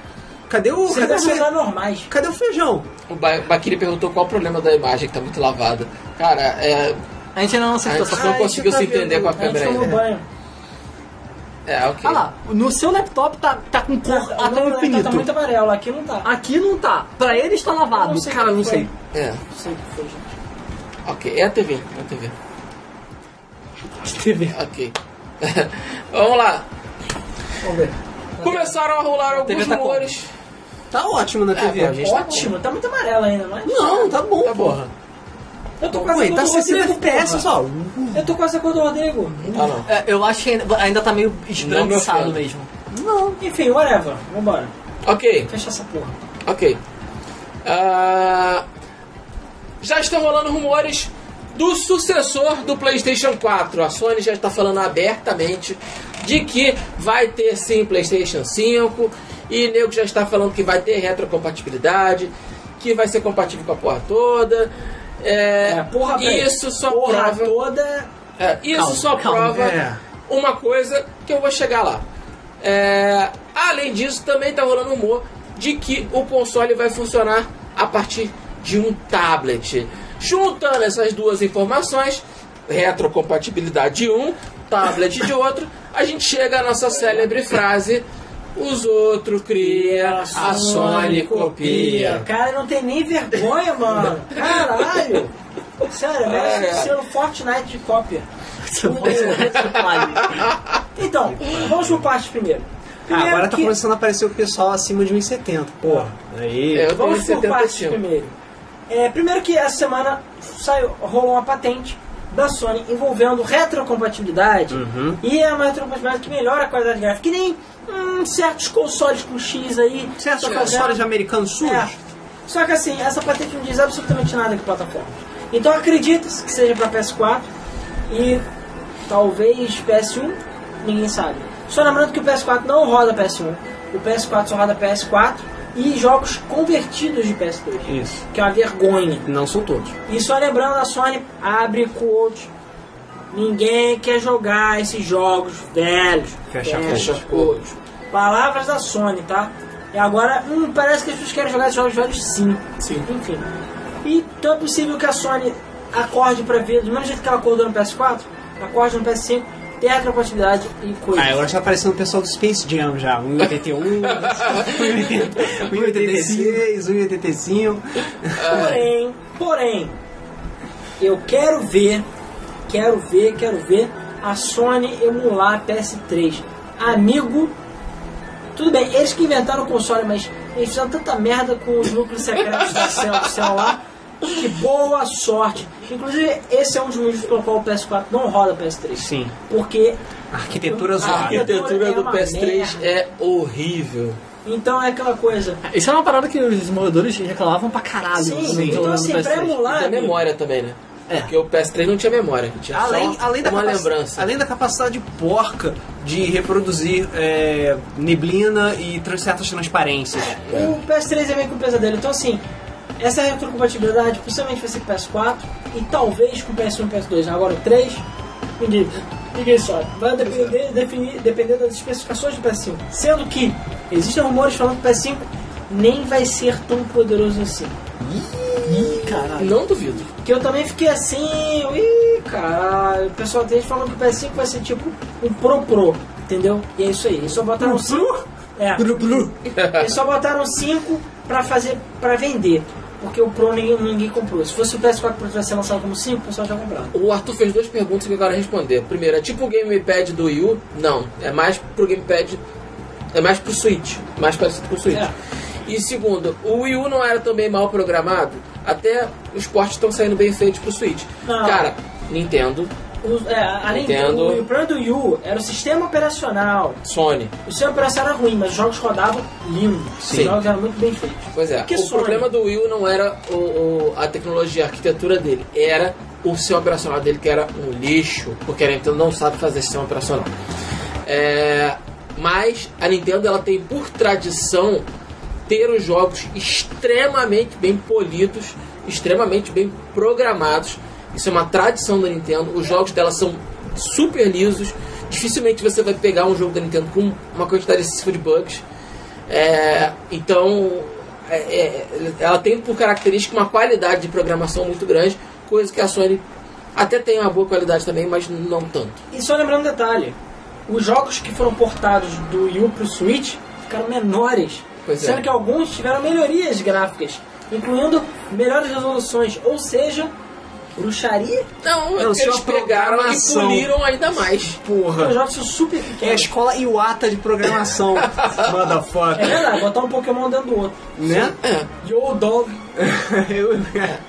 Speaker 4: Cadê o.
Speaker 2: Vocês
Speaker 4: Cadê o,
Speaker 2: devem
Speaker 4: fe...
Speaker 2: usar normais.
Speaker 4: cadê o feijão?
Speaker 1: O ba Baquiri perguntou qual o problema da imagem que tá muito lavada. Cara, é.
Speaker 6: Ah, A gente ainda não
Speaker 1: A
Speaker 6: acertou
Speaker 1: gente
Speaker 6: essa
Speaker 1: só não
Speaker 6: porra.
Speaker 1: conseguiu
Speaker 4: tá
Speaker 1: se entender
Speaker 4: vendo,
Speaker 1: com a
Speaker 2: A gente
Speaker 1: câmera
Speaker 2: tomou
Speaker 4: né?
Speaker 1: ainda.
Speaker 2: banho.
Speaker 1: É, ok.
Speaker 6: Olha lá, no seu laptop tá, tá com
Speaker 4: É um
Speaker 6: cor
Speaker 2: Tá-
Speaker 6: até o
Speaker 2: não,
Speaker 6: infinito.
Speaker 2: Tá muito amarelo, aqui não
Speaker 4: Ah,
Speaker 2: tá.
Speaker 6: Aqui não tá. Pra ele está lavado.
Speaker 2: Eu não sei
Speaker 6: Cara,
Speaker 2: o que
Speaker 6: não
Speaker 2: foi.
Speaker 6: sei.
Speaker 1: É.
Speaker 2: Não sei o que foi, gente.
Speaker 1: Ok. É a TV. É a TV.
Speaker 6: De TV.
Speaker 1: Ok. <laughs> Vamos lá.
Speaker 2: Vamos ver.
Speaker 1: Começaram a rolar
Speaker 6: TV
Speaker 1: alguns
Speaker 6: tá como?
Speaker 1: rumores.
Speaker 4: Tá ótimo na TV,
Speaker 1: tá
Speaker 4: gente.
Speaker 2: Ótimo, tá muito amarelo ainda, mas.
Speaker 4: Não, tá bom,
Speaker 1: Tá bom.
Speaker 4: porra.
Speaker 2: Eu tô
Speaker 6: é?
Speaker 2: quase a
Speaker 4: Ué,
Speaker 2: cor
Speaker 4: tá
Speaker 2: do
Speaker 4: 60
Speaker 2: Rodrigo.
Speaker 4: FPS
Speaker 2: porra.
Speaker 4: só.
Speaker 2: Eu tô quase a cor do Rodrigo.
Speaker 1: Tá não.
Speaker 6: É, Eu acho que ainda, ainda tá meio
Speaker 1: Não,
Speaker 6: esbranquiçado
Speaker 1: meu
Speaker 6: mesmo.
Speaker 2: Enfim, whatever. Vambora.
Speaker 1: Ok.
Speaker 2: Fecha essa porra.
Speaker 1: Ok. Ah, já estão rolando rumores do sucessor do PlayStation 4. A Sony já está falando abertamente de que vai ter sim PlayStation 5 e nego já está falando que vai ter retrocompatibilidade, que vai ser compatível com a porra toda. É,
Speaker 2: É, porra, velho.
Speaker 1: isso só
Speaker 2: porra
Speaker 1: prova
Speaker 2: toda.
Speaker 1: é, isso
Speaker 6: Calma,
Speaker 1: só
Speaker 6: calma,
Speaker 1: prova
Speaker 4: é.
Speaker 1: uma coisa que eu vou chegar lá. É, além disso, também tá rolando humor de que o console vai funcionar a partir de um tablet. Juntando essas duas informações, retrocompatibilidade de um, tablet de outro, a gente chega à nossa célebre frase: os outros cria, a Sony copia.
Speaker 2: Cara, não tem nem vergonha,
Speaker 4: <laughs>
Speaker 2: mano. Caralho. Sério, merece
Speaker 1: É.
Speaker 2: ser um Fortnite de cópia.
Speaker 6: Vale.
Speaker 4: <laughs>
Speaker 2: Então, vamos por partes primeiro.
Speaker 4: Ah,
Speaker 2: Primeiro
Speaker 4: agora tá
Speaker 2: que-
Speaker 4: começando a aparecer o pessoal acima de 1,70. Porra. Aí.
Speaker 1: É, eu tenho
Speaker 2: Vamos por
Speaker 1: 70
Speaker 2: partes
Speaker 1: cima.
Speaker 2: primeiro. É, primeiro que essa semana saiu, rolou uma patente da Sony envolvendo retrocompatibilidade e é uma retrocompatibilidade que melhora a qualidade gráfica, que nem hum, certos consoles com X aí.
Speaker 4: Certos
Speaker 2: tá fazendo.
Speaker 4: consoles americanos sujos?
Speaker 2: É. Só que assim, essa patente não diz absolutamente nada de plataforma. Então acredita-se que seja para PS4 e talvez PS1, ninguém sabe. Só lembrando que o PS4 não roda PS1. O PS4 só roda PS4 e jogos convertidos de PS2.
Speaker 4: Isso.
Speaker 2: Que é uma vergonha.
Speaker 4: Não são todos.
Speaker 2: E só lembrando, a Sony abre quote. Ninguém quer jogar esses jogos velhos.
Speaker 4: Fecha
Speaker 2: Fecha quote. Palavras da Sony, tá? E agora, hum, parece que as pessoas querem jogar esses jogos velhos sim. Sim. Enfim. E tão é possível que a Sony acorde pra ver, do mesmo jeito que ela acordou no PS4, acorde no PS5, tetracompatibilidade e coisas.
Speaker 4: Ah, agora está aparecendo o pessoal do Space Jam já. 1,81, 1,86, 1,85.
Speaker 2: Porém, porém, eu quero ver, quero ver, quero ver a Sony emular a PS3. Amigo, tudo bem, eles que inventaram o console, mas eles fizeram tanta merda com os núcleos secretos da cel- do celular. Que boa sorte! Inclusive, esse é um dos motivos pelo qual o PS4 não roda PS3.
Speaker 4: Sim.
Speaker 2: Porque
Speaker 4: Arquitetura
Speaker 1: A
Speaker 4: zoada.
Speaker 1: arquitetura
Speaker 2: É
Speaker 1: do
Speaker 2: uma
Speaker 1: PS3
Speaker 2: merda.
Speaker 1: é horrível.
Speaker 2: então é aquela coisa.
Speaker 6: Isso é uma parada que os desenvolvedores reclamavam pra caralho.
Speaker 2: Sim,
Speaker 6: no-
Speaker 2: então
Speaker 6: no
Speaker 2: assim, pra
Speaker 6: PS3.
Speaker 4: Ah,
Speaker 1: E
Speaker 2: emular.
Speaker 1: tem
Speaker 2: amigo,
Speaker 1: memória também, né?
Speaker 6: É.
Speaker 1: Porque o PS3 não tinha memória, tinha
Speaker 4: Além,
Speaker 1: só
Speaker 4: além, da
Speaker 1: uma
Speaker 4: capaci-
Speaker 1: lembrança.
Speaker 4: além da capacidade porca de reproduzir é, neblina e trans- certas transparências.
Speaker 2: O PS3 já vem com o pesadelo. Então, assim, essa retrocompatibilidade principalmente vai ser com o PS4 e talvez com um, o PS1 e PS2. Agora o 3, ninguém, ninguém sabe. Vai depender, definir, depender das especificações do um. PS5. Sendo que existem rumores falando que o PS5 nem vai ser tão poderoso assim.
Speaker 1: Ah, Não duvido.
Speaker 2: Que eu também fiquei assim, ih, caralho. O pessoal tem gente falando que o PS5 vai ser tipo um Pro Pro, entendeu? E é isso aí. Eles só botaram 5. É. Eles só botaram 5 um, pra fazer pra vender. Porque o Pro ninguém, ninguém comprou. Se fosse o PS4 Pro tivesse lançado como 5, o pessoal já comprava.
Speaker 1: O Arthur fez duas perguntas que eu quero responder. Primeiro, é tipo o gamepad do Wii U? Não, é mais pro gamepad. É mais pro Switch, mais parecido com o Switch.
Speaker 2: É.
Speaker 1: E segundo, o Wii U não era também mal programado? Até os portes estão saindo bem feitos pro Switch.
Speaker 2: Não.
Speaker 1: Cara, Nintendo,
Speaker 2: O- é, além
Speaker 1: Entendo.
Speaker 2: do o problema do Wii U era o sistema operacional.
Speaker 1: Sony.
Speaker 2: O sistema operacional era ruim, mas os jogos rodavam lindo.
Speaker 1: Sim.
Speaker 2: Os jogos eram muito bem feitos.
Speaker 1: Pois é,
Speaker 2: Que
Speaker 1: o
Speaker 2: Sony?
Speaker 1: problema do Wii U não era o, o- a tecnologia, a arquitetura dele, era o sistema operacional dele, que era um lixo, porque a Nintendo não sabe fazer sistema operacional. É, mas a Nintendo ela tem por tradição ter os jogos extremamente bem polidos, extremamente bem programados. Isso é uma tradição da Nintendo. Os jogos dela são super lisos. Dificilmente você vai pegar um jogo da Nintendo com uma quantidade excessiva de bugs. É, então, é, é, ela tem por característica uma qualidade de programação muito grande, coisa que a Sony até tem uma boa qualidade também, mas não tanto.
Speaker 2: E só lembrando um detalhe: os jogos que foram portados do Wii U pro Switch ficaram menores,
Speaker 1: Pois é.
Speaker 2: sendo que alguns tiveram melhorias gráficas, incluindo melhores resoluções, ou seja, bruxaria.
Speaker 1: Então,
Speaker 4: Não, se
Speaker 1: eles
Speaker 4: uma
Speaker 1: pegaram e
Speaker 4: programação-
Speaker 1: puliram ainda mais.
Speaker 2: Os
Speaker 4: Porra.
Speaker 2: jogos são super
Speaker 4: É a
Speaker 2: pequenos.
Speaker 4: escola Iwata de programação.
Speaker 2: É
Speaker 4: <laughs> Motherfucker.
Speaker 2: verdade, botar um Pokémon dentro do outro.
Speaker 4: Né?
Speaker 2: Yo, dog.
Speaker 4: <laughs> Eu-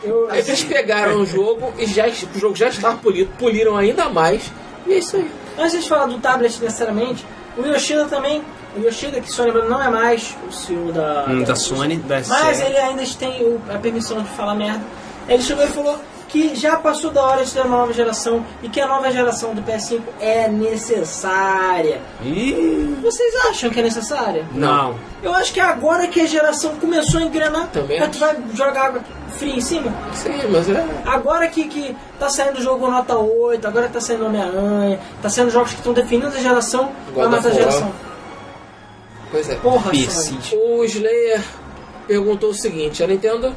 Speaker 2: Eu,
Speaker 1: Aí eles pegaram o jogo e já, o jogo já estava polido, puliram ainda mais. E é isso aí.
Speaker 2: Antes de falar do tablet necessariamente, o Yoshida também. O Yoshida, que só lembrando, não é mais o CEO da,
Speaker 4: Hum, da Sony, da
Speaker 2: Mas
Speaker 4: SE.
Speaker 2: ele ainda tem o- a permissão de falar merda. Ele chegou e falou que já passou da hora de ter uma nova geração e que a nova geração do PS5 é necessária.
Speaker 4: Ih,
Speaker 2: Vocês acham que é necessária?
Speaker 4: Não.
Speaker 2: Eu acho que é agora que a geração começou a engrenar,
Speaker 1: Também
Speaker 2: aí tu vai jogar água fria em cima.
Speaker 1: Sim, mas é.
Speaker 2: Agora que, que tá saindo o jogo nota 8, agora que tá saindo Homem-Aranha, tá saindo jogos que estão definindo a geração,
Speaker 1: God
Speaker 2: vai
Speaker 1: of
Speaker 2: matar a
Speaker 1: War.
Speaker 2: geração.
Speaker 1: Pois é.
Speaker 2: Porra, Sony.
Speaker 4: Persiste.
Speaker 1: O Slayer perguntou o seguinte: a Nintendo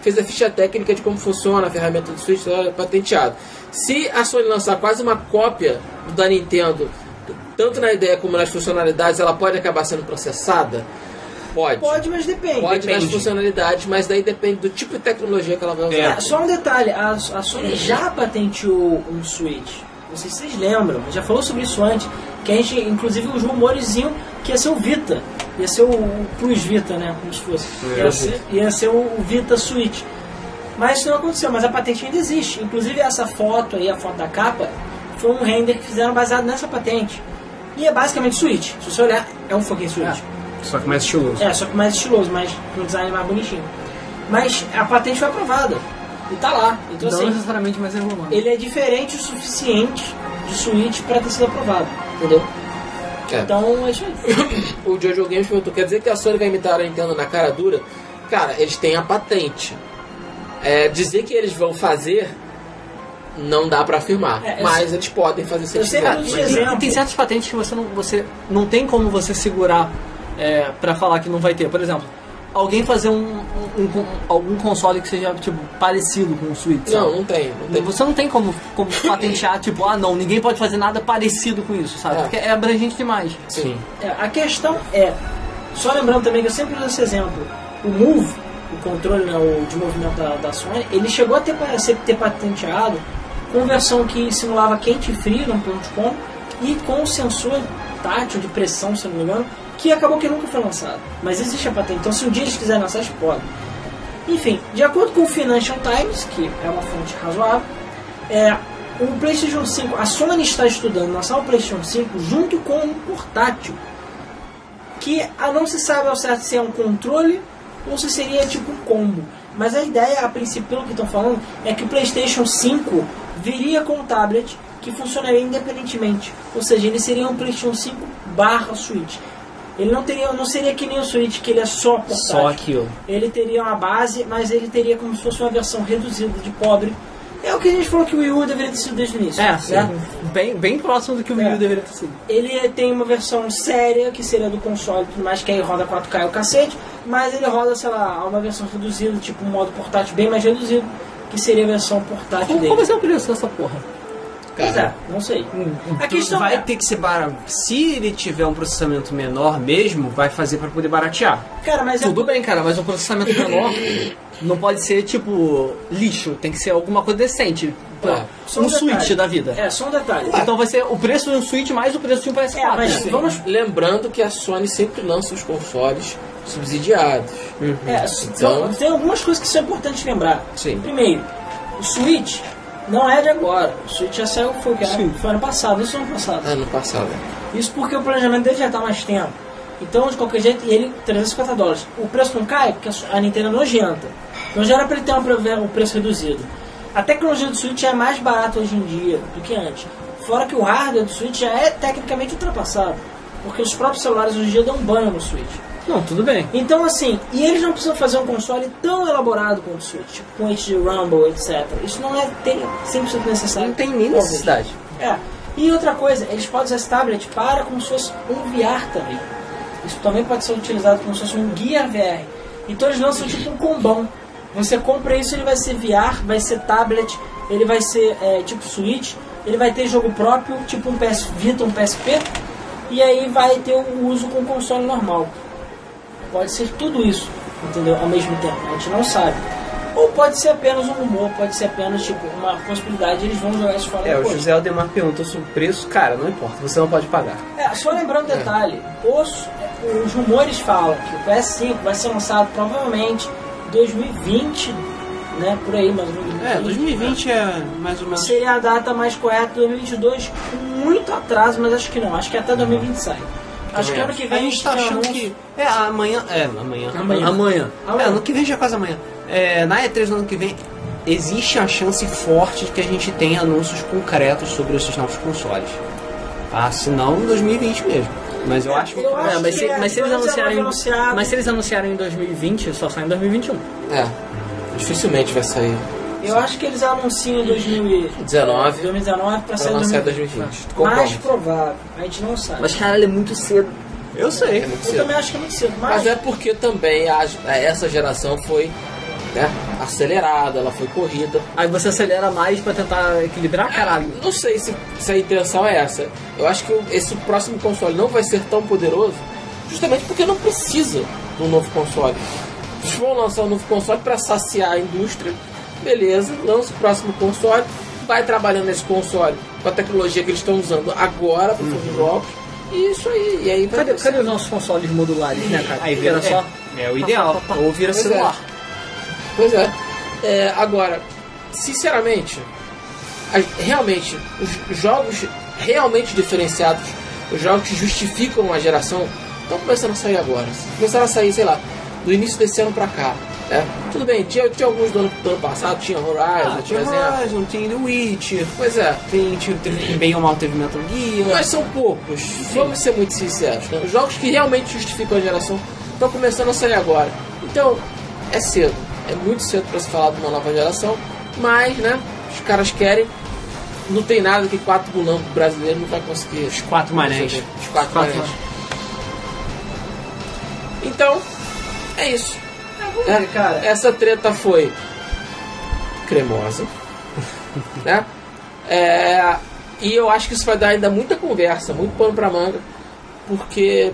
Speaker 1: fez a ficha técnica de como funciona a ferramenta do Switch tá patenteado. Se a Sony lançar quase uma cópia da Nintendo, tanto na ideia como nas funcionalidades, ela pode acabar sendo processada? Pode.
Speaker 2: Pode, mas depende.
Speaker 1: Pode nas
Speaker 4: depende.
Speaker 1: funcionalidades, mas daí depende do tipo de tecnologia que ela vai usar.
Speaker 4: É.
Speaker 2: É, Só um detalhe, a, a Sony já patenteou um Switch. Não sei se vocês lembram, mas já falou sobre isso antes. Que a gente, inclusive, os rumores iam que ia ser o Vita. Ia ser o, o Plus Vita, né? Como se fosse. Ia ser, ia ser o, o Vita Switch. Mas isso não aconteceu, mas a patente ainda existe. Inclusive essa foto aí, a foto da capa, foi um render que fizeram baseado nessa patente. E é basicamente Switch. Se você olhar, é um fucking Switch.
Speaker 4: Só que mais estiloso.
Speaker 2: É, só que mais estiloso, mas com um design mais bonitinho. Mas a patente foi aprovada. E tá lá. Então
Speaker 6: Não
Speaker 2: assim,
Speaker 6: necessariamente mais enrolando.
Speaker 2: ele é diferente o suficiente de Switch pra ter sido aprovado. Entendeu?
Speaker 1: É.
Speaker 2: Então é isso aí.
Speaker 1: O Jojo Games perguntou: quer dizer que a Sony vai imitar a Nintendo na cara dura? Cara, eles têm a patente. É, dizer que eles vão fazer não dá pra afirmar,
Speaker 2: É, eu
Speaker 1: mas eles podem fazer
Speaker 2: Eu sempre
Speaker 1: certificado.
Speaker 2: dou
Speaker 6: é
Speaker 2: de
Speaker 1: mas-
Speaker 2: exemplo.
Speaker 6: E tem certas patentes que você não, você não tem como você segurar é, para falar que não vai ter. Por exemplo, alguém fazer um, um- um- algum console que seja tipo parecido com o Switch.
Speaker 1: Não,
Speaker 6: sabe?
Speaker 1: não tem. Não tem.
Speaker 6: Você não tem como,
Speaker 2: <laughs>
Speaker 6: como patentear, tipo, ah não, ninguém pode fazer nada parecido com isso, sabe?
Speaker 1: É.
Speaker 6: Porque é abrangente demais.
Speaker 1: Sim.
Speaker 2: É, a questão é, só lembrando também que eu sempre uso esse exemplo, o Move, o controle né, o de movimento da, da Sony, ele chegou a ter, a ser- ter patenteado com versão que simulava quente e frio no ponto de com e com o sensor tátil de pressão, se eu não me engano, que acabou que nunca foi lançado. Mas existe a patente, então se um dia eles quiserem lançar, eles podem. Enfim, de acordo com o Financial Times, que é uma fonte razoável, é, o PlayStation 5, a Sony está estudando lançar o PlayStation 5 junto com um portátil. Que a não se sabe ao certo se é um controle ou se seria tipo um combo. Mas a ideia, a princípio, pelo que estão falando, é que o PlayStation 5 viria com um tablet que funcionaria independentemente. Ou seja, ele seria um PlayStation 5 barra Switch. Ele não, teria, não seria que nem o Switch, que ele é só portátil.
Speaker 3: Só aquilo.
Speaker 2: Ele teria uma base, mas ele teria como se fosse uma versão reduzida de pobre. É o que a gente falou que o Wii U deveria ter sido desde o início.
Speaker 6: É,
Speaker 2: né?
Speaker 6: bem, bem próximo do que o Wii
Speaker 2: É.
Speaker 6: U deveria ter sido.
Speaker 2: Ele tem uma versão séria, que seria do console e tudo mais, que aí roda 4K e o cacete, mas ele roda, sei lá, uma versão reduzida, tipo um modo portátil bem mais reduzido, que seria a versão portátil
Speaker 6: Como, é
Speaker 2: dele.
Speaker 6: como assim? vai ser o preço dessa porra?
Speaker 2: Pois é, não sei.
Speaker 6: Um,
Speaker 2: A questão
Speaker 4: vai
Speaker 2: é...
Speaker 4: ter que ser barato. Se ele tiver um processamento menor mesmo, vai fazer pra poder baratear.
Speaker 2: Cara, mas é
Speaker 6: Tudo bem, cara, mas um processamento menor não pode ser tipo lixo, tem que ser alguma coisa decente. Pra-
Speaker 2: É, só
Speaker 6: um
Speaker 2: detalhe.
Speaker 6: Switch da vida.
Speaker 2: É, só um detalhe.
Speaker 6: Então vai ser o preço de um Switch mais o preço de um PS4.
Speaker 2: É, mas
Speaker 6: Sim.
Speaker 2: vamos...
Speaker 1: Lembrando que a Sony sempre lança os consoles subsidiados.
Speaker 2: É, então, tem algumas coisas que são importantes lembrar.
Speaker 1: Sim.
Speaker 2: Primeiro, o Switch não é de agora. O Switch já saiu, foi, o que era, foi ano passado, isso ano passado.
Speaker 1: Ano passado.
Speaker 2: Isso porque o planejamento dele já está mais tempo. Então, de qualquer jeito, ele, 350 dólares. O preço não cai porque a Nintendo é nojenta. Então já era para ele ter um, um preço reduzido. A tecnologia do Switch é mais barata hoje em dia do que antes. Fora que o hardware do Switch já é tecnicamente ultrapassado. Porque os próprios celulares hoje em dia dão banho no Switch.
Speaker 6: Não, tudo bem.
Speaker 2: Então, assim, e eles não precisam fazer um console tão elaborado quanto o Switch, tipo, com HD Rumble, etc. Isso não é tem, 100% necessário.
Speaker 4: Não tem nem
Speaker 2: Óbvio.
Speaker 4: necessidade.
Speaker 2: É. E outra coisa, eles podem usar esse tablet para como se fosse um VR também. Isso também pode ser utilizado como se fosse um guia VR. Então eles lançam tipo um combão. Você compra isso, ele vai ser VR, vai ser tablet, ele vai ser é, tipo Switch, ele vai ter jogo próprio, tipo um PS Vita, um PSP, e aí vai ter o uso com console normal. Pode ser tudo isso, entendeu? Ao mesmo tempo, a gente não sabe. Ou pode ser apenas um rumor, pode ser apenas tipo uma possibilidade, eles vão jogar isso fora
Speaker 4: É, o
Speaker 2: depois.
Speaker 4: José Aldemar perguntou sobre o preço. Cara, não importa, você não pode pagar.
Speaker 2: É, só lembrando um detalhe, os, os rumores falam que o PS5 vai ser lançado provavelmente em 2020, né? Por aí, mais ou menos.
Speaker 4: É, 2020 é mais ou menos.
Speaker 2: Seria a data mais correta, 2022, com muito atraso, mas acho que não, acho que é até 2020 sai. Acho que ano que vem
Speaker 4: a gente tá
Speaker 2: tem
Speaker 4: achando
Speaker 2: anúncio.
Speaker 4: que. É, amanhã. É, amanhã.
Speaker 2: Amanhã.
Speaker 4: Amanhã.
Speaker 2: Amanhã.
Speaker 4: É, ano que vem já é quase amanhã. É, na E3 do ano que vem, existe a chance forte de que a gente tenha anúncios concretos sobre esses novos consoles. Ah, se não, em 2020 mesmo. Mas eu acho que.
Speaker 2: Eu
Speaker 6: É,
Speaker 2: acho
Speaker 6: mas,
Speaker 2: que
Speaker 6: se,
Speaker 2: é,
Speaker 6: mas se eles
Speaker 2: 19
Speaker 6: anunciarem,
Speaker 2: anunciado.
Speaker 6: mas se eles anunciarem em 2020, só sai em 2021.
Speaker 1: É. Dificilmente vai sair.
Speaker 2: Eu acho que eles anunciam em 2019,
Speaker 1: 19,
Speaker 2: 2019 para
Speaker 1: Pra
Speaker 2: sair em
Speaker 1: lançar em
Speaker 2: 2020.
Speaker 1: 2020.
Speaker 2: Mais
Speaker 1: Concordo.
Speaker 2: provável, a gente não sabe.
Speaker 6: Mas caralho, é muito cedo.
Speaker 4: Eu sei.
Speaker 1: É muito
Speaker 2: Eu
Speaker 1: cedo.
Speaker 2: também acho que é muito cedo, mas,
Speaker 1: Mas é porque também a- a- essa geração foi né, acelerada, ela foi corrida.
Speaker 6: Aí você acelera mais pra tentar equilibrar, caralho.
Speaker 1: Não sei se, se a intenção é essa. Eu acho que o- esse próximo console não vai ser tão poderoso, justamente porque não precisa de um novo console. Eles vão lançar um novo console para saciar a indústria, beleza, lança o próximo console, vai trabalhando nesse console com a tecnologia que eles estão usando agora para fazer jogos, e isso aí. E aí vai
Speaker 6: Uhum. Cadê,
Speaker 1: dar
Speaker 6: cadê os nossos consoles modulares, né, cara?
Speaker 4: Aí
Speaker 6: Era
Speaker 4: vira
Speaker 6: só.
Speaker 4: É, é o ideal. Ou vira
Speaker 1: Pois é.
Speaker 4: celular.
Speaker 1: Pois é. É, agora, sinceramente, a- realmente, os jogos realmente diferenciados, os jogos que justificam uma geração, estão começando a sair agora. Começaram a sair, sei lá, do início desse ano pra cá. né? Tudo bem, tinha, tinha alguns do ano, do ano passado, tinha Horizon,
Speaker 4: Ah,
Speaker 1: por
Speaker 6: tipo
Speaker 4: tinha
Speaker 6: assim,
Speaker 1: exemplo.
Speaker 4: Horizon, tinha The Witcher,
Speaker 1: Pois é,
Speaker 4: tem, tinha, teve, bem ou mal teve Metal Gear.
Speaker 1: mas são poucos, vamos ser muito sinceros. Os jogos que realmente justificam a geração estão começando a sair agora. Então, é cedo, é muito cedo para se falar de uma nova geração, mas, né, os caras querem. Não tem nada que quatro bulambos brasileiros não vai conseguir. Os
Speaker 4: quatro manéis.
Speaker 1: Os quatro manéis. Então, é isso.
Speaker 2: É,
Speaker 1: É,
Speaker 2: cara.
Speaker 1: Essa treta foi cremosa, né? É, e eu acho que isso vai dar ainda muita conversa, muito pano pra manga, porque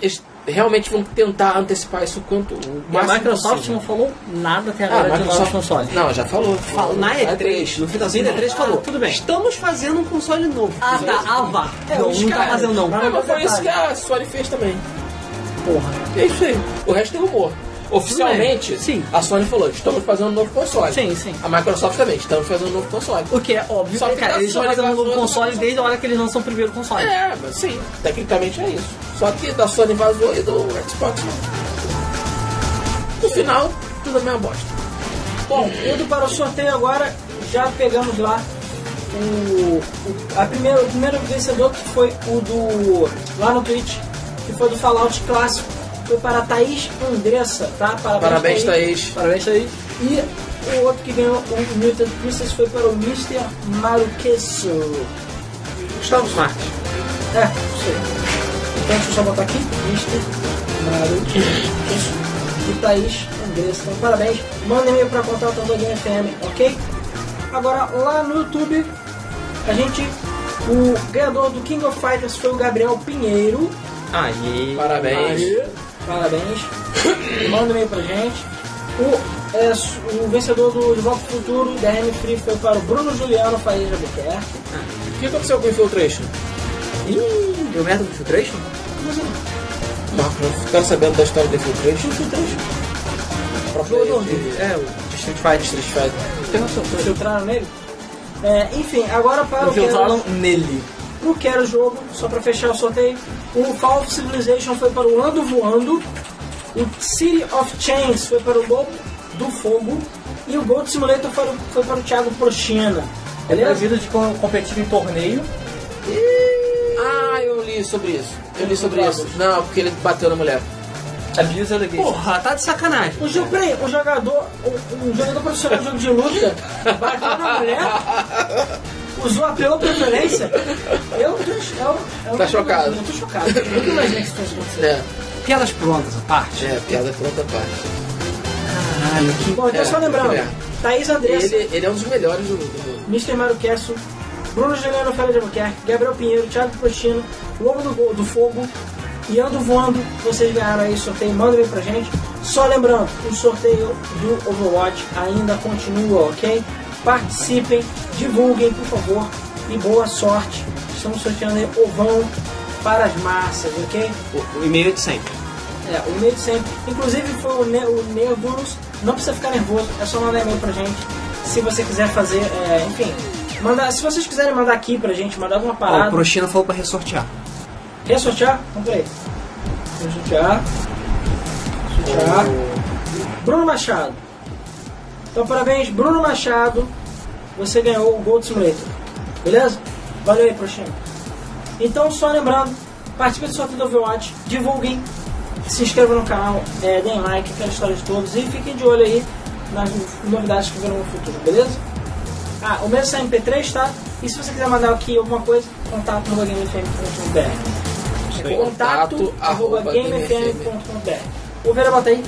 Speaker 1: eles realmente vão tentar antecipar isso o quanto o
Speaker 6: E a
Speaker 1: máximo
Speaker 6: Microsoft
Speaker 1: possível.
Speaker 6: não falou nada até
Speaker 1: Ah,
Speaker 6: agora de novos
Speaker 1: Microsoft-
Speaker 6: consoles.
Speaker 1: Não, já falou.
Speaker 4: Fala- Na
Speaker 1: Já
Speaker 4: E3, no finalzinho da E3 falou,
Speaker 6: tudo bem.
Speaker 4: estamos fazendo um console novo.
Speaker 6: Ah, tá, ah, vá. não,
Speaker 1: os
Speaker 6: não tá
Speaker 1: caras-
Speaker 6: fazendo não.
Speaker 1: Ah, mas foi isso que a Sony fez também.
Speaker 6: Porra.
Speaker 1: É isso aí. O resto é rumor. Oficialmente,
Speaker 6: Sim.
Speaker 1: a Sony falou, estamos fazendo um novo console.
Speaker 6: Sim, sim.
Speaker 1: A Microsoft também, estamos fazendo um novo console.
Speaker 6: O que é óbvio,
Speaker 1: Só
Speaker 6: né,
Speaker 1: que
Speaker 6: cara,
Speaker 1: tá
Speaker 6: eles estão
Speaker 1: Sony
Speaker 6: fazendo um novo
Speaker 1: vazando,
Speaker 6: console
Speaker 1: vazando.
Speaker 6: desde a hora que eles lançam o primeiro console.
Speaker 1: É, mas sim, tecnicamente é isso. Só que da Sony vazou e do Xbox não. No final, tudo a mesma bosta.
Speaker 2: Bom, indo para o sorteio agora, já pegamos lá o, o- a primeira, o primeiro vencedor que foi o do. lá no Twitch, que foi do Fallout Clássico. Foi para a Thaís Andressa, tá? Parabéns,
Speaker 1: Parabéns, Thaís.
Speaker 6: Parabéns aí.
Speaker 2: E o outro que ganhou o Mutant Princess foi para o Mr. Maruqueso.
Speaker 4: Gustavo Smart.
Speaker 2: É, sei. Então deixa eu só botar aqui. Mr. Maruqueso. E Thaís Andressa. Então parabéns. Manda e-mail para contato.game FM, ok? Agora lá no YouTube a gente. O ganhador do King of Fighters foi o Gabriel Pinheiro.
Speaker 4: Aí.
Speaker 1: Parabéns.
Speaker 2: Aí, parabéns. Manda um e-mail pra gente. O, é, su- o vencedor do De Volta ao Futuro, da M Free, foi para o Bruno Juliano Faria de Albuquerque.
Speaker 1: O que aconteceu com o Infiltration?
Speaker 4: Ih, deu merda no Filtration?
Speaker 1: Marco, não ficaram sabendo da história do Infiltration? Infiltration. Pro player de-
Speaker 4: É, o Street Fighter.
Speaker 1: Street Fighter.
Speaker 2: Filtraram nele. É, enfim, agora para o
Speaker 6: Infiltraram
Speaker 2: quero,
Speaker 6: nele.
Speaker 2: pro quero Jogo, só para fechar o sorteio, o Fall of Civilization foi para o Ando Voando, o City of Chains foi para o Lobo do Fogo e o Gold Simulator foi, foi para o Thiago Prochina.
Speaker 6: É
Speaker 2: Beleza?
Speaker 6: proibido de com- competir em torneio.
Speaker 1: Ah, eu li sobre isso. Eu li sobre isso. Não, porque ele bateu na mulher.
Speaker 6: Abuse allegation.
Speaker 4: Porra, tá de sacanagem.
Speaker 2: O jogo, peraí, o jogador, um, um jogador profissional de jogo de luta, bateu na mulher, usou a pela preferência. Eu tô, eu, eu
Speaker 1: Tá chocado.
Speaker 2: Eu tô chocado. Eu nunca imaginei que tá isso fosse acontecer.
Speaker 1: É,
Speaker 4: Piadas prontas à parte.
Speaker 1: é piada por outra parte.
Speaker 4: Caralho, que
Speaker 2: Bom, então
Speaker 1: É,
Speaker 2: só lembrando,
Speaker 1: é.
Speaker 2: Thaís Andressa,
Speaker 1: Ele, ele é um dos melhores do mundo.
Speaker 2: Mr. Mário Kesso, Bruno Juliano Ferreira de Albuquerque, Gabriel Pinheiro, Thiago Postino, Lobo do, Gol- do Fogo e Ando Voando. Vocês ganharam aí o sorteio, manda bem pra gente. Só lembrando, o sorteio do Overwatch ainda continua, ok? Participem, divulguem, por favor, e boa sorte. Estamos sorteando aí ovão para as massas, ok?
Speaker 4: O, o e-mail é de sempre.
Speaker 2: É, o meio de sempre. Inclusive foi o, ne o Nervous. Não precisa ficar nervoso, é só mandar e-mail pra gente. Se você quiser fazer, é, enfim. Mandar, se vocês quiserem mandar aqui pra gente, mandar alguma
Speaker 4: Ó, o
Speaker 2: parada.
Speaker 4: Prochina falou pra ressortear.
Speaker 2: Ressortear? Vamos ver. Ressortear. Ressortear. Bruno Machado. Então parabéns, Bruno Machado. Você ganhou o Gold Simulator. Beleza? Valeu aí, Proxima. Então só lembrando, participe do sorteio do Overwatch, divulguem, se inscrevam no canal, é, deem like, aquela história de todos e fiquem de olho aí nas novidades que virão no futuro, beleza? Ah, o meu é MP3, tá? E se você quiser mandar aqui alguma coisa, contato no gamefm.br.
Speaker 1: aí.
Speaker 2: Contato arroba
Speaker 1: Contato, arroba
Speaker 2: gamefm.br. O Vera bota aí.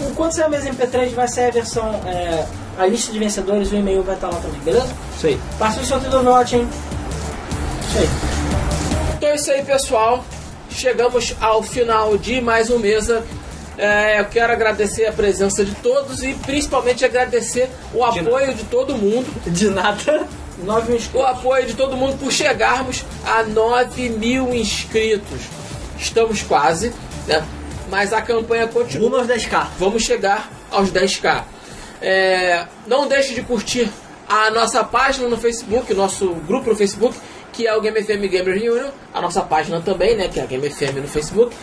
Speaker 2: Enquanto sair a mesa MP3, vai sair a versão, é, a lista de vencedores, o e-mail vai estar lá também, beleza?
Speaker 4: Isso aí.
Speaker 2: Passa o sorteio do Overwatch, hein? Isso aí.
Speaker 1: Então é isso aí, pessoal. Chegamos ao final de mais um Mesa. É, eu quero agradecer a presença de todos e principalmente agradecer o apoio de todo mundo.
Speaker 6: De nada.
Speaker 2: 9 mil
Speaker 1: O
Speaker 2: inscritos.
Speaker 1: apoio de todo mundo por chegarmos a 9 mil inscritos. Estamos quase, né? Mas a campanha continua.
Speaker 6: Rumo aos 10k.
Speaker 1: Vamos chegar aos 10k. É, não deixe de curtir a nossa página no Facebook, o nosso grupo no Facebook, que é o Game FM Gamer Reunion, a nossa página também, né, que é a Game FM no Facebook.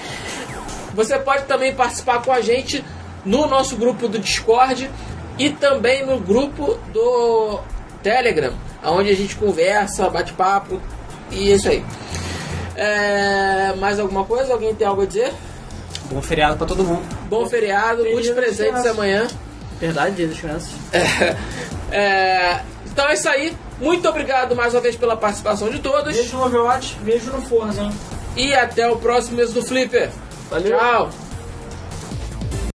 Speaker 1: Você pode também participar com a gente no nosso grupo do Discord e também no grupo do Telegram, onde a gente conversa, bate papo e é isso aí. É, mais alguma coisa? Alguém tem algo a dizer?
Speaker 4: Bom feriado pra todo mundo.
Speaker 1: Bom feriado, muitos presentes amanhã.
Speaker 6: Verdade, dia das crianças.
Speaker 1: É, então é isso aí. Muito obrigado mais uma vez pela participação de todos.
Speaker 2: Vejo no Overwatch, vejo no Forza, hein?
Speaker 1: E até o próximo mês do Flipper. Valeu. Tchau.